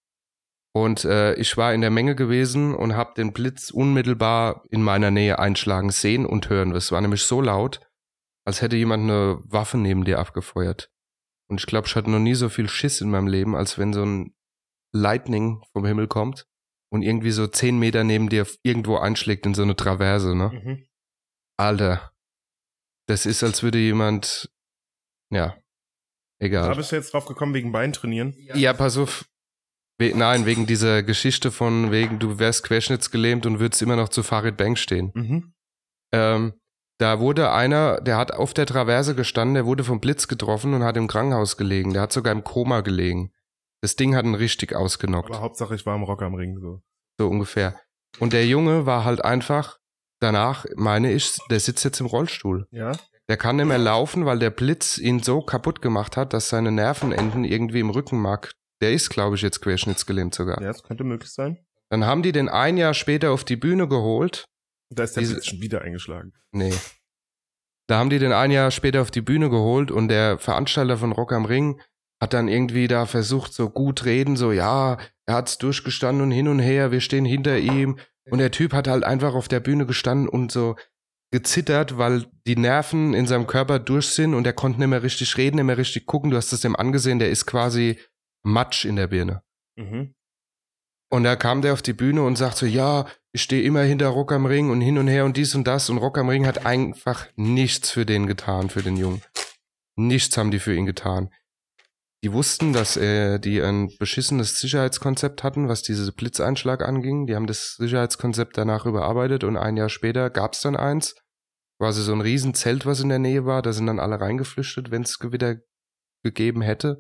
[SPEAKER 2] Und äh, ich war in der Menge gewesen und habe den Blitz unmittelbar in meiner Nähe einschlagen sehen und hören. Es war nämlich so laut, als hätte jemand eine Waffe neben dir abgefeuert. Und ich glaube, ich hatte noch nie so viel Schiss in meinem Leben, als wenn so ein Lightning vom Himmel kommt und irgendwie so zehn Meter neben dir irgendwo einschlägt in so eine Traverse, ne?
[SPEAKER 1] Mhm.
[SPEAKER 2] Alter. Das ist, als würde jemand. Ja.
[SPEAKER 1] Da
[SPEAKER 2] Egal.
[SPEAKER 1] bist du jetzt drauf gekommen wegen Bein trainieren.
[SPEAKER 2] Ja, pass auf. We Nein, wegen dieser Geschichte von wegen, du wärst querschnittsgelähmt und würdest immer noch zu Farid Bank stehen.
[SPEAKER 1] Mhm.
[SPEAKER 2] Ähm, da wurde einer, der hat auf der Traverse gestanden, der wurde vom Blitz getroffen und hat im Krankenhaus gelegen. Der hat sogar im Koma gelegen. Das Ding hat ihn richtig ausgenockt.
[SPEAKER 1] Aber Hauptsache, ich war im Rock am Ring so.
[SPEAKER 2] So ungefähr. Und der Junge war halt einfach, danach meine ich, der sitzt jetzt im Rollstuhl.
[SPEAKER 1] Ja?
[SPEAKER 2] Der kann nicht mehr laufen, weil der Blitz ihn so kaputt gemacht hat, dass seine Nervenenden irgendwie im Rückenmark. Der ist, glaube ich, jetzt querschnittsgelähmt sogar.
[SPEAKER 1] Ja, das könnte möglich sein.
[SPEAKER 2] Dann haben die den ein Jahr später auf die Bühne geholt.
[SPEAKER 1] Da ist der
[SPEAKER 2] Diese-
[SPEAKER 1] Blitz schon wieder eingeschlagen.
[SPEAKER 2] Nee. Da haben die den ein Jahr später auf die Bühne geholt und der Veranstalter von Rock am Ring hat dann irgendwie da versucht, so gut reden, so ja, er hat's durchgestanden und hin und her, wir stehen hinter ihm. Und der Typ hat halt einfach auf der Bühne gestanden und so gezittert, weil die Nerven in seinem Körper durch sind und er konnte nicht mehr richtig reden, nicht mehr richtig gucken. Du hast es dem angesehen, der ist quasi Matsch in der Birne.
[SPEAKER 1] Mhm.
[SPEAKER 2] Und da kam der auf die Bühne und sagte, ja, ich stehe immer hinter Rock am Ring und hin und her und dies und das. Und Rock am Ring hat einfach nichts für den getan, für den Jungen. Nichts haben die für ihn getan. Die wussten, dass äh, die ein beschissenes Sicherheitskonzept hatten, was diesen Blitzeinschlag anging. Die haben das Sicherheitskonzept danach überarbeitet und ein Jahr später gab es dann eins. Quasi so ein Riesenzelt, was in der Nähe war. Da sind dann alle reingeflüchtet, wenn es Gewitter gegeben hätte.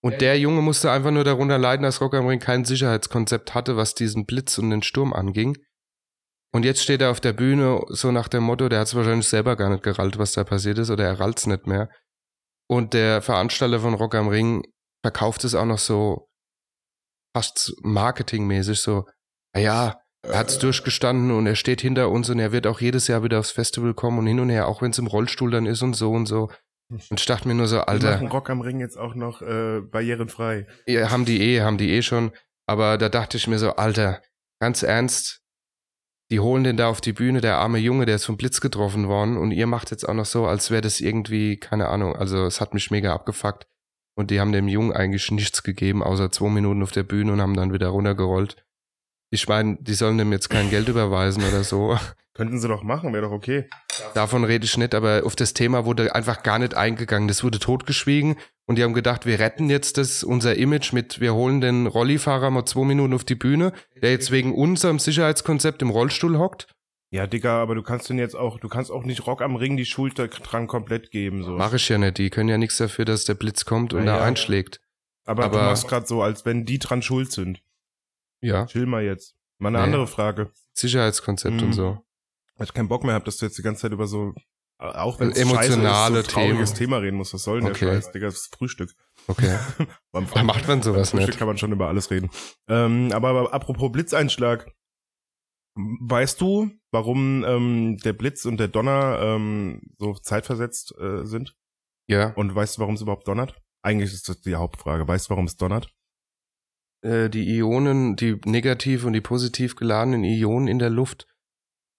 [SPEAKER 2] Und der Junge musste einfach nur darunter leiden, dass Rock am Ring kein Sicherheitskonzept hatte, was diesen Blitz und den Sturm anging. Und jetzt steht er auf der Bühne, so nach dem Motto, der hat es wahrscheinlich selber gar nicht gerallt, was da passiert ist, oder er rallt es nicht mehr. Und der Veranstalter von Rock am Ring verkauft es auch noch so fast marketingmäßig so, na ja, er
[SPEAKER 1] Äh.
[SPEAKER 2] hat es durchgestanden und er steht hinter uns und er wird auch jedes Jahr wieder aufs Festival kommen und hin und her, auch wenn es im Rollstuhl dann ist und so und so. Und ich dachte mir nur so,
[SPEAKER 1] Wir
[SPEAKER 2] Alter
[SPEAKER 1] machen Rock am Ring jetzt auch noch äh, barrierenfrei.
[SPEAKER 2] ja, haben die eh, haben die eh schon. Aber da dachte ich mir so, Alter, ganz ernst, die holen den da auf die Bühne, der arme Junge, der ist vom Blitz getroffen worden und ihr macht jetzt auch noch so, als wäre das irgendwie, keine Ahnung, also es hat mich mega abgefuckt. Und die haben dem Jungen eigentlich nichts gegeben, außer zwei Minuten auf der Bühne und haben dann wieder runtergerollt. Ich meine, die sollen dem jetzt kein Geld überweisen oder so.
[SPEAKER 1] Könnten sie doch machen, wäre doch okay.
[SPEAKER 2] Davon rede ich nicht, aber auf das Thema wurde einfach gar nicht eingegangen. Das wurde totgeschwiegen und die haben gedacht, wir retten jetzt das, unser Image mit, wir holen den Rollifahrer mal zwei Minuten auf die Bühne, der jetzt wegen unserem Sicherheitskonzept im Rollstuhl hockt.
[SPEAKER 1] Ja, Digga, aber du kannst den jetzt auch, du kannst auch nicht Rock am Ring die Schuld da dran komplett geben. So.
[SPEAKER 2] Mache ich ja nicht, die können ja nichts dafür, dass der Blitz kommt und
[SPEAKER 1] Na
[SPEAKER 2] da
[SPEAKER 1] ja.
[SPEAKER 2] einschlägt.
[SPEAKER 1] aber, du
[SPEAKER 2] aber-
[SPEAKER 1] machst gerade so, als wenn die dran schuld sind.
[SPEAKER 2] Ja,
[SPEAKER 1] Chill mal jetzt. Mal eine
[SPEAKER 2] Nee.
[SPEAKER 1] andere Frage.
[SPEAKER 2] Sicherheitskonzept
[SPEAKER 1] Mhm.
[SPEAKER 2] und so.
[SPEAKER 1] Weil ich keinen Bock mehr hab, dass du jetzt die ganze Zeit über so, auch wenn es
[SPEAKER 2] Emotionale
[SPEAKER 1] scheiße ist, so ein trauriges
[SPEAKER 2] Themen.
[SPEAKER 1] Thema reden musst. Was soll denn
[SPEAKER 2] Okay.
[SPEAKER 1] der Scheiß, Digga? Das ist Frühstück.
[SPEAKER 2] Okay,
[SPEAKER 1] Beim
[SPEAKER 2] da macht man sowas
[SPEAKER 1] Frühstück
[SPEAKER 2] nicht.
[SPEAKER 1] kann man schon über alles reden. Ähm, aber, aber apropos Blitzeinschlag. Weißt du, warum ähm, der Blitz und der Donner ähm, so zeitversetzt äh, sind?
[SPEAKER 2] Ja,
[SPEAKER 1] Und weißt du, warum es überhaupt donnert? Eigentlich ist das die Hauptfrage. Weißt du, warum es donnert?
[SPEAKER 2] äh, die Ionen, die negativ und die positiv geladenen Ionen in der Luft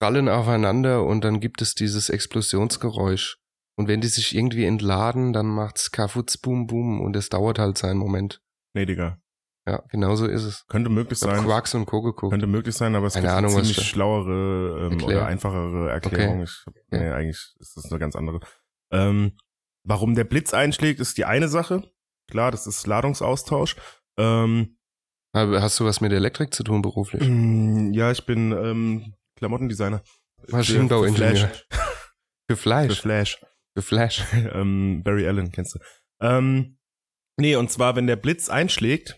[SPEAKER 2] prallen aufeinander und dann gibt es dieses Explosionsgeräusch. Und wenn die sich irgendwie entladen, dann macht's Kafutz Boom Boom und es dauert halt seinen Moment.
[SPEAKER 1] Nee, Digga.
[SPEAKER 2] Ja, genau so ist es.
[SPEAKER 1] Könnte möglich
[SPEAKER 2] Ich hab
[SPEAKER 1] sein.
[SPEAKER 2] Quarks und Co. geguckt.
[SPEAKER 1] Könnte möglich sein, aber es
[SPEAKER 2] Keine
[SPEAKER 1] gibt
[SPEAKER 2] Ahnung,
[SPEAKER 1] eine
[SPEAKER 2] was
[SPEAKER 1] ziemlich
[SPEAKER 2] da-
[SPEAKER 1] schlauere ähm,
[SPEAKER 2] Erklär.
[SPEAKER 1] oder einfachere Erklärung. Ich, nee,
[SPEAKER 2] Okay.
[SPEAKER 1] eigentlich ist das eine ganz andere. Ähm, warum der Blitz einschlägt, ist die eine Sache. Klar, das ist Ladungsaustausch. Ähm,
[SPEAKER 2] Aber Hast du was mit Elektrik zu tun beruflich?
[SPEAKER 1] Mm, Ja, ich bin ähm, Klamottendesigner.
[SPEAKER 2] Maschinenbauingenieur.
[SPEAKER 1] Für Flash. Für
[SPEAKER 2] Für Fleisch.
[SPEAKER 1] Flash.
[SPEAKER 2] Für Flash.
[SPEAKER 1] ähm, Barry Allen, kennst du. Ähm, nee, und zwar, wenn der Blitz einschlägt,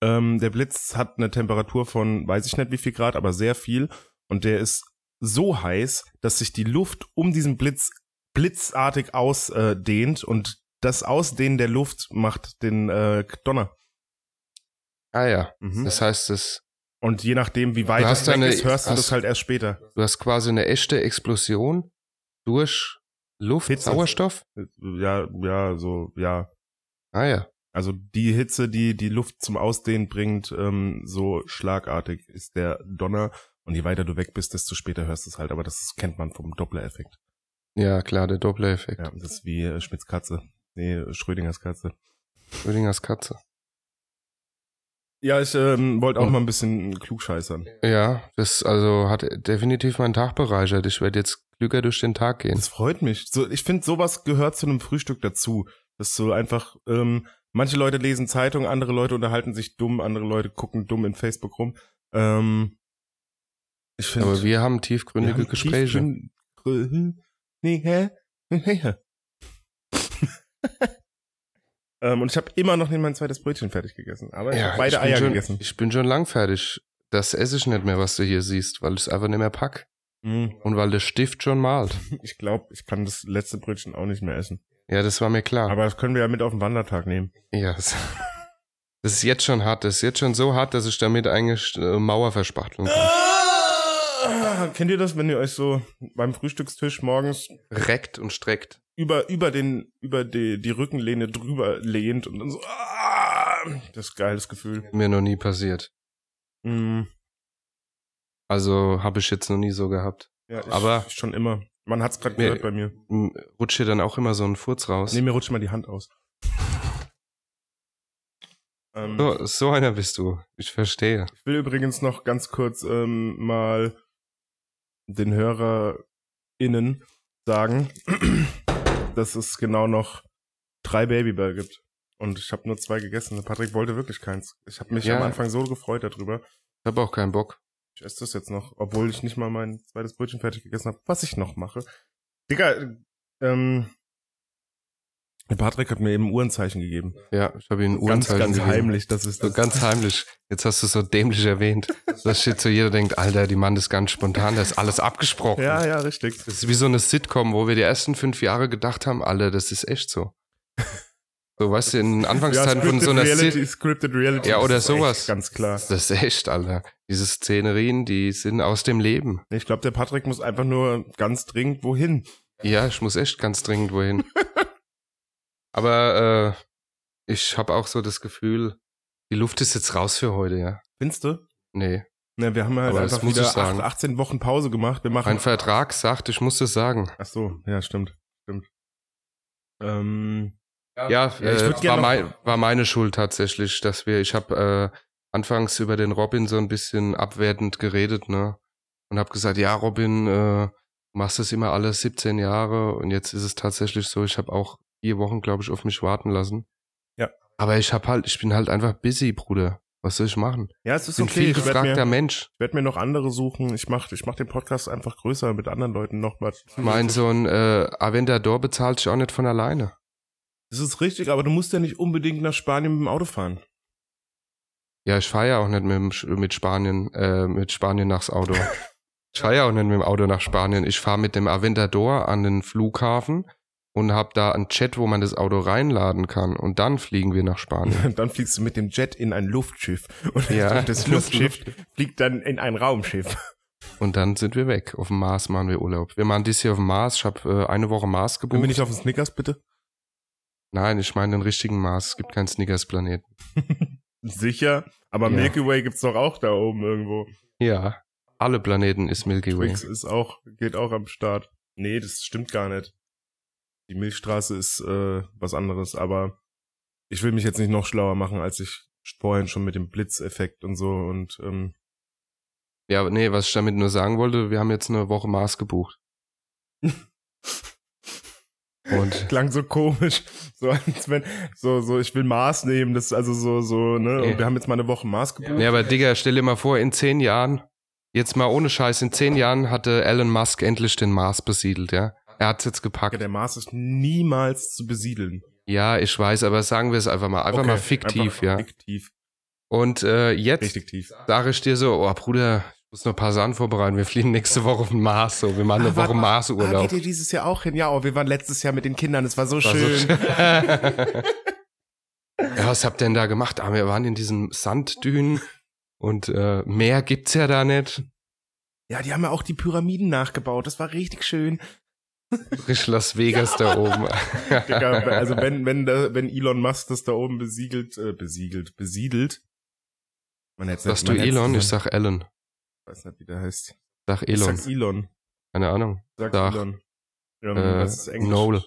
[SPEAKER 1] ähm, der Blitz hat eine Temperatur von, weiß ich nicht wie viel Grad, aber sehr viel. Und der ist so heiß, dass sich die Luft um diesen Blitz blitzartig ausdehnt. Und das Ausdehnen der Luft macht den äh, Donner.
[SPEAKER 2] Ah ja.
[SPEAKER 1] Mhm.
[SPEAKER 2] Das heißt, das,
[SPEAKER 1] Und je nachdem, wie weit
[SPEAKER 2] hast
[SPEAKER 1] es weg
[SPEAKER 2] deine-
[SPEAKER 1] ist, hörst du
[SPEAKER 2] hast-
[SPEAKER 1] das halt erst später.
[SPEAKER 2] du hast quasi eine echte Explosion durch Luft,
[SPEAKER 1] Hitze.
[SPEAKER 2] Sauerstoff.
[SPEAKER 1] Ja, ja, so, ja.
[SPEAKER 2] Ah ja.
[SPEAKER 1] Also die Hitze, die die Luft zum Ausdehnen bringt, ähm, so schlagartig ist der Donner. Und je weiter du weg bist, desto später hörst du es halt. Aber das kennt man vom Doppler-Effekt.
[SPEAKER 2] Ja, klar, der Doppler-Effekt.
[SPEAKER 1] Ja, das ist wie äh, Schmidts Katze. Nee, Schrödingers Katze.
[SPEAKER 2] Schrödingers Katze.
[SPEAKER 1] Ja, ich ähm, wollte auch mal ein bisschen klugscheißern.
[SPEAKER 2] Ja, das also hat definitiv meinen Tag bereichert. Ich werde jetzt klüger durch den Tag gehen.
[SPEAKER 1] Das freut mich. So, ich finde, sowas gehört zu einem Frühstück dazu. Dass du einfach, ähm, manche Leute lesen Zeitung, andere Leute unterhalten sich dumm, andere Leute gucken dumm in Facebook rum. Ähm, ich finde,
[SPEAKER 2] Aber Also, wir haben tiefgründige
[SPEAKER 1] haben
[SPEAKER 2] Gespräche.
[SPEAKER 1] tiefgrün- grün- Nee, hä? Ja. ähm, und ich habe immer noch nicht mein zweites Brötchen fertig gegessen. Aber ich habe beide
[SPEAKER 2] ich bin
[SPEAKER 1] Eier
[SPEAKER 2] schon,
[SPEAKER 1] gegessen.
[SPEAKER 2] Ich bin schon lang fertig. Das esse ich nicht mehr, was du hier siehst, weil ich es einfach nicht mehr pack.
[SPEAKER 1] Mm,
[SPEAKER 2] Und weil der Stift schon malt.
[SPEAKER 1] Ich glaube, ich kann das letzte Brötchen auch nicht mehr essen.
[SPEAKER 2] Ja, das war mir klar.
[SPEAKER 1] Aber das können wir ja mit auf den Wandertag nehmen.
[SPEAKER 2] ja, das, das ist jetzt schon hart. Das ist jetzt schon so hart, dass ich damit eigentlich äh, Mauer verspachteln kann.
[SPEAKER 1] Ah, Kennt ihr das, wenn ihr euch so beim Frühstückstisch morgens
[SPEAKER 2] Reckt und streckt.
[SPEAKER 1] über, über den, über die, die Rückenlehne drüber lehnt und dann so, ah, das ist ein geiles Gefühl.
[SPEAKER 2] Mir noch nie passiert.
[SPEAKER 1] Mm,
[SPEAKER 2] Also habe ich jetzt noch nie so gehabt.
[SPEAKER 1] ja, ich,
[SPEAKER 2] Aber-
[SPEAKER 1] schon immer. Man hat's gerade
[SPEAKER 2] Mir-
[SPEAKER 1] gehört bei mir.
[SPEAKER 2] M- Hm, Rutscht dir dann auch immer so ein Furz raus.
[SPEAKER 1] Nee, mir rutscht mal die Hand aus. ähm,
[SPEAKER 2] So, so einer bist du. Ich verstehe.
[SPEAKER 1] Ich will übrigens noch ganz kurz ähm, mal den HörerInnen sagen, dass es genau noch drei Babybell gibt. Und ich habe nur zwei gegessen. Patrick wollte wirklich keins. Ich habe mich
[SPEAKER 2] Ja.
[SPEAKER 1] am Anfang so gefreut darüber.
[SPEAKER 2] Ich habe auch keinen Bock.
[SPEAKER 1] Ich esse das jetzt noch, obwohl ich nicht mal mein zweites Brötchen fertig gegessen habe, was ich noch mache. Digga, ähm, der Patrick hat mir eben ein Uhrenzeichen gegeben.
[SPEAKER 2] Ja, ich habe ihn
[SPEAKER 1] Ganz,
[SPEAKER 2] Uhrenzeichen
[SPEAKER 1] ganz
[SPEAKER 2] gegeben.
[SPEAKER 1] heimlich, das ist
[SPEAKER 2] So
[SPEAKER 1] das.
[SPEAKER 2] ganz heimlich. Jetzt hast du es so dämlich erwähnt, dass shit so jeder denkt, Alter, die Mann ist ganz spontan, da ist alles abgesprochen.
[SPEAKER 1] ja, ja, richtig.
[SPEAKER 2] Das ist wie so eine Sitcom, wo wir die ersten fünf Jahre gedacht haben, Alter, das ist echt so. So, weißt du, in den Anfangszeiten von so einer
[SPEAKER 1] Reality,
[SPEAKER 2] Sitcom.
[SPEAKER 1] Scripted Reality.
[SPEAKER 2] Ja, oder
[SPEAKER 1] das ist echt
[SPEAKER 2] sowas.
[SPEAKER 1] Ganz klar.
[SPEAKER 2] Das ist echt, Alter. Diese Szenerien, die sind aus dem Leben.
[SPEAKER 1] Ich glaube, der Patrick muss einfach nur ganz dringend wohin.
[SPEAKER 2] Ja, ich muss echt ganz dringend wohin. Aber äh, ich habe auch so das Gefühl, die Luft ist jetzt raus für heute, ja.
[SPEAKER 1] Findest du?
[SPEAKER 2] Nee.
[SPEAKER 1] Ne, wir haben halt
[SPEAKER 2] Aber das
[SPEAKER 1] einfach
[SPEAKER 2] muss
[SPEAKER 1] wieder
[SPEAKER 2] ich sagen.
[SPEAKER 1] acht- 18 Wochen Pause gemacht. Wir machen.
[SPEAKER 2] Mein Vertrag sagt, ich muss das sagen.
[SPEAKER 1] Ach so, ja, stimmt. Stimmt. Ähm,
[SPEAKER 2] Ja,
[SPEAKER 1] Ja, ich
[SPEAKER 2] äh,
[SPEAKER 1] würd
[SPEAKER 2] war,
[SPEAKER 1] gerne noch-
[SPEAKER 2] mein, war meine Schuld tatsächlich, dass wir, ich habe äh, anfangs über den Robin so ein bisschen abwertend geredet, ne? Und habe gesagt, ja, Robin, äh, du machst das immer alle 17 Jahre und jetzt ist es tatsächlich so, ich habe auch vier Wochen, glaube ich, auf mich warten lassen.
[SPEAKER 1] Ja.
[SPEAKER 2] Aber ich habe halt, ich bin halt einfach busy, Bruder. Was soll ich machen?
[SPEAKER 1] ja, es ist
[SPEAKER 2] Ich bin
[SPEAKER 1] okay.
[SPEAKER 2] viel
[SPEAKER 1] Ich werde
[SPEAKER 2] gefragter
[SPEAKER 1] mir,
[SPEAKER 2] Mensch.
[SPEAKER 1] ich werd mir noch andere suchen. Ich mach, ich mach den Podcast einfach größer mit anderen Leuten nochmal.
[SPEAKER 2] Mein Sohn äh, Aventador bezahlt sich auch nicht von alleine.
[SPEAKER 1] Das ist richtig, aber du musst ja nicht unbedingt nach Spanien mit dem Auto fahren.
[SPEAKER 2] Ja, ich fahre ja auch nicht mit, dem Sch- mit Spanien, äh, mit Spanien nachs Auto. Ich fahre ja auch nicht mit dem Auto nach Spanien. Ich fahre mit dem Aventador an den Flughafen und habe da einen Chat, wo man das Auto reinladen kann. Und dann fliegen wir nach Spanien.
[SPEAKER 1] Dann fliegst du mit dem Jet in ein Luftschiff. Und
[SPEAKER 2] Ja.
[SPEAKER 1] das Luftschiff fliegt dann in ein Raumschiff.
[SPEAKER 2] Und dann sind wir weg. Auf dem Mars machen wir Urlaub. Wir machen dies hier auf dem Mars. Ich habe äh, eine Woche Mars
[SPEAKER 1] Können wir
[SPEAKER 2] gebucht.
[SPEAKER 1] nicht auf den Snickers, bitte?
[SPEAKER 2] Nein, ich meine den richtigen Mars. Es gibt keinen Snickers-Planeten.
[SPEAKER 1] Sicher, aber
[SPEAKER 2] Ja.
[SPEAKER 1] Milky Way gibt's doch auch da oben irgendwo.
[SPEAKER 2] Ja, alle Planeten ist Milky Way.
[SPEAKER 1] Twix ist auch, geht auch am Start. Nee, das stimmt gar nicht. Die Milchstraße ist äh, was anderes, aber ich will mich jetzt nicht noch schlauer machen, als ich vorhin schon mit dem Blitzeffekt und so und ähm,
[SPEAKER 2] Ja, aber nee, was ich damit nur sagen wollte, wir haben jetzt eine Woche Mars gebucht. Und
[SPEAKER 1] klang so komisch, so als wenn so so ich will Maß nehmen, das ist also so so ne und
[SPEAKER 2] Nee.
[SPEAKER 1] wir haben jetzt mal eine Woche Maß gebucht.
[SPEAKER 2] Ja, aber Digga, stell dir mal vor, in zehn Jahren, jetzt mal ohne Scheiß, in zehn Jahren hatte Elon Musk endlich den Mars besiedelt, ja? Er hat's jetzt
[SPEAKER 1] Ja,
[SPEAKER 2] gepackt.
[SPEAKER 1] der Mars ist niemals zu besiedeln.
[SPEAKER 2] Ja, ich weiß, aber sagen wir es einfach mal. Einfach
[SPEAKER 1] Okay,
[SPEAKER 2] mal fiktiv,
[SPEAKER 1] einfach
[SPEAKER 2] ja.
[SPEAKER 1] Fiktiv,
[SPEAKER 2] Und äh, jetzt
[SPEAKER 1] richtig tief.
[SPEAKER 2] sage ich dir so, oh Bruder, ich muss noch ein paar Sachen vorbereiten. Wir fliegen nächste Woche auf den Mars, so. Wir machen eine
[SPEAKER 1] Ah,
[SPEAKER 2] Woche
[SPEAKER 1] warte mal. Ah,
[SPEAKER 2] Marsurlaub.
[SPEAKER 1] geht ihr dieses Jahr auch hin? Ja, oh, wir waren letztes Jahr mit den Kindern, es war so
[SPEAKER 2] War so
[SPEAKER 1] schön.
[SPEAKER 2] ja, was habt ihr denn da gemacht? Ah, wir waren in diesen Sanddünen und äh, mehr gibt's ja da nicht.
[SPEAKER 1] Ja, die haben ja auch die Pyramiden nachgebaut, das war richtig schön.
[SPEAKER 2] Frisch Las Vegas da oben.
[SPEAKER 1] Digga, also wenn, wenn, da, wenn Elon Musk das da oben besiegelt, äh, besiegelt, besiedelt. Man hätte
[SPEAKER 2] Sagst du Elon? Ich sag Alan.
[SPEAKER 1] Ich weiß nicht, wie der heißt.
[SPEAKER 2] Sag
[SPEAKER 1] Ich
[SPEAKER 2] Elon.
[SPEAKER 1] sag Elon.
[SPEAKER 2] Keine Ahnung.
[SPEAKER 1] Sag,
[SPEAKER 2] Sag,
[SPEAKER 1] Elon. Ja,
[SPEAKER 2] Äh,
[SPEAKER 1] Ähm, das ist Englisch.
[SPEAKER 2] Noel.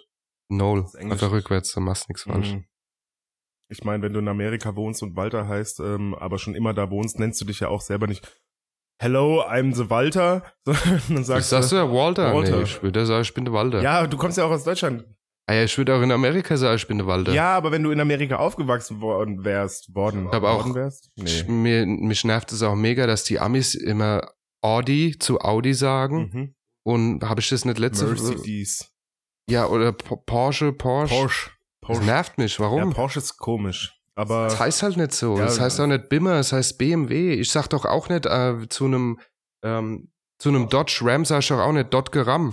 [SPEAKER 2] Noel.
[SPEAKER 1] Das ist Englisch.
[SPEAKER 2] Einfach rückwärts, du machst nichts falsch.
[SPEAKER 1] Mhm. Ich meine, wenn du in Amerika wohnst und Walter heißt, ähm, aber schon immer da wohnst, nennst du dich ja auch selber nicht Hello, I'm the Walter, sondern dann sagst
[SPEAKER 2] Sagst, sagst du
[SPEAKER 1] du,
[SPEAKER 2] ja Walter?
[SPEAKER 1] Walter.
[SPEAKER 2] Nee, ich würde sagen, ich bin der Walter.
[SPEAKER 1] ja, du kommst ja auch aus Deutschland.
[SPEAKER 2] Ah ja, ich würde auch in Amerika sagen, ich bin der Walter.
[SPEAKER 1] Ja, aber wenn du in Amerika aufgewachsen worden wärst, worden,
[SPEAKER 2] Ich hab auch-
[SPEAKER 1] worden wärst, nee.
[SPEAKER 2] Ich, mir, mich nervt es auch mega, dass die Amis immer Audi zu Audi sagen.
[SPEAKER 1] Mhm.
[SPEAKER 2] Und habe ich das nicht letzte
[SPEAKER 1] Mercedes.
[SPEAKER 2] Ja, oder P Porsche, Porsche.
[SPEAKER 1] Porsche.
[SPEAKER 2] Das
[SPEAKER 1] Porsche.
[SPEAKER 2] nervt mich. Warum?
[SPEAKER 1] Ja, Porsche ist komisch. Aber
[SPEAKER 2] Das heißt halt nicht so.
[SPEAKER 1] Ja,
[SPEAKER 2] das heißt auch nicht Bimmer, das heißt BMW. Ich sag doch auch nicht äh, zu einem ähm, zu einem Dodge Ram sag ich doch auch nicht Dodge Ram.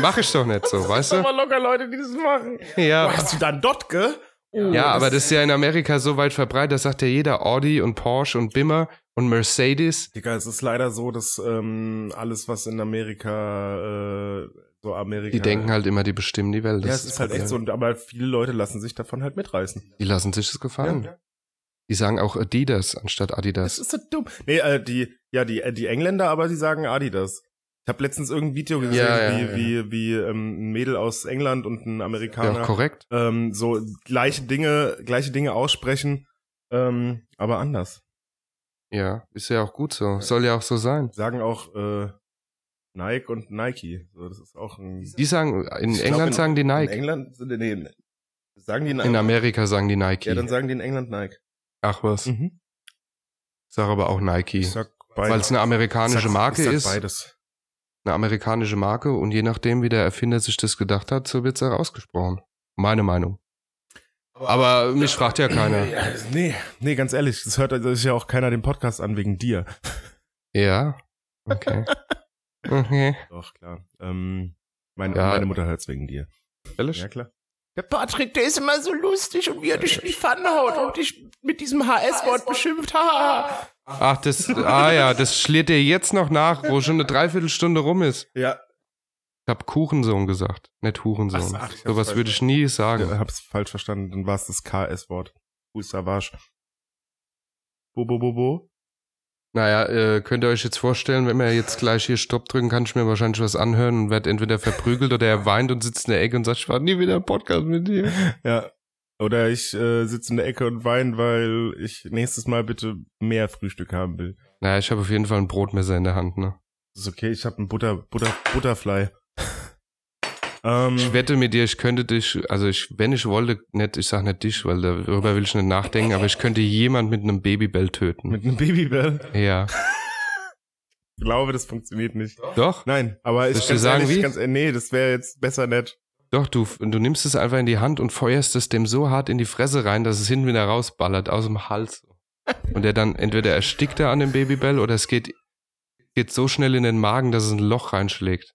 [SPEAKER 2] Mach ich doch nicht so, weißt du?
[SPEAKER 1] locker Leute, die das machen.
[SPEAKER 2] Ja.
[SPEAKER 1] Hast du dann Dotke? Oh,
[SPEAKER 2] Ja, aber das ist ja in Amerika so weit verbreitet, da sagt ja jeder Audi und Porsche und Bimmer und Mercedes.
[SPEAKER 1] Digga, es ist leider so, dass ähm, alles, was in Amerika, äh, so Amerika.
[SPEAKER 2] Die denken halt immer, die bestimmen die Welt.
[SPEAKER 1] Ja,
[SPEAKER 2] Das
[SPEAKER 1] es
[SPEAKER 2] das
[SPEAKER 1] ist halt echt so,
[SPEAKER 2] Problem.
[SPEAKER 1] und, aber viele Leute lassen sich davon halt mitreißen.
[SPEAKER 2] Die lassen sich das gefallen.
[SPEAKER 1] Ja.
[SPEAKER 2] Die sagen auch Adidas anstatt
[SPEAKER 1] Das
[SPEAKER 2] Adidas.
[SPEAKER 1] ist so dumm. Nee, äh, die, ja, die, äh, die Engländer, aber die sagen Adidas. Ich habe letztens irgendein Video gesehen,
[SPEAKER 2] Ja,
[SPEAKER 1] wie,
[SPEAKER 2] ja,
[SPEAKER 1] wie, wie ähm, ein Mädel aus England und ein Amerikaner
[SPEAKER 2] Ja, auch korrekt.
[SPEAKER 1] ähm, so gleiche Dinge, gleiche Dinge aussprechen, ähm, aber anders.
[SPEAKER 2] Ja, ist ja auch gut so. Soll ja auch so sein.
[SPEAKER 1] Sagen auch äh, Nike und Nike. So, das ist auch ein
[SPEAKER 2] Die sagen, in
[SPEAKER 1] Ich glaub,
[SPEAKER 2] England
[SPEAKER 1] in-
[SPEAKER 2] sagen die
[SPEAKER 1] In
[SPEAKER 2] Nike.
[SPEAKER 1] England sind nee, nee, sagen die in,
[SPEAKER 2] In Amerika sagen die Nike.
[SPEAKER 1] Ja, dann sagen die in England Nike.
[SPEAKER 2] Ach was.
[SPEAKER 1] Mhm.
[SPEAKER 2] Sag aber auch Nike.
[SPEAKER 1] Ich sag
[SPEAKER 2] Weil
[SPEAKER 1] beides.
[SPEAKER 2] es eine amerikanische
[SPEAKER 1] Ich sag-
[SPEAKER 2] Marke
[SPEAKER 1] ich sag
[SPEAKER 2] ist.
[SPEAKER 1] Beides.
[SPEAKER 2] Eine amerikanische Marke und je nachdem, wie der Erfinder sich das gedacht hat, so wird's auch ausgesprochen. Meine Meinung. Aber mich fragt ja keiner.
[SPEAKER 1] Ja, nee, nee, ganz ehrlich, das hört das ist ja auch keiner den Podcast an wegen dir.
[SPEAKER 2] Ja. Okay. Okay.
[SPEAKER 1] Doch, klar. Ähm, mein,
[SPEAKER 2] Ja.
[SPEAKER 1] Meine Mutter hört's wegen dir.
[SPEAKER 2] Ehrlich?
[SPEAKER 1] klar.
[SPEAKER 3] Der Patrick, der ist immer so lustig und wie er dich in die Pfanne haut und dich mit diesem HS-Wort beschimpft. Haha.
[SPEAKER 2] Ach, das, ah ja, das schliert dir jetzt noch nach, wo schon eine Dreiviertelstunde rum ist.
[SPEAKER 1] Ja,
[SPEAKER 2] Ich hab Kuchensohn gesagt, nicht Hurensohn.
[SPEAKER 1] Ach, ach, ich hab's
[SPEAKER 2] Sowas
[SPEAKER 1] falsch
[SPEAKER 2] würde ich nie
[SPEAKER 1] Ich
[SPEAKER 2] sagen.
[SPEAKER 1] hab's falsch verstanden, dann war es das KS-Wort. Savage. Bo, bo, bo, bo.
[SPEAKER 2] Naja, äh, könnt ihr euch jetzt vorstellen, wenn wir jetzt gleich hier Stopp drücken, kann ich mir wahrscheinlich was anhören und werd entweder verprügelt oder er weint und sitzt in der Ecke und sagt, ich war nie wieder im Podcast mit dir.
[SPEAKER 1] Ja. Oder ich äh, sitze in der Ecke und weine, weil ich nächstes Mal bitte mehr Frühstück haben will.
[SPEAKER 2] Naja, ich habe auf jeden Fall ein Brotmesser in der Hand, ne?
[SPEAKER 1] Das ist okay, ich habe ein Butter, Butter, Butterfly. ähm,
[SPEAKER 2] Ich wette mit dir, ich könnte dich, also ich, wenn ich wollte, nicht, ich sag nicht dich, weil darüber will ich nicht nachdenken, aber ich könnte jemand mit einem Babybell töten.
[SPEAKER 1] mit einem Babybell.
[SPEAKER 2] ja.
[SPEAKER 1] Ich glaube, das funktioniert nicht.
[SPEAKER 2] Doch,
[SPEAKER 1] Nein, aber ich
[SPEAKER 2] Soll ich dir sagen, wie?
[SPEAKER 1] ganz, äh, nee, das wäre jetzt besser nett.
[SPEAKER 2] doch, du, du nimmst es einfach in die Hand und feuerst es dem so hart in die Fresse rein, dass es hinten wieder rausballert, aus dem Hals. Und der dann entweder erstickt er an dem Babybell oder es geht, geht so schnell in den Magen, dass es ein Loch reinschlägt.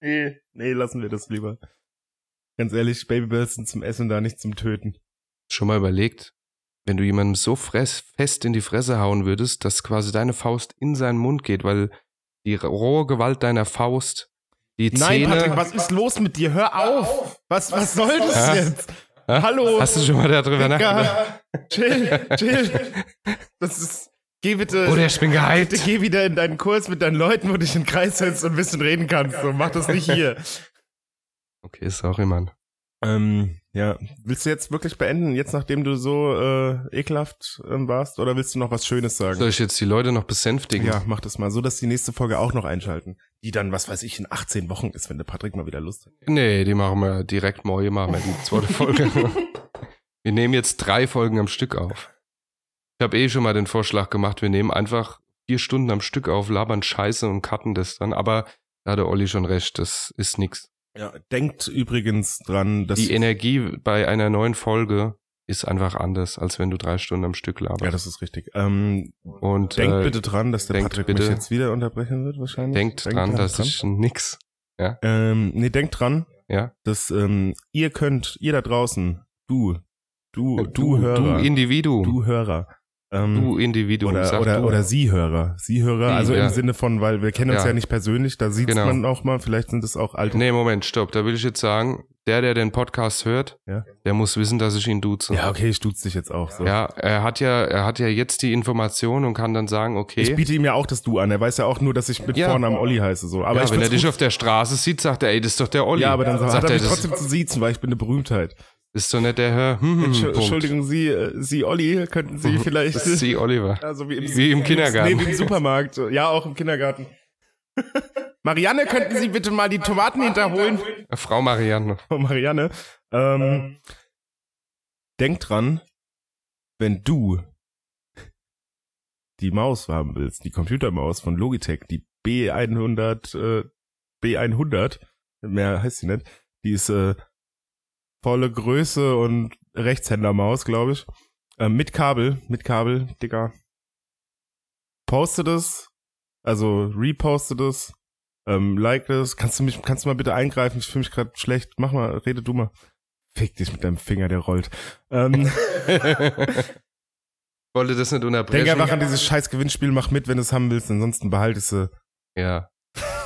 [SPEAKER 1] Nee, nee, lassen wir das lieber. Ganz ehrlich, Babybells sind zum Essen da, nicht zum Töten.
[SPEAKER 2] Schon mal überlegt, wenn du jemandem so fress, fest in die Fresse hauen würdest, dass quasi deine Faust in seinen Mund geht, weil die rohe Gewalt deiner Faust die
[SPEAKER 1] Nein,
[SPEAKER 2] Zähne.
[SPEAKER 1] Patrick, was ist los mit dir? Hör auf! Was, was soll das
[SPEAKER 2] Ja.
[SPEAKER 1] jetzt?
[SPEAKER 2] Hä?
[SPEAKER 1] Hallo!
[SPEAKER 2] Hast du schon mal darüber nachgedacht?
[SPEAKER 1] Digga, chill, chill. Das ist. Geh bitte.
[SPEAKER 2] Oder ich bin
[SPEAKER 1] bitte
[SPEAKER 2] gehypt.
[SPEAKER 1] geh wieder in deinen Kurs mit deinen Leuten, wo du dich in den Kreis setzt und ein bisschen reden kannst. So, mach das nicht hier.
[SPEAKER 2] Okay, sorry, Mann.
[SPEAKER 1] Ähm, ja. Willst du jetzt wirklich beenden, jetzt nachdem du so äh, ekelhaft ähm, warst? Oder willst du noch was Schönes sagen?
[SPEAKER 2] Soll ich jetzt die Leute noch besänftigen?
[SPEAKER 1] Ja, mach das mal so, dass die nächste Folge auch noch einschalten. Die dann, was weiß ich, in 18 Wochen ist, wenn der Patrick mal wieder Lust hat.
[SPEAKER 2] Nee, die machen wir direkt morgen, machen wir die zweite Folge. wir nehmen jetzt drei Folgen am Stück auf. Ich habe eh schon mal den Vorschlag gemacht, wir nehmen einfach vier Stunden am Stück auf, labern Scheiße und cutten das dann. Aber da hat der Olli schon recht, das ist nix.
[SPEAKER 1] Ja, denkt übrigens dran, dass
[SPEAKER 2] Die Energie bei einer neuen Folge ist einfach anders, als wenn du drei Stunden am Stück
[SPEAKER 1] Ja,
[SPEAKER 2] laberst.
[SPEAKER 1] das ist richtig. Ähm,
[SPEAKER 2] und
[SPEAKER 1] denkt
[SPEAKER 2] äh,
[SPEAKER 1] bitte dran, dass der
[SPEAKER 2] denkt
[SPEAKER 1] Patrick
[SPEAKER 2] bitte-
[SPEAKER 1] mich jetzt wieder unterbrechen wird, wahrscheinlich.
[SPEAKER 2] denkt dran, dass ich nix.
[SPEAKER 1] Ähm, nee, denkt dran,
[SPEAKER 2] Ja.
[SPEAKER 1] dass ähm, ihr könnt, ihr da draußen, Oh, du, du, du,
[SPEAKER 2] Äh, du
[SPEAKER 1] Hörer,
[SPEAKER 2] Individuum.
[SPEAKER 1] du Hörer, Ähm,
[SPEAKER 2] Du Individuum,
[SPEAKER 1] oder,
[SPEAKER 2] sag
[SPEAKER 1] oder,
[SPEAKER 2] du.
[SPEAKER 1] oder Sie-Hörer. Sie-Hörer,
[SPEAKER 2] Sie,
[SPEAKER 1] also
[SPEAKER 2] ja.
[SPEAKER 1] im Sinne von, weil wir kennen uns
[SPEAKER 2] Ja.
[SPEAKER 1] ja, nicht persönlich, da sieht
[SPEAKER 2] Genau.
[SPEAKER 1] man auch mal, vielleicht sind es auch alte.
[SPEAKER 2] Nee, Moment, stopp. Da will ich jetzt sagen, der, der den Podcast hört,
[SPEAKER 1] Ja.
[SPEAKER 2] der muss wissen, dass ich ihn duze.
[SPEAKER 1] Ja, okay, ich duze dich jetzt auch so.
[SPEAKER 2] Ja, er hat ja, er hat ja jetzt die Information und kann dann sagen,
[SPEAKER 1] Ich
[SPEAKER 2] okay.
[SPEAKER 1] biete ihm ja auch das Du an. Er weiß ja auch nur, dass ich mit
[SPEAKER 2] Ja.
[SPEAKER 1] Vornamen Olli heiße. So. Aber
[SPEAKER 2] Aber ja,
[SPEAKER 1] ich
[SPEAKER 2] wenn er
[SPEAKER 1] find's
[SPEAKER 2] dich
[SPEAKER 1] gut.
[SPEAKER 2] auf der Straße sieht, sagt er, ey, das ist doch der Olli.
[SPEAKER 1] ja, aber dann sagt,
[SPEAKER 2] sagt
[SPEAKER 1] er
[SPEAKER 2] er,
[SPEAKER 1] mich
[SPEAKER 2] das
[SPEAKER 1] trotzdem zu siezen, weil ich bin eine Berühmtheit.
[SPEAKER 2] ist doch nicht der Herr. Hm, hm,
[SPEAKER 1] Entschu-
[SPEAKER 2] Punkt.
[SPEAKER 1] Entschuldigung, Sie, äh, Sie Olli, könnten Sie vielleicht...
[SPEAKER 2] Das ist sie, Oliver.
[SPEAKER 1] Ja, so wie, im,
[SPEAKER 2] Wie im Kindergarten.
[SPEAKER 1] Nee, wie im Supermarkt. Ja, auch im Kindergarten. Marianne, könnten Sie bitte mal die Tomaten hinterholen?
[SPEAKER 2] Frau Marianne.
[SPEAKER 1] Oh, Marianne. Ähm, denk dran, wenn du die Maus haben willst, die Computermaus von Logitech, die B100, äh, B100, mehr heißt sie nicht, die ist äh, volle Größe und Rechtshändermaus, glaube ich, äh, mit Kabel, mit Kabel, Digga. Poste das, also reposte das, ähm, like das. Kannst du mich, kannst du mal bitte eingreifen? Ich fühle mich gerade schlecht. Mach mal, rede du mal. Fick dich mit deinem Finger, der rollt. Ähm,
[SPEAKER 2] Wollte das nicht
[SPEAKER 1] denk einfach an
[SPEAKER 2] unterbrechen.
[SPEAKER 1] dieses scheiß Gewinnspiel, mach mit, wenn du es haben willst, ansonsten behalte ich sie.
[SPEAKER 2] Ja.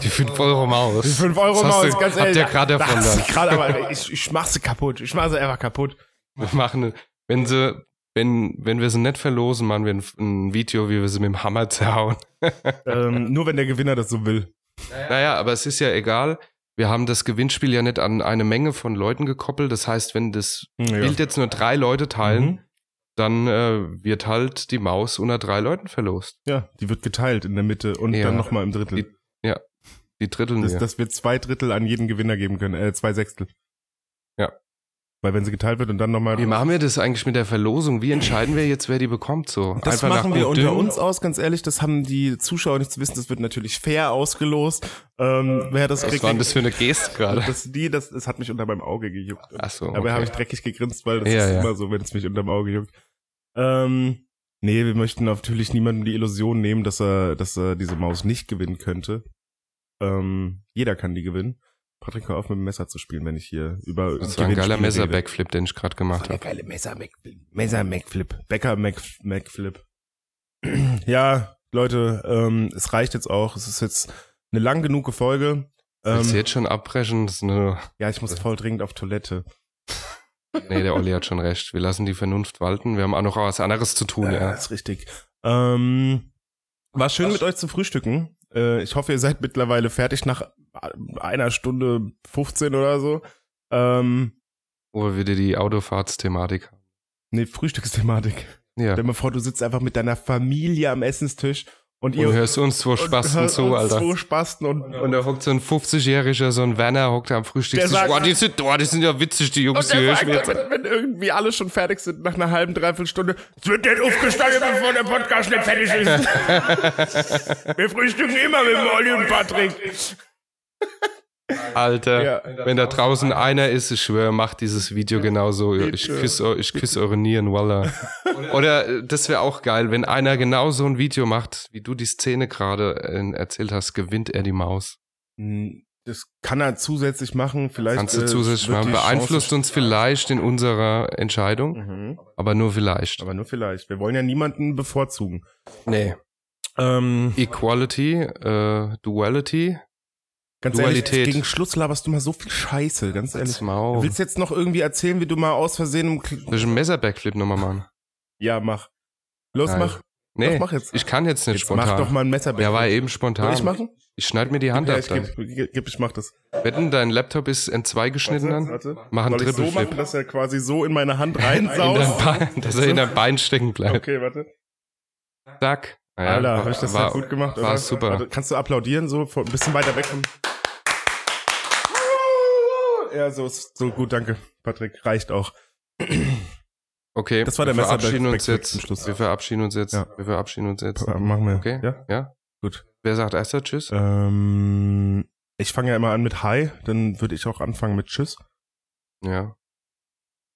[SPEAKER 2] Die 5 Euro Maus.
[SPEAKER 1] Die 5 Euro
[SPEAKER 2] Das hast
[SPEAKER 1] Maus,
[SPEAKER 2] du-
[SPEAKER 1] ganz ehrlich.
[SPEAKER 2] Habt ihr gerade
[SPEAKER 1] da
[SPEAKER 2] davon
[SPEAKER 1] hast
[SPEAKER 2] dann.
[SPEAKER 1] du gerade, aber ich, ich mach sie kaputt. Ich mach sie einfach kaputt.
[SPEAKER 2] Wir machen, wenn sie, wenn, wenn wir sie nicht verlosen, machen wir ein, ein Video, wie wir sie mit dem Hammer zerhauen.
[SPEAKER 1] Ähm, nur wenn der Gewinner das so will.
[SPEAKER 2] Naja, aber es ist ja egal. Wir haben das Gewinnspiel ja nicht an eine Menge von Leuten gekoppelt. Das heißt, wenn das Bild jetzt nur drei Leute teilen,
[SPEAKER 1] Mhm.
[SPEAKER 2] dann äh, wird halt die Maus unter drei Leuten verlost.
[SPEAKER 1] Ja, die wird geteilt in der Mitte und
[SPEAKER 2] Ja.
[SPEAKER 1] dann nochmal im Drittel.
[SPEAKER 2] Die- Die dritteln
[SPEAKER 1] Das,
[SPEAKER 2] wir.
[SPEAKER 1] das wird zwei Drittel an jeden Gewinner geben können, äh, zwei Sechstel.
[SPEAKER 2] Ja.
[SPEAKER 1] Weil wenn sie geteilt wird und dann nochmal.
[SPEAKER 2] Wie machen wir das eigentlich mit der Verlosung? Wie entscheiden wir jetzt, wer die bekommt? So
[SPEAKER 1] Das
[SPEAKER 2] nach
[SPEAKER 1] machen wir
[SPEAKER 2] Gut
[SPEAKER 1] unter
[SPEAKER 2] Dünn?
[SPEAKER 1] uns aus, ganz ehrlich. Das haben die Zuschauer nicht zu wissen. Das wird natürlich fair ausgelost. Ähm, wer das
[SPEAKER 2] Was
[SPEAKER 1] kriegt,
[SPEAKER 2] war denn das für eine Geste gerade?
[SPEAKER 1] das, die, das, das hat mich unter meinem Auge gejuckt.
[SPEAKER 2] Ach so,
[SPEAKER 1] Dabei
[SPEAKER 2] Oh, okay.
[SPEAKER 1] habe ich dreckig gegrinst, weil das
[SPEAKER 2] Ja,
[SPEAKER 1] ist
[SPEAKER 2] ja.
[SPEAKER 1] immer so, wenn es mich unterm Auge juckt. Ähm, nee, wir möchten natürlich niemandem die Illusion nehmen, dass er, dass er diese Maus nicht gewinnen könnte. Ähm, jeder kann die gewinnen. Patrick, hör auf mit dem Messer zu spielen, wenn ich hier über
[SPEAKER 2] Das war ein
[SPEAKER 1] Gewinnspiele
[SPEAKER 2] geiler
[SPEAKER 1] rede.
[SPEAKER 2] Messer-Backflip, den ich gerade gemacht habe.
[SPEAKER 1] geile Messer McFlip. Messer McFlip. Bäcker Mac, McFlip. ja, Leute, ähm, es reicht jetzt auch. Es ist jetzt eine lang genug Folge.
[SPEAKER 2] Willst du
[SPEAKER 1] Ähm,
[SPEAKER 2] jetzt schon abbrechen? Das ist eine,
[SPEAKER 1] ja, ich muss voll dringend auf Toilette.
[SPEAKER 2] nee, der Olli hat schon recht. Wir lassen die Vernunft walten. Wir haben auch noch was anderes zu tun,
[SPEAKER 1] Ja,
[SPEAKER 2] Oh, ja.
[SPEAKER 1] ist richtig. Ähm, Äh, war schön mit euch zu frühstücken. Äh, ich hoffe, ihr seid mittlerweile fertig nach einer Stunde 15 oder so. Ähm,
[SPEAKER 2] Wo wir wieder die Autofahrtsthematik haben.
[SPEAKER 1] nee, Frühstücksthematik.
[SPEAKER 2] Ja.
[SPEAKER 1] Stell dir mal vor, du sitzt einfach mit deiner Familie am Essenstisch und ihr
[SPEAKER 2] Und hörst uns zwei Spasten
[SPEAKER 1] hört
[SPEAKER 2] zu,
[SPEAKER 1] uns
[SPEAKER 2] Alter.
[SPEAKER 1] Zwei Spasten und,
[SPEAKER 2] Und da hockt so ein 50-Jähriger, so ein Werner, hockt am Frühstückstisch.
[SPEAKER 1] Der sagt-
[SPEAKER 2] Boah, oh, die sind, boah, die sind ja witzig, die
[SPEAKER 1] Und
[SPEAKER 2] Jungs, die
[SPEAKER 1] der
[SPEAKER 2] höre ich
[SPEAKER 1] sagt,
[SPEAKER 2] mir jetzt.
[SPEAKER 1] wenn, wenn irgendwie alle schon fertig sind nach einer halben, dreiviertel Stunde, es wird nicht aufgestanden, bevor der Podcast nicht fertig ist. Wir frühstücken immer mit dem Olli und Patrick.
[SPEAKER 2] Alter,
[SPEAKER 1] Ja.
[SPEAKER 2] wenn da draußen einer ist, ich schwöre, macht dieses Video genauso. Ich
[SPEAKER 1] Bitte.
[SPEAKER 2] küsse eu- ich küss eure Nieren, Walla. Oder äh, das wäre auch geil, wenn einer genau so ein Video macht, wie du die Szene gerade äh, erzählt hast, gewinnt er die Maus.
[SPEAKER 1] Hm, Das kann er zusätzlich machen, vielleicht. äh,
[SPEAKER 2] Kannst du zusätzlich machen. Beeinflusst uns vielleicht in unserer Entscheidung, aber nur vielleicht.
[SPEAKER 1] Mhm. Aber nur vielleicht. Wir wollen ja niemanden bevorzugen.
[SPEAKER 2] Nee.
[SPEAKER 1] Ähm,
[SPEAKER 2] Equality, äh, Duality,
[SPEAKER 1] ganz
[SPEAKER 2] Dualität.
[SPEAKER 1] ehrlich, gegen Schluss laberst du mal so viel Scheiße, ganz ehrlich.
[SPEAKER 2] Maul.
[SPEAKER 1] Willst du jetzt noch irgendwie erzählen, wie du mal aus Versehen im Kl
[SPEAKER 2] Soll ich einen Messer-Backflip nochmal machen?
[SPEAKER 1] Ja, mach. Los,
[SPEAKER 2] Nein.
[SPEAKER 1] mach.
[SPEAKER 2] Nee,
[SPEAKER 1] Doch, mach jetzt.
[SPEAKER 2] ich kann jetzt nicht
[SPEAKER 1] Jetzt
[SPEAKER 2] spontan.
[SPEAKER 1] mach doch mal ein Messer
[SPEAKER 2] Der war eben spontan.
[SPEAKER 1] Soll ich machen?
[SPEAKER 2] Ich schneide mir die Hand
[SPEAKER 1] Ja,
[SPEAKER 2] ab
[SPEAKER 1] ich
[SPEAKER 2] dann.
[SPEAKER 1] geb, geb, geb, ich mach das.
[SPEAKER 2] Wetten, dein Laptop ist entzwei geschnitten dann?
[SPEAKER 1] Warte, warte.
[SPEAKER 2] Mach einen
[SPEAKER 1] Soll ich so
[SPEAKER 2] Triple-Flip.
[SPEAKER 1] machen, dass er quasi so in meine Hand
[SPEAKER 2] in dein
[SPEAKER 1] reinsaust?
[SPEAKER 2] Bein, dass er in dein Bein stecken bleibt.
[SPEAKER 1] Okay, warte.
[SPEAKER 2] Zack. Ja,
[SPEAKER 1] Alter, habe ich das
[SPEAKER 2] war,
[SPEAKER 1] war, gut gemacht?
[SPEAKER 2] War
[SPEAKER 1] oder?
[SPEAKER 2] super.
[SPEAKER 1] Warte, kannst du applaudieren, so vor- ein bisschen weiter weg vom... Ja, so, ist- so gut, danke, Patrick. Reicht auch.
[SPEAKER 2] okay,
[SPEAKER 1] Das war der
[SPEAKER 2] wir
[SPEAKER 1] Messer-
[SPEAKER 2] verabschieden uns
[SPEAKER 1] Backflip zum
[SPEAKER 2] jetzt.
[SPEAKER 1] Schluss.
[SPEAKER 2] Wir verabschieden uns jetzt.
[SPEAKER 1] Ja.
[SPEAKER 2] Wir verabschieden uns jetzt.
[SPEAKER 1] Äh, Machen wir.
[SPEAKER 2] Okay?
[SPEAKER 1] Ja? Gut.
[SPEAKER 2] Wer sagt erster Tschüss?
[SPEAKER 1] Ähm, ich fange ja immer an mit Hi, dann würde ich auch anfangen mit Tschüss.
[SPEAKER 2] Ja.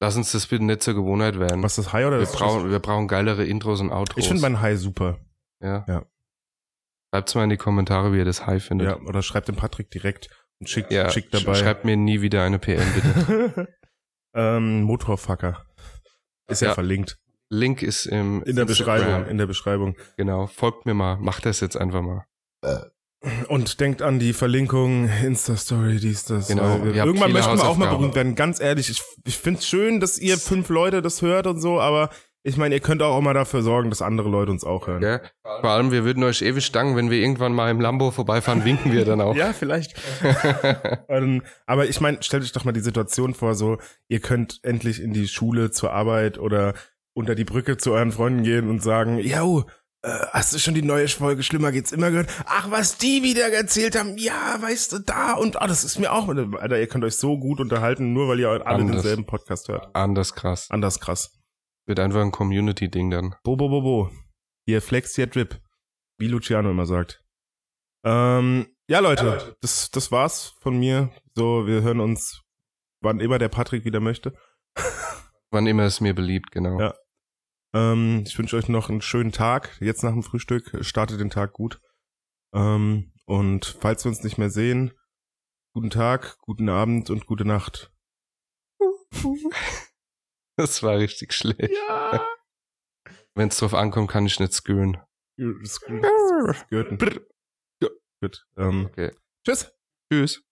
[SPEAKER 2] Lass uns das bitte nicht zur Gewohnheit werden.
[SPEAKER 1] Was ist das Hi oder
[SPEAKER 2] wir,
[SPEAKER 1] das Tschüss?
[SPEAKER 2] brauchen, wir brauchen geilere Intros und Outros.
[SPEAKER 1] Ich finde mein Hi super.
[SPEAKER 2] ja.
[SPEAKER 1] Ja.
[SPEAKER 2] Schreibt's mal in die Kommentare, wie ihr das high findet.
[SPEAKER 1] Ja, oder schreibt dem Patrick direkt und schickt,
[SPEAKER 2] Ja,
[SPEAKER 1] schickt
[SPEAKER 2] sch-
[SPEAKER 1] dabei.
[SPEAKER 2] Schreibt mir nie wieder eine PM, bitte.
[SPEAKER 1] ähm, Motorfucker. Ist ja,
[SPEAKER 2] Ja.
[SPEAKER 1] verlinkt.
[SPEAKER 2] Link ist im
[SPEAKER 1] In der
[SPEAKER 2] Instagram.
[SPEAKER 1] Beschreibung, in der Beschreibung.
[SPEAKER 2] Genau, folgt mir mal. Macht das jetzt einfach mal.
[SPEAKER 1] Und denkt an die Verlinkung, Insta-Story, dies, das.
[SPEAKER 2] Genau,
[SPEAKER 1] weil
[SPEAKER 2] ihr habt
[SPEAKER 1] irgendwann
[SPEAKER 2] viele
[SPEAKER 1] möchten wir auch mal
[SPEAKER 2] Hausaufgaben.
[SPEAKER 1] berühmt werden, ganz ehrlich. Ich, ich finde es schön, dass ihr fünf Leute das hört und so, aber ich meine, ihr könnt auch mal dafür sorgen, dass andere Leute uns auch hören.
[SPEAKER 2] Ja? Vor allem, wir würden euch ewig danken, wenn wir irgendwann mal im Lambo vorbeifahren, winken wir dann auch.
[SPEAKER 1] Ja, vielleicht. ähm, aber ich meine, stellt euch doch mal die Situation vor, so, ihr könnt endlich in die Schule, zur Arbeit oder unter die Brücke zu euren Freunden gehen und sagen, yo, äh, hast du schon die neue Folge Schlimmer geht's immer gehört? Ach, was die wieder erzählt haben, ja, weißt du, da und ah, das ist mir auch. Alter, ihr könnt euch so gut unterhalten, nur weil ihr alle
[SPEAKER 2] Anders.
[SPEAKER 1] denselben Podcast hört.
[SPEAKER 2] Anders Ah, krass.
[SPEAKER 1] Anders krass.
[SPEAKER 2] Wird einfach ein Community-Ding dann.
[SPEAKER 1] Bo, bo, bo, bo. Hier flex, hier drip. Wie Luciano immer sagt. Ähm, ja, Leute, Das, das war's von mir. So, wir hören uns, wann immer der Patrick wieder möchte.
[SPEAKER 2] Wann immer es mir beliebt, genau.
[SPEAKER 1] Ja. Ähm, ich wünsche euch noch einen schönen Tag. Jetzt nach dem Frühstück. Startet den Tag gut. Ähm, und falls wir uns nicht mehr sehen, guten Tag, guten Abend und gute Nacht.
[SPEAKER 2] Das war richtig schlecht. Ja. Wenn es drauf ankommt, kann ich nicht sküren.
[SPEAKER 1] Gut. Ähm,
[SPEAKER 2] Okay.
[SPEAKER 1] tschüss.
[SPEAKER 2] Tschüss.